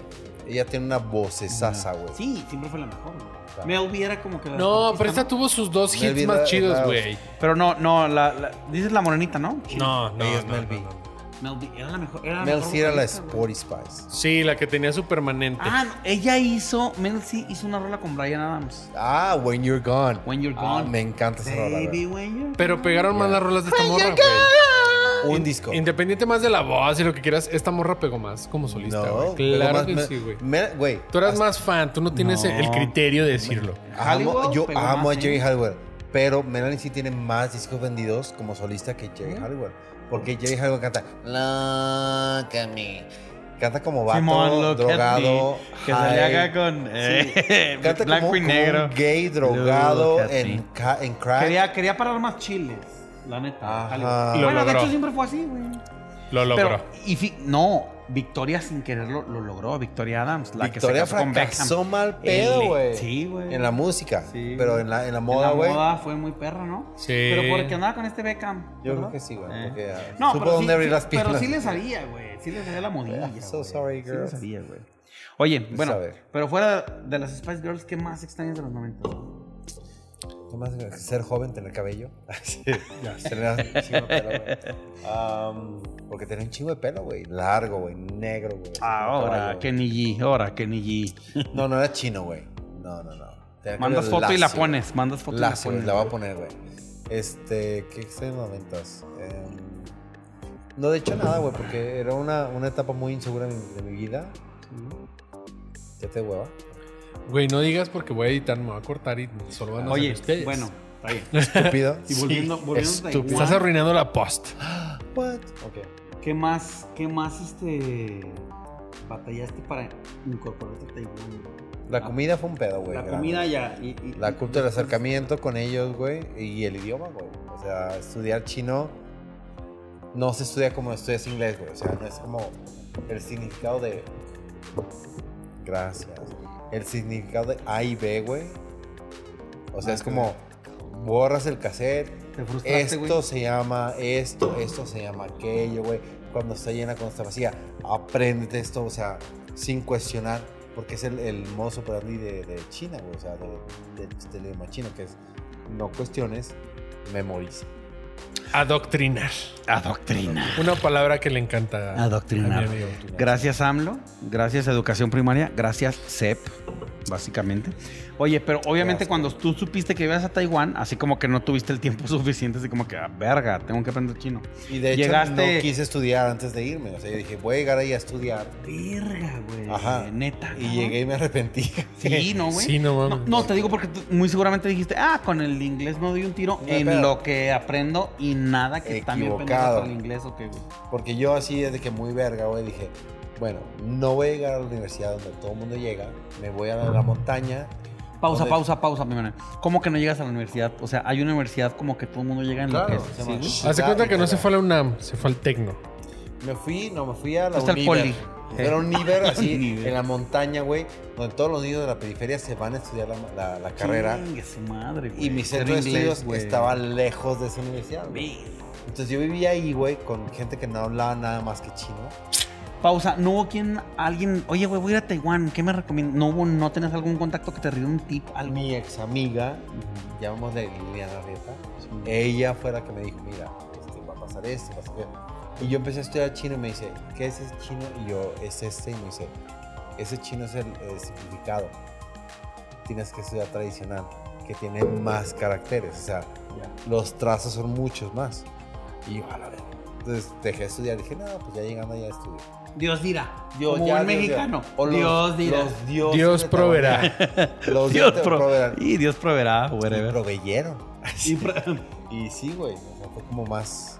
S4: Ella tiene una vocesaza, güey.
S3: Sí, siempre fue la mejor. güey.
S4: Claro.
S3: Mel B era como que la
S2: No,
S3: deportista,
S2: pero esta tuvo sus dos hits
S4: Melvin
S2: más
S4: Ra-
S2: chidos,
S4: Rouse.
S2: güey.
S3: Pero no, no, la, la- dices la morenita, ¿no?
S2: No, no,
S4: Ella es
S2: no,
S4: Mel B.
S2: no, no.
S3: Mel B era la mejor. Era la
S4: Mel
S3: mejor
S4: C era la
S3: vocalista, güey.
S4: Sporty Spice.
S2: Sí, la que tenía su permanente.
S3: Ah, no, ella hizo, Mel C hizo una rola con Brian Adams.
S4: Ah, When You're Gone.
S3: When You're
S4: Ah,
S3: Gone.
S4: me encanta esa rola,
S3: Baby,
S4: güey.
S3: when you're
S2: Pero pegaron más
S4: Yeah.
S2: las rolas de esta morra, güey.
S4: Un disco.
S2: Independiente más de la voz y lo que quieras, esta morra pegó más como solista, güey.
S4: pero
S2: claro
S4: más
S2: que
S4: me-
S2: sí, güey.
S4: me- Güey.
S2: Tú eras más fan, tú no tienes
S3: No.
S2: el criterio de decirlo.
S4: Amo,
S3: Halliwell
S4: yo
S3: pegó
S4: amo
S3: más,
S4: a
S3: ¿eh?
S4: Jerry Halliwell, pero Melanie sí tiene más discos vendidos como solista que Jerry Halliwell. Porque Jerry Halliwell canta Look at me. Canta como vato,
S3: Simón, look at
S4: drogado.
S3: me. Que salía
S4: high.
S3: acá con eh,
S4: Sí, Canta
S3: blanco
S4: como,
S3: y
S4: como
S3: negro.
S4: un gay drogado
S3: Look at
S4: en,
S3: me.
S4: ca- en crack.
S3: Quería, quería parar más chiles, la neta.
S4: Ajá.
S3: Hollywood.
S2: Lo
S3: bueno, de
S2: logró.
S3: hecho siempre fue así, güey.
S2: Lo logró.
S3: Pero, y fi- no, Victoria sin querer lo, lo logró, Victoria Adams, la
S4: Victoria
S3: que se casó con Beckham.
S4: fracasó mal pedo,
S3: El-
S4: güey.
S3: Sí, güey.
S4: En la música.
S3: Sí,
S4: pero
S3: güey.
S4: en la, en la
S3: En
S4: moda,
S3: la
S4: güey.
S3: moda fue muy perra, ¿no?
S2: Sí.
S3: Pero porque andaba con este Beckham.
S4: Yo
S3: ¿verdad?
S4: creo que sí, güey.
S3: Eh.
S4: porque, ah,
S3: No,
S4: supo
S3: pero,
S4: dónde
S3: sí,
S4: abrir
S3: sí-
S4: las piernas.
S3: pero sí le sabía, güey. Sí le sabía la modilla.
S4: Yeah, so
S3: güey.
S4: sorry,
S3: Sí le
S4: girls.
S3: sabía, güey. Oye, bueno,
S4: saber.
S3: pero fuera de las Spice Girls, ¿qué más extrañas de los 90?
S4: ¿Qué más? Ser joven, tener cabello. Ah, Sí. Tener un chingo de pelo, güey. Am, porque tenía un chingo de pelo, güey. Largo, güey. Negro, güey. así como caballo,
S3: Ahora,
S4: güey.
S3: Kenny G. Ahora, Kenny G.
S4: No, no era chino, güey. No, no, no. Tenía que
S3: Mandas
S4: ver
S3: foto y la
S4: lacio, güey.
S3: pones. Mandas foto
S4: Lacio,
S3: y la pones.
S4: la voy a poner, güey. Este, ¿qué extraño momentos? Em, no, de hecho nada, güey, porque era una, una etapa muy insegura de mi, de mi vida. ¿Ya te hueva?
S2: Güey, no digas porque voy a editar, me voy a cortar y solo van a saber
S3: Oye,
S2: ustedes.
S3: bueno, está bien.
S4: Estúpido.
S3: Y volviendo, volviendo a
S2: Estúpido. Estás
S3: Taiwán,
S2: arruinando la post.
S4: What? Ok.
S3: ¿qué más, qué más este, batallaste para incorporarte a Taiwán? güey?
S4: La comida fue un pedo, güey.
S3: Ah. La
S4: grande.
S3: comida ya. y- y-
S4: La cultura del
S3: después-
S4: acercamiento con ellos, güey, y el idioma, güey. O sea, estudiar chino no se estudia como estudias inglés, güey. O sea, no es como el significado de. Gracias. El significado de A y B, güey. O sea, es como borras el cassette,
S3: Te frustraste, güey.
S4: esto se llama esto, esto se llama aquello, güey. Cuando está llena, cuando está vacía, aprende esto, o sea, sin cuestionar, porque es el, el modus operandi de, de China, güey, o sea, de- de- del idioma chino, que es no cuestiones, memoriza.
S2: Adoctrinar.
S3: Adoctrina.
S2: Una palabra que le encanta a-
S3: Adoctrinar.
S2: a mi amigo.
S3: Gracias AMLO, gracias Educación Primaria, gracias CEP, básicamente. Oye, pero obviamente
S4: Gracias.
S3: cuando tú supiste que ibas a Taiwán, así como que no tuviste el tiempo suficiente, así como que, ah, verga, tengo que aprender chino.
S4: Y de hecho,
S3: Llegaste-
S4: no quise estudiar antes de irme, o sea, yo dije, voy a llegar ahí a estudiar.
S3: Verga, güey.
S4: Ajá.
S3: Neta.
S4: Y
S3: ¿no?
S4: llegué y me arrepentí.
S3: Sí, no, güey.
S2: Sí, no
S3: No,
S2: mames.
S3: no, te digo porque tú muy seguramente dijiste, ah, con el inglés no doy un tiro
S4: No hay
S3: en
S4: pedo.
S3: lo que aprendo y nada que también pendejo
S4: Equivocado.
S3: para el inglés o qué, güey.
S4: Porque yo así desde que muy verga, güey, dije, bueno, no voy a llegar a la universidad donde todo el mundo llega, me voy a la, la montaña.
S3: Pausa,
S4: donde-
S3: pausa, pausa, mi hermana. ¿Cómo que no llegas a la universidad? O sea, hay una universidad como que todo el mundo llega en
S4: Claro,
S3: lo que es.
S4: se
S3: ¿sí,
S4: llama
S3: güey?
S4: Sh-
S2: Hace
S4: Ya,
S2: cuenta que no se
S4: literal.
S2: fue a la UNAM, se fue al Tecno.
S4: Me fui, no, me fui a la
S3: Hasta el
S4: Univer.
S3: poli.
S4: Era un Univer así,
S3: Univer.
S4: en la montaña, güey, donde todos los niños de la periferia se van a estudiar la, la- la carrera.
S3: Chingue su madre, güey.
S4: Y mi
S3: Ser
S4: centro de
S3: inglés,
S4: estudios
S3: güey.
S4: estaba lejos de esa universidad. güey.
S3: Ve.
S4: Entonces yo vivía ahí, güey, con gente que no hablaba nada más que chino.
S3: Pausa, no hubo quien, alguien, oye, güey, voy a ir a Taiwán, ¿qué me recomiendas? No hubo, no tenés algún contacto que te rinda un tip, algo.
S4: Mi ex amiga, llamémosle Liliana Rieta, ella fue la que me dijo, mira, este, va a pasar esto, va a pasar esto. Y yo empecé a estudiar chino y me dice, ¿qué es ese chino? Y yo, es este, y me dice, ese chino es el, el simplificado. Tienes que estudiar tradicional, que tiene más caracteres, o sea, los trazos son muchos más. Y yo, a la verga. Entonces dejé de estudiar, dije, no, pues ya llegando ya estudio.
S3: Dios dirá.
S4: Yo
S3: como
S4: ya,
S3: buen
S4: Dios dirá.
S3: mexicano.
S4: O los-
S3: Dios dirá.
S4: los dioses
S2: Dios
S4: de
S2: proveerá.
S4: Tabasco. Los
S3: Dios
S4: dioses te
S3: pro-
S4: proveerán.
S3: Y Dios proveerá,
S4: Me
S3: whatever.
S4: proveyeron.
S3: Y pro-
S4: Y sí, güey. O sea, fue como más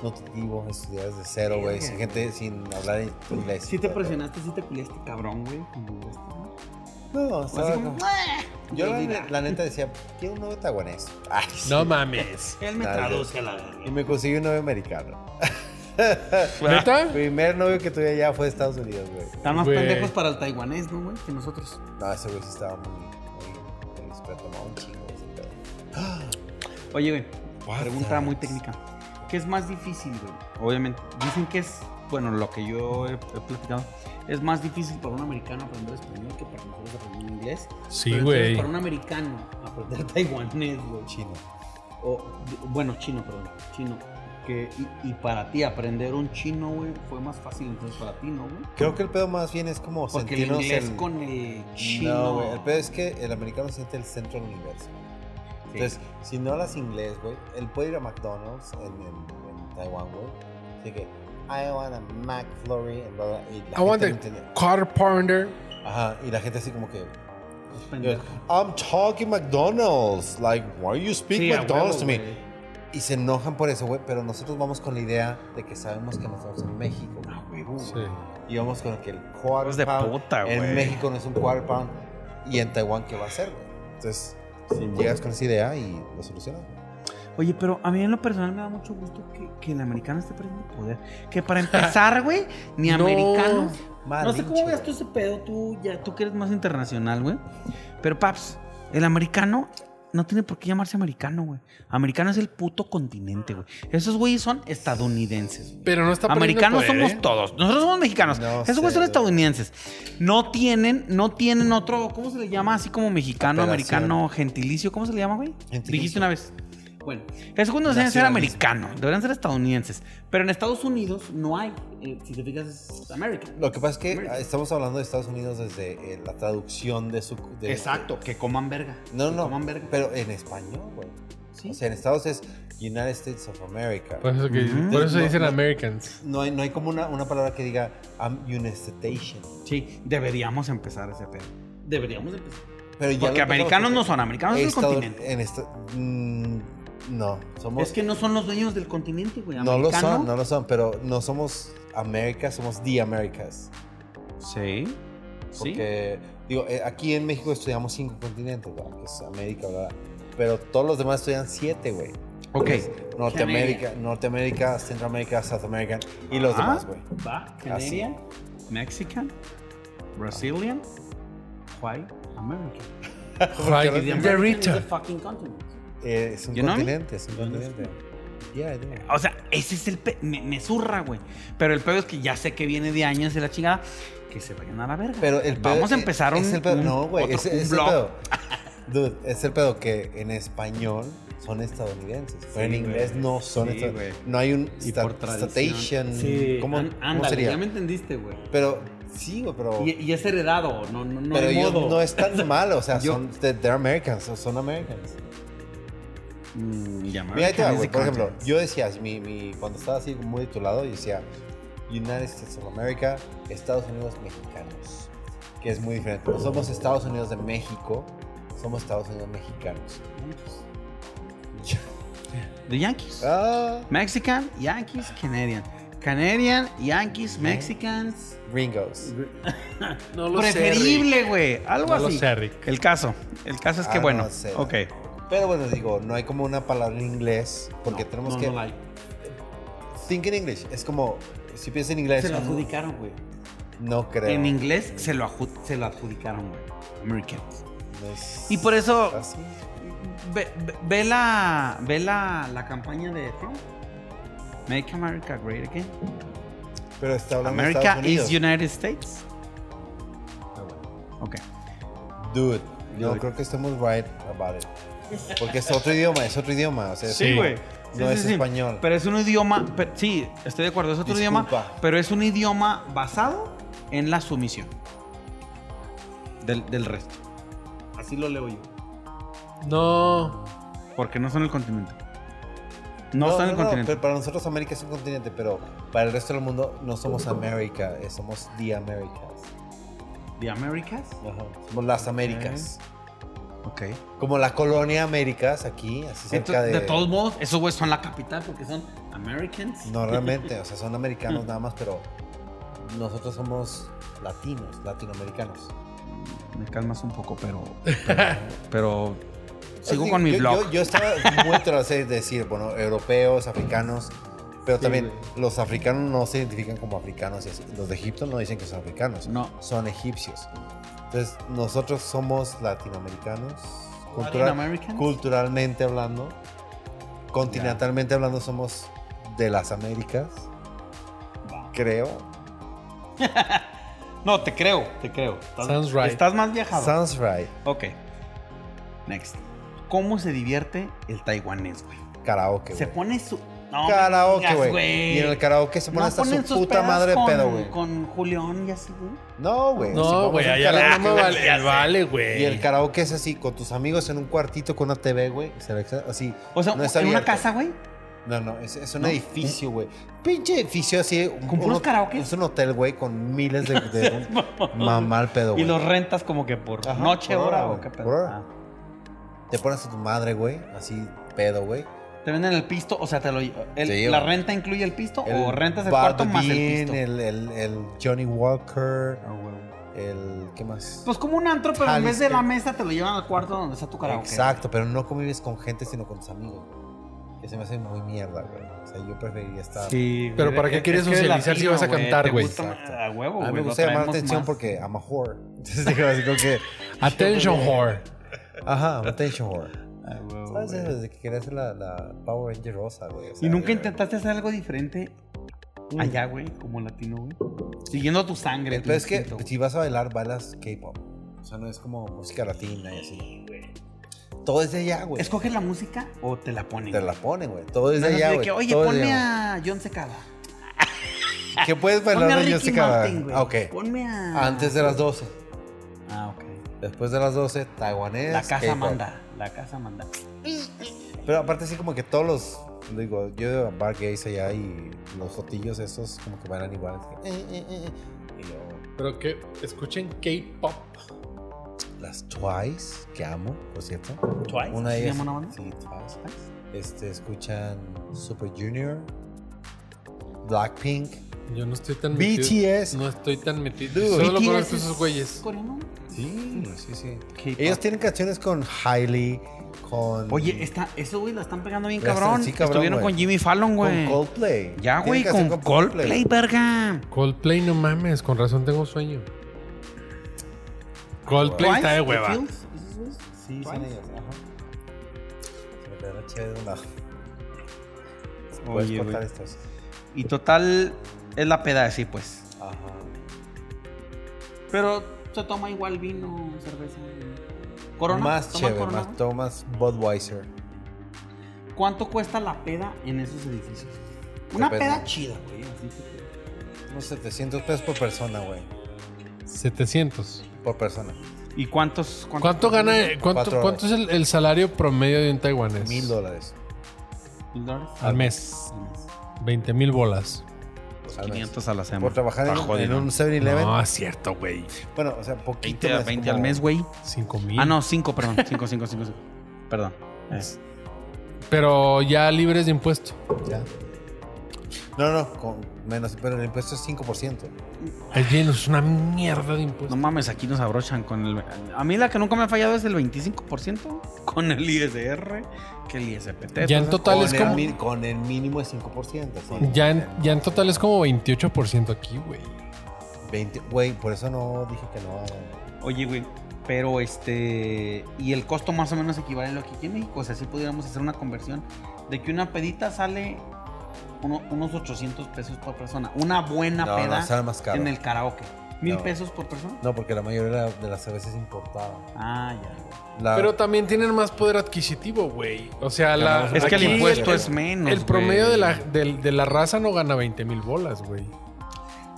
S4: nutritivo estudiar desde cero, güey. Sin gente, sin hablar inglés.
S3: Sí te presionaste, sí te culiaste, cabrón, güey. como este, ¿no?
S4: No, estaba
S3: Así como, "Ah,
S4: como- Yo la,
S3: Dios dirá.
S4: la neta decía, quiero un novio taiwanés. Ay, sí.
S2: No mames.
S3: Él me
S4: Dale.
S3: traduce a la verga.
S4: Y me conseguí un novio americano.
S2: ¿Neta?
S4: primer novio que tuve allá fue de Estados Unidos, güey.
S3: Están más
S2: Güey.
S3: pendejos para el taiwanés, ¿no, güey? Que nosotros.
S4: No, ese güey sí estaba muy, muy, muy experto, ¿no? Un chingo ese pedo.
S3: Oye, güey,
S4: What
S3: pregunta
S4: the-
S3: muy técnica. ¿Qué es más difícil, güey? Obviamente, dicen que es, bueno, lo que yo he, he platicado, es más difícil para un americano aprender español que para nosotros aprender inglés.
S2: Sí,
S3: Pero entonces,
S2: güey.
S3: Para un americano aprender taiwanés, güey.
S4: Chino.
S3: O, d- bueno, chino, perdón, chino. Que, y, y para ti aprender un chino, güey, fue más fácil entonces para ti, ¿no, güey?
S4: Creo que el pedo más bien es como
S3: Porque el
S4: sentirnos
S3: inglés
S4: el-
S3: con el chino.
S4: No, güey. El pedo es que el americano siente el centro del universo.
S3: Sí.
S4: Entonces, si no hablas inglés, güey, él puede ir a McDonald's en, en- en Taiwán, güey. Así que, I want a McFlurry and blah, blah, y la
S2: I want
S4: gente
S2: a
S4: no entiende.
S2: car pounder.
S4: Ajá, y la gente así como que,
S3: es pendejo.
S4: I'm talking McDonald's. Like, why you speak
S3: Sí, a
S4: McDonald's
S3: huevo,
S4: to me?
S3: güey.
S4: Y se enojan por eso, güey, pero nosotros vamos con la idea de que sabemos que nosotros en México, güey.
S3: Ah, huevo, güey.
S2: Sí.
S4: Y vamos con que el quarter
S3: Hijos de
S4: pound
S3: puta, güey.
S4: en México no es un quarter pound y en Taiwán qué va a ser, güey. Entonces, llegas con esa idea y lo solucionas. güey.
S3: Oye, pero a mí en lo personal me da mucho gusto que, que el americano esté perdiendo poder. Que para empezar, güey, ni
S2: No.
S3: americanos. No sé
S4: Malinche,
S3: cómo veas tú
S4: güey.
S3: ese pedo, tú, ya, tú que eres más internacional, güey. Pero, paps, el americano no tiene por qué llamarse americano, güey. Americano es el puto continente, güey. Esos güeyes son estadounidenses, güey.
S2: Pero no está perdiendo
S3: Americanos
S2: poder,
S3: somos
S2: ¿eh?
S3: todos. Nosotros somos mexicanos.
S4: No
S3: Esos
S4: sé,
S3: güeyes son
S4: güey.
S3: estadounidenses. No tienen, no tienen otro, ¿cómo se le llama? Así como mexicano,
S4: Apelación.
S3: americano, gentilicio. ¿Cómo se le llama, güey?
S4: Gentilicio.
S3: Dijiste una vez. Bueno, esos güeyes no deben ser
S4: Nacionalismo.
S3: americanos, deberían ser estadounidenses. Pero en Estados Unidos no hay, eh, si te fijas, es American.
S4: Lo que pasa es que
S3: American.
S4: ah, estamos hablando de Estados Unidos desde eh, la traducción de su... de-
S3: Exacto, que coman verga.
S4: No,
S3: que
S4: no,
S3: Coman verga.
S4: pero en español, güey.
S3: Sí.
S4: O sea, en Estados es United States of America.
S3: Pues-
S2: Por eso, que,
S3: Ujú.
S2: por eso
S4: No,
S2: dicen
S4: no.
S2: Americans.
S4: No hay, no hay como una, una palabra que diga I'm United
S3: sí, deberíamos empezar ese pedo. Deberíamos empezar.
S4: Pero ya
S3: Porque
S4: lo empezamos
S3: americanos
S4: porque-
S3: no son, americanos es el
S4: Estado-
S3: continente.
S4: En esta- mm, no, somos.
S3: Es que no son los dueños del continente, güey.
S4: no lo
S3: americano.
S4: son, no lo son, pero no somos América, somos The Americas.
S3: Sí. Sí.
S4: Porque, digo, eh, aquí en México estudiamos cinco continentes, ¿verdad? que es América, ¿verdad? Pero todos los demás estudian siete, güey.
S3: Ok.
S4: Que es Norteamérica, Norteamérica, Centroamérica, Southamérica y los
S3: Ah.
S4: demás, güey.
S3: Va, Canadian, Mexican, Brazilian, White, American.
S2: Right,
S3: The
S2: the
S3: American is
S2: return.
S3: a fucking continent.
S4: Eh, es un
S3: You know me?
S4: continente, es un
S3: Don't
S4: continente. Yeah, I do.
S3: O sea, ese es el pe- me, me zurra, güey. Pero el pedo es que ya sé que viene de años de la chingada, que se vayan a la verga.
S4: Pero el pedo-
S3: Vamos a empezar un,
S4: es el pedo-
S3: un-
S4: no, güey,
S3: otro-
S4: es,
S3: un
S4: es el
S3: blog.
S4: pedo. Dude, es el pedo que en español son estadounidenses, pero en
S3: Sí,
S4: inglés
S3: güey.
S4: no son
S3: Sí,
S4: estadounidenses.
S3: güey.
S4: No hay un
S3: Y
S4: sta-
S3: por tradición.
S4: statation.
S3: Sí,
S4: ¿Cómo,
S3: An-
S4: cómo
S3: ándale,
S4: sería?
S3: ya me entendiste, güey.
S4: Pero sí, güey, pero,
S3: Y, y es heredado, no, no, no
S4: pero
S3: hay
S4: ellos
S3: modo.
S4: no es tan malo. O sea,
S3: Yo-
S4: son, they're Americans, so- son Americans.
S3: Mm, ya me
S4: Mira, ahí te va,
S3: acabas
S4: güey.
S3: de
S4: Por ejemplo,
S3: contar.
S4: yo decía, mi, mi- cuando estaba así muy de tu lado, yo decía United States of America, Estados Unidos mexicanos, que es muy diferente.
S3: Oh.
S4: No somos Estados Unidos de México, somos Estados Unidos mexicanos.
S3: The Yankees.
S4: Ah,
S3: Mexican, Yankees, Canadian. Canadian, Yankees, Mexicans.
S4: gringos.
S2: No
S3: Preferible, güey. Algo
S2: No lo
S3: así.
S2: sé, Rick.
S3: El caso. El caso es que,
S4: Ah, no
S3: bueno.
S4: sé.
S3: ok.
S4: Pero bueno, digo, no hay como una palabra en inglés, porque
S3: No,
S4: tenemos
S3: no,
S4: que...
S3: no la hay.
S4: think in English. Es como, si piensas en inglés,
S3: Se lo
S4: no,
S3: adjudicaron, güey.
S4: creo.
S3: En inglés se lo, aju- se lo adjudicaron, güey. Americans.
S4: No es
S3: Y por eso-
S4: fácil.
S3: Ve, ve- ve la, ve la, la campaña de Trump. Make America Great Again.
S4: Pero está hablando de
S3: America
S4: Estados
S3: is
S4: Unidos. Ah,
S3: United States. Ok.
S4: Dude, yo
S3: Dude.
S4: creo que estamos right about it. Porque es otro idioma, es otro idioma. O sea, es
S2: Sí,
S4: como-
S2: güey.
S4: No es español.
S3: Pero es un idioma. pero- sí, estoy de acuerdo, es otro idioma.
S4: Disculpa.
S3: Pero es un idioma basado en la sumisión del, del resto. Así lo leo yo.
S2: No.
S3: Porque no son el continente. No, son el continente.
S4: pero para nosotros América es un continente, pero para el resto del mundo no somos América, eh, somos The Americas.
S3: ¿The Americas?
S4: Ajá, Somos las Américas.
S3: Ok.
S4: Como la colonia Américas aquí, así cerca
S3: Entonces,
S4: de...
S3: de... todos modos, esos güeyes son la capital porque son Americans.
S4: No realmente, o sea, son americanos nada más, pero nosotros somos latinos, latinoamericanos.
S3: Me calmas un poco, pero. Pero. sigo
S4: Digo,
S3: con mi
S4: yo,
S3: blog.
S4: Yo, yo estaba muy tras de decir, bueno, europeos, africanos, pero también los africanos no se identifican como africanos. y así. Los de Egipto no dicen que son africanos,
S3: No.
S4: son egipcios. Entonces, nosotros somos latinoamericanos, cultura-
S3: Latin-Americans.
S4: culturalmente hablando, continentalmente hablando, somos de las Américas, creo.
S3: No, te creo, te creo. Estás-
S2: Sounds right.
S3: Estás más viajado.
S4: Sounds right.
S3: Ok. Next. ¿Cómo se divierte el taiwanés, güey?
S4: Karaoke,
S3: Se
S4: güey.
S3: pone su. No,
S4: Karaoke,
S3: digas,
S4: güey. Y en el karaoke se pone
S3: No
S4: hasta su
S3: ponen sus
S4: puta
S3: pedas
S4: madre de
S3: con-
S4: pedo, güey.
S3: Con Julián y así, güey.
S4: No, güey. si
S2: No,
S4: vamos
S2: güey,
S4: a un
S2: allá la
S4: karaoke,
S2: no
S4: güey,
S2: vale, vale, güey.
S4: Y el karaoke es así, con tus amigos en un cuartito con una TV, güey. se ve que- Así.
S3: O sea,
S4: no es
S3: en una
S4: abierto.
S3: casa, güey.
S4: No, no, es, es un
S3: ¿No? ¿eh?
S4: edificio, güey. Pinche edificio así.
S3: ¿Con puros karaoke?
S4: Es un hotel, güey, con miles de. de mamá al pedo,
S3: Y
S4: güey.
S3: los rentas como que por
S4: Ajá,
S3: noche,
S4: por
S3: hora, güey.
S4: hora, güey, por hora.
S3: Ah.
S4: Te pones a tu madre, güey. Así, pedo, güey.
S3: Te venden el pisto, o sea, te lo. el-
S4: Sí,
S3: ¿La
S4: güey.
S3: renta incluye el pisto
S4: El
S3: o rentas el
S4: Bad
S3: cuarto más el
S4: Bean,
S3: pisto?
S4: El, el- el Johnny Walker.
S3: Ah, güey.
S4: El. ¿Qué más?
S3: Pues como un antro, pero en vez de
S4: Jalisco.
S3: la mesa te lo llevan al cuarto donde está tu karaoke.
S4: Exacto, pero no convives con gente, sino con tus amigos. güey. Que se me hace muy mierda, güey. O sea, yo preferiría estar.
S3: Sí.
S2: Pero
S3: güey,
S2: ¿para qué
S3: es-
S2: quieres
S3: es que eres
S2: socializar si
S3: latino,
S2: vas a cantar,
S3: te
S2: güey?
S3: gusta más-
S4: Exacto.
S3: A huevo,
S4: A
S3: Oh, güey.
S4: mí me
S3: lo
S4: gusta llamar la
S3: traemos
S4: atención
S3: más.
S4: porque I'm a whore. Entonces digo así como que.
S2: Attention whore.
S4: Ajá, I'm a attention whore.
S3: A Ah, huevo,
S4: ¿Sabes?
S3: güey.
S4: Desde que quería hacer la, la Power Ranger rosa, güey. o sea,
S3: ¿Y nunca
S4: yo-
S3: intentaste hacer algo diferente
S4: Mm.
S3: allá, güey? Como latino, güey. Siguiendo tu sangre. tu
S4: Pero es que
S3: instinto, güey.
S4: si vas a bailar, bailas K-pop. O sea, no es como música latina y así. Todo es de allá, güey.
S3: ¿Escoges la música o te la ponen?
S4: pues. Te la ponen, güey. Todo es
S3: No,
S4: de
S3: no,
S4: allá,
S3: de
S4: güey.
S3: que, Oye,
S4: Todo es de
S3: ponme
S4: allá.
S3: a John Secada.
S4: Que puedes bailar
S3: Ponme a
S4: donde yo
S3: Ricky
S4: se acaba.
S3: Martin, güey.
S4: Ah, Ok.
S3: Ponme a...
S4: Antes de las 12.
S3: Ah, ok.
S4: Después de las 12, taiwanés.
S3: La casa
S4: K-pop.
S3: manda. La casa manda.
S4: Pero aparte así como que todos los, digo, yo veo a bar gays allá y los jotillos esos como que bailan igual. así que, eh, eh, eh, eh. Y yo,
S2: Pero que escuchen K-pop.
S4: las Twice, que amo, por cierto.
S3: ¿Twice?
S4: Una de
S3: ¿Se
S4: ellas.
S3: llama una banda?
S4: Sí, Twice. Este, escuchan Super Junior, Blackpink,
S2: Yo no estoy tan metido.
S4: BTS.
S2: No estoy tan metido.
S4: Dude.
S2: Solo
S3: BTS
S2: conozco esos
S3: es
S2: güeyes.
S3: coreano.
S4: Sí, sí, sí.
S3: K-pop.
S4: Ellos tienen canciones con Hailey, con...
S3: Oye, está, eso, güey, la están pegando bien
S4: La están-
S3: cabrón.
S4: sí, cabrón,
S3: Estuvieron
S4: güey.
S3: con Jimmy Fallon,
S4: con
S3: güey.
S4: Coldplay.
S3: Ya,
S4: Tienen
S3: güey,
S4: canción
S3: con Coldplay, verga.
S2: Coldplay, no mames. Con razón tengo sueño. Coldplay está de
S3: Twice,
S2: hueva.
S3: The Fields, ¿esos güeyes?
S4: Sí, son ellos, ajá. Le da chévere de un lado. Puedes
S3: Oye,
S4: cortar
S3: güey.
S4: estos.
S3: Y total, es la peda así, pues.
S4: Ajá.
S3: Pero se toma igual vino, cerveza. Corona.
S4: Más
S3: ¿Toma
S4: chévere,
S3: Corona,
S4: más
S3: güey?
S4: tomas Budweiser.
S3: ¿Cuánto cuesta la peda en esos edificios? Una
S4: Depende.
S3: peda chida, güey. así que-
S4: Unos 700 pesos por persona, güey.
S2: 700.
S4: Por persona.
S3: ¿Y cuántos? cuántos-
S2: ¿Cuánto gana? ¿Cuánto,
S4: Cuatro
S2: cuánto es el, el salario promedio de un taiwanés?
S4: Mil dólares.
S3: ¿Mil dólares?
S2: Al mes.
S3: Al mes.
S2: 20 mil bolas. pues
S4: al mes.
S3: 500 a la semana.
S4: Por trabajar en,
S3: Está
S4: un-
S3: jodido.
S4: en un 7-Eleven.
S2: No, es cierto, güey.
S4: Bueno, o sea, poquito.
S3: 20, a-
S4: más,
S3: 20
S4: como
S3: al mes, güey.
S2: 5 mil.
S3: Ah, no, 5, perdón. 5, 5, 5. Perdón. Eh, Es-
S2: Pero ya libres de impuesto.
S4: ya. No, no, con menos. Pero el impuesto es 5%.
S2: Es bien, es una mierda de
S3: No
S2: impuesto.
S3: mames, aquí nos abrochan con el... A mí la que nunca me ha fallado es el 25% con el ISR que el ISPT.
S2: Ya en
S3: Entonces,
S2: total
S4: con
S2: es
S4: el
S2: como.
S4: mi- con el mínimo es 5%. con-
S2: Ya en, ya en total es como 28% aquí, güey.
S4: 20, güey, por eso no dije que no.
S3: Oye, güey, pero este... Y el costo más o menos equivale a lo que aquí en México. O sea, si pudiéramos hacer una conversión de que una pedita sale uno- unos 800 pesos por persona. Una buena
S4: No,
S3: peda
S4: no, sale más caro.
S3: en el karaoke. ¿Mil
S4: No.
S3: pesos por persona?
S4: No, porque la mayoría de las cerveza es importada.
S3: Ah, ya.
S4: La-
S2: Pero también tienen más poder adquisitivo, güey. O sea, la,
S3: Es
S4: Es
S3: que
S2: aquí
S3: el impuesto
S2: el-
S3: es menos,
S2: El promedio
S3: güey.
S2: de la, del- de la raza no gana 20 mil bolas, güey.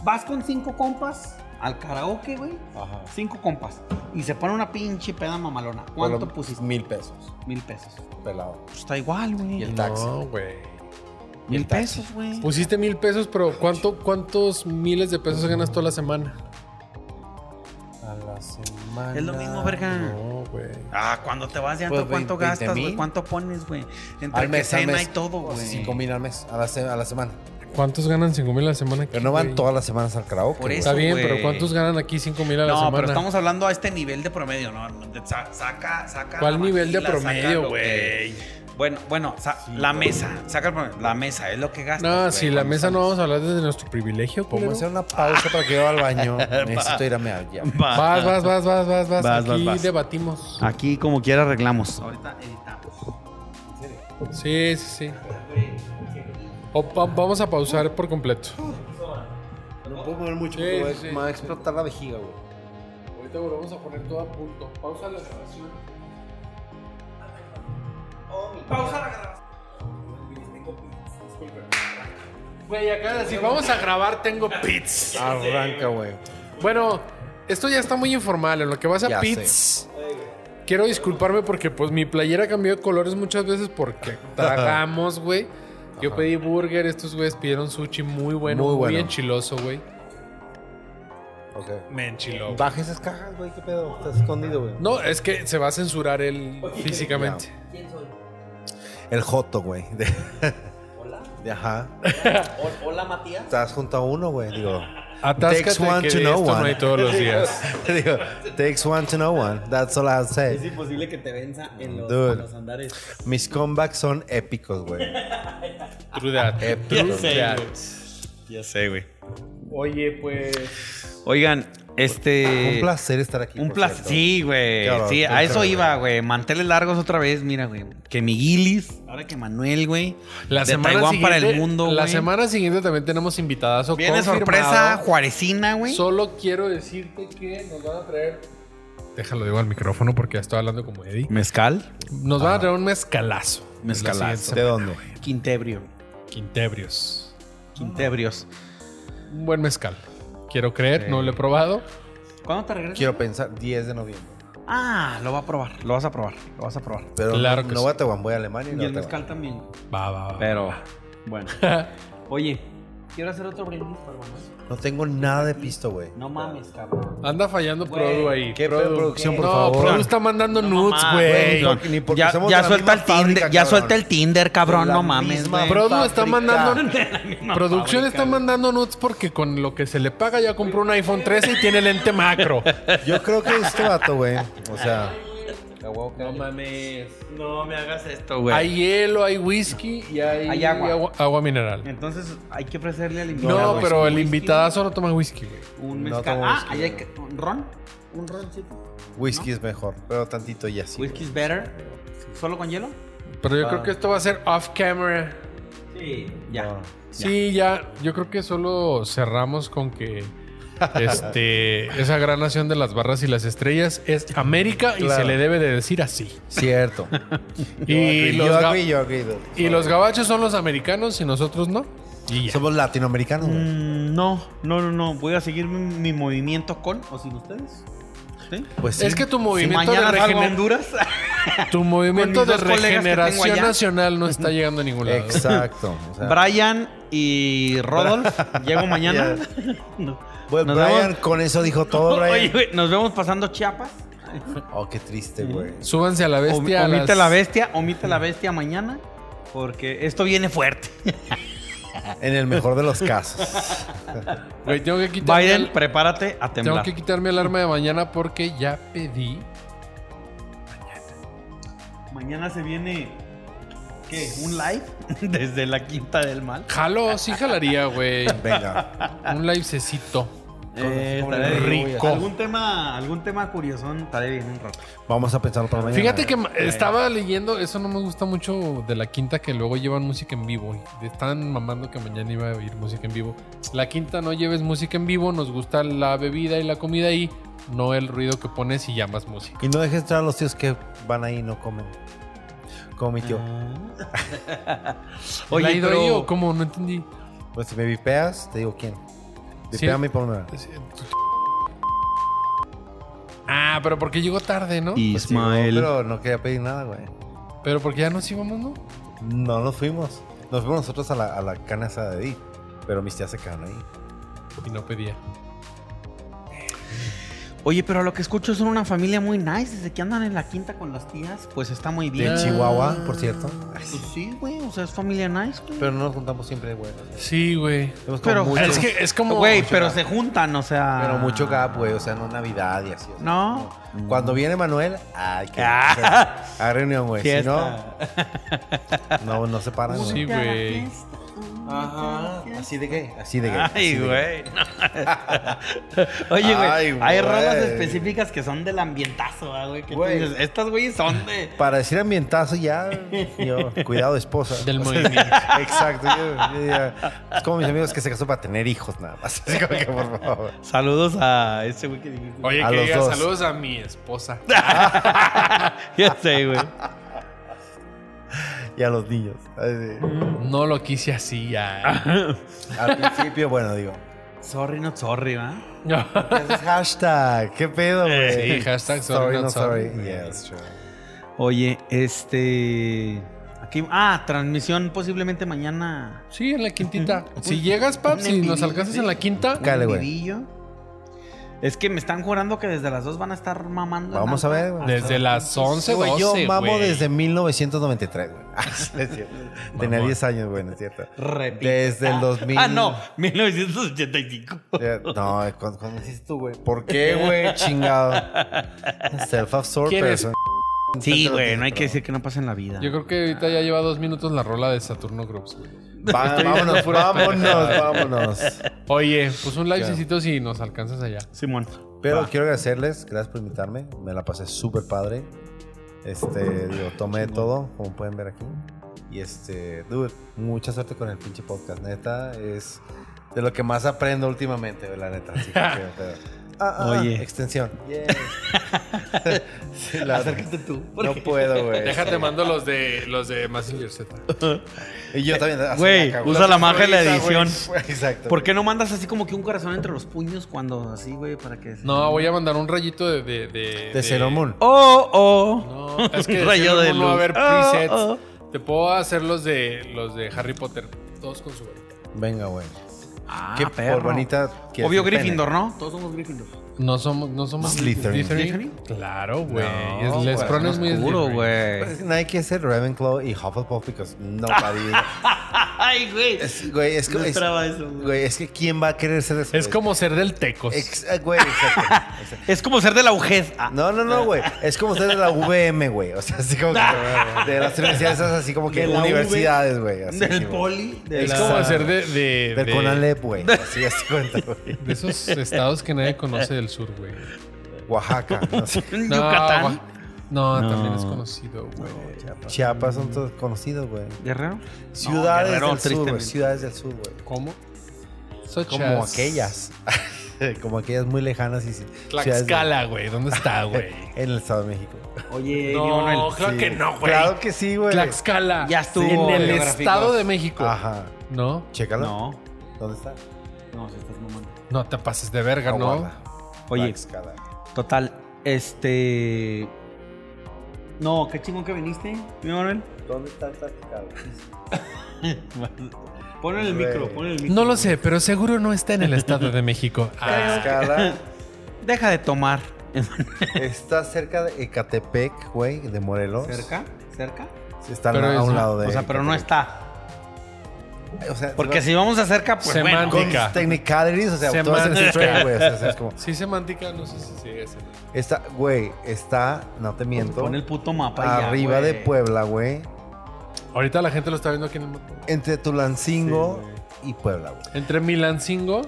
S3: Vas con cinco compas al karaoke, güey.
S4: Ajá.
S3: Cinco compas. Y se pone una pinche peda mamalona.
S4: Por lo-
S3: ¿Cuánto pusiste?
S4: Mil pesos.
S3: Mil pesos.
S4: Pelado.
S3: Pues está igual, güey.
S4: Y el Pues, taxi.
S2: No, güey.
S3: Mil
S4: taxi.
S3: pesos, güey.
S2: Pusiste mil pesos, pero ¿cuánto, ¿cuántos miles de pesos ganas toda la semana?
S4: A la semana.
S3: Es lo mismo, verga.
S2: No, güey.
S3: Ah, cuando te vas de
S4: Pues,
S3: antro, ¿cuánto
S4: 20
S3: gastas, güey?
S4: mil.
S3: ¿Cuánto pones, güey? Entre
S4: Al mes,
S3: que
S4: al
S3: cena
S4: mes.
S3: y todo, güey.
S4: Cinco mil al mes. A la, se- a la semana.
S2: ¿Cuántos ganan 5 mil a la semana? aquí,
S4: Pero no van
S2: güey?
S4: todas las semanas al karaoke.
S3: Por
S4: güey.
S3: eso.
S2: Está bien,
S3: güey.
S2: pero ¿cuántos ganan aquí 5 mil a la
S3: No,
S2: semana?
S3: pero estamos hablando a este nivel de promedio, ¿no? De- sa- Saca, saca.
S2: ¿Cuál
S3: la
S2: nivel de
S3: maquila, saca
S2: promedio,
S3: lo que-
S2: güey?
S3: Bueno, bueno, sa- la mesa. Saca el promedio. La mesa, es lo que gastas.
S2: No,
S3: güey,
S2: si la
S3: cuando
S2: mesa no
S3: sales.
S2: vamos a hablar desde nuestro privilegio,
S4: Vamos a
S2: culero.
S4: hacer una pausa para que yo al baño. Necesito irme allá.
S2: Vas, vas, vas, vas, vas, vas.
S3: Vas, vas,
S2: Aquí
S3: vas.
S2: debatimos.
S3: Aquí, como quiera, arreglamos. Ahorita editamos.
S2: Sí, sí, sí. O pa- vamos a pausar por completo.
S4: No puedo comer mucho
S2: Sí,
S4: porque
S2: sí,
S4: me va a
S2: sí.
S4: explotar la vejiga, güey.
S2: Ahorita volvemos a poner todo a punto. Pausa la grabación.
S3: Pausa la grabación.
S2: Güey, acá decir, vamos a grabar, tengo pits.
S4: Ah, Arranca, güey.
S2: Bueno, esto ya está muy informal. En lo que vas a
S4: Ya
S2: pits, quiero disculparme porque pues mi playera cambió de colores muchas veces porque tragamos, güey. Yo pedí burger, estos güeyes pidieron sushi muy bueno,
S4: Muy
S2: muy,
S4: bueno.
S2: enchiloso, güey.
S4: Ok.
S2: Me enchiló.
S4: Baja esas cajas, güey. ¿Qué pedo? Estás escondido, güey.
S2: No, es que se va a censurar él físicamente.
S4: El Joto, güey. De- de- Ajá.
S3: Hola, Matías.
S4: Estás junto a uno, güey. Digo,
S2: Atáscate
S4: Takes one
S2: que
S4: to
S2: de
S4: know
S2: esto no
S4: one.
S2: hay todos los días.
S4: digo, takes one to know one. That's all I'll say.
S3: imposible que te venza en
S4: los- Dude. en los
S3: andares.
S4: Mis comebacks son épicos, güey.
S2: True that. True
S4: Ya sé,
S2: that.
S3: Ya sé, güey.
S2: Oye, pues.
S3: Oigan, este.
S4: Ah, Un placer estar aquí.
S3: Un
S4: por
S3: placer.
S4: cierto.
S3: Sí, güey.
S4: Qué horror,
S3: Sí,
S4: qué
S3: a eso
S4: horror,
S3: iba, güey. Manteles largos otra vez, mira, güey. Que Miguelis. Ahora que Manuel, güey.
S2: La
S3: de
S2: semana
S3: Taiwán para el
S2: siguiente-
S3: mundo,
S2: La
S3: güey.
S2: semana siguiente también tenemos invitadas.
S3: Viene sorpresa Juarecina, güey.
S2: Solo quiero decirte que nos van a traer. Déjalo digo al micrófono porque ya estoy hablando como Eddie.
S3: Mezcal.
S2: Nos van a traer un mezcalazo.
S3: Mezcalazo.
S2: La siguiente
S4: ¿De dónde?
S3: Quintebrio.
S2: semana. Quintebrios.
S3: Quintebrios.
S2: Un buen mezcal. Quiero creer, no lo he probado.
S3: ¿Cuándo te regresas?
S4: Quiero pensar 10 de noviembre.
S3: Ah, lo va a probar. Lo vas a probar. Lo vas a probar.
S4: Pero
S2: Claro
S4: no,
S2: que
S4: no
S2: sí.
S4: voy a Tehuán, voy a Alemania. Y,
S3: Y
S4: no
S3: el
S4: a
S3: mezcal también.
S2: Va, va, va.
S3: Pero, bueno. Oye, quiero hacer otro brindis para Manuel.
S4: Tehuán. No tengo nada de pisto, güey.
S3: No mames, cabrón.
S2: Anda fallando
S3: Güey,
S2: Produ ahí.
S4: qué pedo,
S2: Produ.
S4: producción, por
S2: no,
S4: favor.
S2: Produ está mandando nudes,
S3: mamá,
S2: güey.
S4: güey, Ni porque
S3: ya
S4: somos
S3: ya
S4: de la
S3: suelta
S4: misma
S3: el Tinder,
S4: fábrica,
S3: ya
S4: cabrón.
S3: suelta el Tinder, cabrón,
S4: De la
S3: no mames,
S4: misma
S3: güey.
S4: fábrica.
S2: Produ está mandando.
S3: misma
S2: producción
S3: fábrica,
S2: está
S3: güey.
S2: mandando nudes porque con lo que se le paga ya compró un iPhone 13 y tiene lente macro.
S4: Yo creo que este vato, güey. O sea,
S3: No mames. No me hagas esto, güey.
S2: Hay hielo, hay whisky y hay,
S3: Hay agua.
S2: agua mineral.
S3: Entonces hay que ofrecerle al invitado.
S2: No,
S3: güey,
S2: pero
S3: un
S2: el
S3: whisky,
S2: invitadazo no toma whisky, güey.
S3: Un
S4: No
S3: mezcal.
S4: tomo
S3: ah,
S4: whisky,
S3: ahí hay
S4: güey.
S3: que- un ron. Un ron, chico.
S4: whisky es mejor. Pero tantito ya sí.
S3: Whisky's better. ¿Solo con hielo?
S2: Pero yo
S4: Ah.
S2: creo que esto va a ser off camera.
S3: Sí. Ya.
S4: Ah.
S2: Sí, ya. Yo creo que solo cerramos con que este, esa gran nación de las barras y las estrellas es América y
S4: Claro.
S2: se le debe de decir así.
S4: Cierto.
S2: Y,
S4: yo
S2: los, ga-
S4: agree, yo agree, dude.
S2: y los gabachos son los americanos y nosotros no. Y ya.
S4: Somos latinoamericanos, güey.
S3: Mm, no, no, no, no. Voy a seguir mi, mi movimiento con o sin ustedes. ¿Sí?
S4: Pues
S2: Es que tu
S3: Si
S2: movimiento de,
S3: mañana salgo a
S2: regener-
S3: Honduras.
S2: tu movimiento
S3: mis
S2: de
S3: dos colegas que tengo
S2: regeneración
S3: allá.
S2: nacional no está llegando a ningún lado.
S4: Exacto. o sea,
S3: Brian y Rodolf, llego mañana. No.
S4: bueno,
S3: nos
S4: Brian
S3: vemos.
S4: con eso dijo todo, Brian.
S3: Oye, güey, nos vemos pasando Chiapas.
S4: Oh, qué triste, güey.
S2: Súbanse a la bestia. a
S3: Om- omite
S2: las-
S3: la bestia, omite la bestia mañana. Porque esto viene fuerte.
S4: En el mejor de los casos.
S2: Güey, tengo que quitarme
S3: Biden,
S2: el-
S3: prepárate a
S2: Tengo
S3: temblar.
S2: que quitarme el arma de mañana porque ya pedí.
S3: Mañana se viene. ¿Qué? ¿Un live? Desde la quinta del mal.
S2: Jalo, sí jalaría, güey.
S4: Venga.
S2: Un livecito.
S3: Eh,
S4: con el
S3: estaré bien.
S4: rico.
S3: Algún tema, algún tema curiosón, estaré bien un rato.
S4: Vamos a pensarlo para mañana.
S2: Fíjate que ma- estaba leyendo, eso no me gusta mucho de la quinta que luego llevan música en vivo. y Están mamando que mañana iba a haber música en vivo. La quinta no lleves música en vivo, nos gusta la bebida y la comida ahí, no el ruido que pones y llamas música.
S4: Y no dejes entrar a los tíos que van ahí y no comen. Como mi
S2: Ah.
S4: tío.
S2: ¿La
S3: Oye,
S2: he ido ahí
S3: pero-
S2: o cómo? No entendí.
S4: Pues si me vipeas, te digo quién.
S2: Sí.
S4: Vipeame y ponme.
S2: Ah, pero porque llegó tarde, ¿no?
S4: Pues sí,
S3: Ismael.
S4: pero no quería pedir nada, güey.
S2: Pero porque ya nos íbamos, ¿no?
S4: No nos fuimos. Nos fuimos nosotros a la, a la cana esa de ahí. Pero mis tías se quedaron ahí.
S2: Y no pedía.
S3: Oye, pero lo que escucho son una familia muy nice. Desde que andan en la quinta con las tías, pues está muy
S4: De
S2: Ah.
S3: bien.
S4: Chihuahua, por cierto.
S3: Pues sí, güey. O sea, es familia nice, güey.
S4: Pero no nos juntamos siempre, güey.
S2: Sí, güey.
S4: Hemos como
S3: Pero-
S4: mucho-
S2: Es que es como.
S3: Güey, pero se juntan, o sea.
S4: Pero mucho gap, güey. O sea, no Navidad y así. o sea,
S3: No.
S2: Mm.
S4: no. Cuando viene Manuel, ay, que
S3: Ah.
S4: a reunión, güey. Si no,
S3: Fiesta.
S4: no, no se paran, güey.
S2: Sí, güey.
S4: Ajá. Así de qué. Así de qué.
S3: Ay, güey. Oye,
S4: Ay,
S3: güey. Hay
S4: güey.
S3: rolas específicas que son del ambientazo, ah, Eh, güey. Que tú
S4: Güey.
S3: dices, estas güeyes son de.
S4: Para decir ambientazo ya, yo, cuidado de esposa.
S2: Del
S4: O sea,
S2: movimiento.
S4: Exacto. yo- yo ya- es como mis amigos que se casó para tener hijos nada más. Así como que, por favor.
S3: Saludos a ese güey que dijiste.
S2: Oye,
S4: A
S2: que
S4: los
S2: diga
S4: dos.
S2: saludos a mi esposa.
S3: Ya sé, güey.
S4: Y a los niños. Así.
S2: No lo quise así ya.
S4: Al principio, bueno, digo.
S3: Sorry, not sorry, ¿va?
S4: ¿qué haces? Hashtag. ¿Qué pedo, güey?
S2: Sí, hashtag sorry, not sorry.
S4: Yes, sure.
S3: Oye, este. Aquí. Ah, transmisión posiblemente mañana.
S2: Sí, en la quintita. Si llegas, Pam, si nos alcanzas en la quinta,
S4: Cáele,
S3: Un
S4: güey.
S3: vivillo. Es que me están jurando que desde las dos van a estar mamando. en
S4: Vamos a
S3: algo.
S4: ver, güey.
S2: desde las 11,
S4: Güey, yo
S2: 12,
S4: mamo
S2: güey.
S4: desde 1993, güey. Ah, sí, es cierto. Tenía
S2: Mamón.
S4: 10 años, güey, no es cierto.
S3: Repito.
S4: Desde el 2000.
S3: Ah, no, 1985.
S4: Ya, No, cuando, cuando hiciste tú, güey. ¿Por qué, güey? Chingado. Self-absorbed
S2: ¿Quieres?
S4: person.
S3: Sí, güey, no hay que decir que no pasa en la vida.
S2: Yo creo que ahorita ya lleva dos minutos la rola de Saturno Groups.
S4: Va- vámonos, vámonos, vámonos.
S2: Oye, pues un livecito si nos alcanzas allá.
S3: Simón.
S4: Pero
S3: Va.
S4: quiero agradecerles, gracias por invitarme. Me la pasé súper padre. Este, digo, tomé de todo, como pueden ver aquí. Y este, dude, mucha suerte con el pinche podcast, neta. Es de lo que más aprendo últimamente, güey, la neta. Así que, qué pedo. Ah, ah,
S3: Oye.
S4: Extensión. Sí, la-
S3: Acércate tú.
S4: No puedo, güey.
S2: Déjate, mando los de los de Massinger Z.
S4: Y yo también. así,
S3: Güey,
S4: acá,
S3: usa la magia de la edición.
S4: Exacto.
S3: ¿Por qué no mandas así como que un corazón entre los puños cuando así, güey, para que... se-
S2: No, voy a mandar un rayito de. De, de,
S4: De Sailor Moon.
S3: Oh, oh.
S2: No, es que
S3: Rayo
S2: Rayo
S3: de
S2: no va a
S3: luz.
S2: haber
S4: Ah,
S3: Oh,
S2: presets.
S3: oh.
S2: Te puedo hacer los de los de Harry Potter, todos con su varita.
S4: Venga, güey.
S3: Ah,
S4: Qué
S3: perro.
S4: por bonita. quieres
S3: Obvio
S4: el pene.
S3: Gryffindor, ¿no? Todos somos Gryffindor.
S2: No somos, no somos
S4: Slytherin.
S3: ¿Slytherin?
S2: Claro, güey.
S4: No,
S2: es, les
S4: güey,
S2: pones muy
S3: Puro,
S2: Slytherin.
S4: Pues,
S3: güey.
S4: Nadie quiere ser Ravenclaw y Hufflepuff because nobody.
S3: Ay, güey.
S4: es, güey, es, que-
S3: No
S4: es-
S3: esperaba eso, güey.
S4: güey, es que quién va a querer ser eso.
S2: Es
S4: güey?
S2: como ser del Tecos.
S4: Ex- eh, güey, exacto, exacto.
S3: Es como ser de la UGES. Ah,
S4: No, no, no, güey. Es como ser de la VM, güey. O sea, así como que. De las universidades, esas así como que
S3: De la
S4: universidades, güey. así,
S3: del
S4: güey.
S3: poli. De
S2: es
S3: la...
S2: como ser de. De,
S4: Del
S2: de-
S4: Conalep, güey. Así, así cuenta, güey.
S2: de esos estados que nadie conoce del sur, güey.
S4: Oaxaca. No sé.
S3: ¿En
S2: No,
S3: Yucatán.
S2: Oa- No,
S3: No.
S2: también es conocido, güey.
S4: Chiapas son todos conocidos, güey.
S3: Guerrero.
S4: Ciudades
S3: Guerrero,
S4: del sur, güey.
S3: tristemente.
S4: Ciudades del sur, güey.
S2: ¿Cómo? Such
S4: Como
S2: as-
S4: aquellas. Como aquellas muy lejanas y ci- ciudades de-
S2: Tlaxcala, güey. ¿Dónde está, güey?
S4: en el Estado de México.
S3: Oye,
S2: no,
S3: Manuel.
S2: claro
S4: Sí.
S2: que no, güey.
S4: Claro que sí, güey.
S2: Tlaxcala.
S3: Ya estuvo,
S2: En el
S3: geográficos.
S2: Estado de México.
S4: Ajá.
S2: No,
S4: Chécalo.
S3: No,
S4: ¿Dónde está?
S3: no, si estás mamando.
S2: no te pases de verga, ¿no?
S4: Aguada.
S3: Oye,
S4: Tlaxcala.
S3: total, este. No, qué chingón que viniste, mi Manuel.
S4: ¿Dónde está Tlaxcala?
S3: Pon en el
S4: Güey.
S3: micro, pon en el micro.
S2: No lo sé, pero seguro no está en el Estado de México. Ah,
S4: Tlaxcala
S3: Deja de tomar. Ah.
S4: está cerca de Ecatepec, güey, de Morelos.
S3: ¿Cerca? ¿Cerca?
S4: Sí, Está
S2: Pero
S4: a
S2: es-
S4: un lado de
S3: o sea, pero no
S4: Ecatepec.
S3: está.
S4: O sea,
S3: Porque
S4: se
S3: si vamos a cerca, pues bueno.
S2: Semántica.
S4: con este- sus technicalities, o sea, todo es en
S2: Semántica.
S4: straight, güey. O sea, es como,
S2: sí, semántica, no sé si sigue ese.
S4: está, güey, está, no te miento,
S3: Pon el puto mapa y ya,
S4: arriba
S3: güey.
S4: de Puebla, güey,
S2: Ahorita la gente lo está viendo aquí en el mapa.
S4: entre Tulancingo y Puebla, güey.
S2: Entre Milancingo.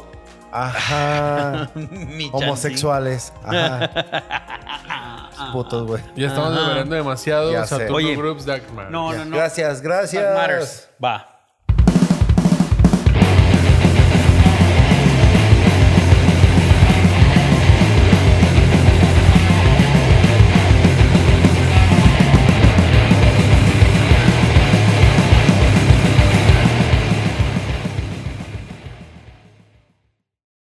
S4: Ajá.
S3: Mi
S4: Homosexuales. Ajá. Putos, güey.
S2: Ya estamos
S3: Ajá.
S2: deliberando demasiado.
S4: Ya
S2: Saturno
S4: sé.
S3: Oye.
S2: Groups, Dark Man.
S3: No,
S4: Ya.
S3: no, no.
S4: Gracias,
S3: That matters.
S4: gracias.
S3: Va.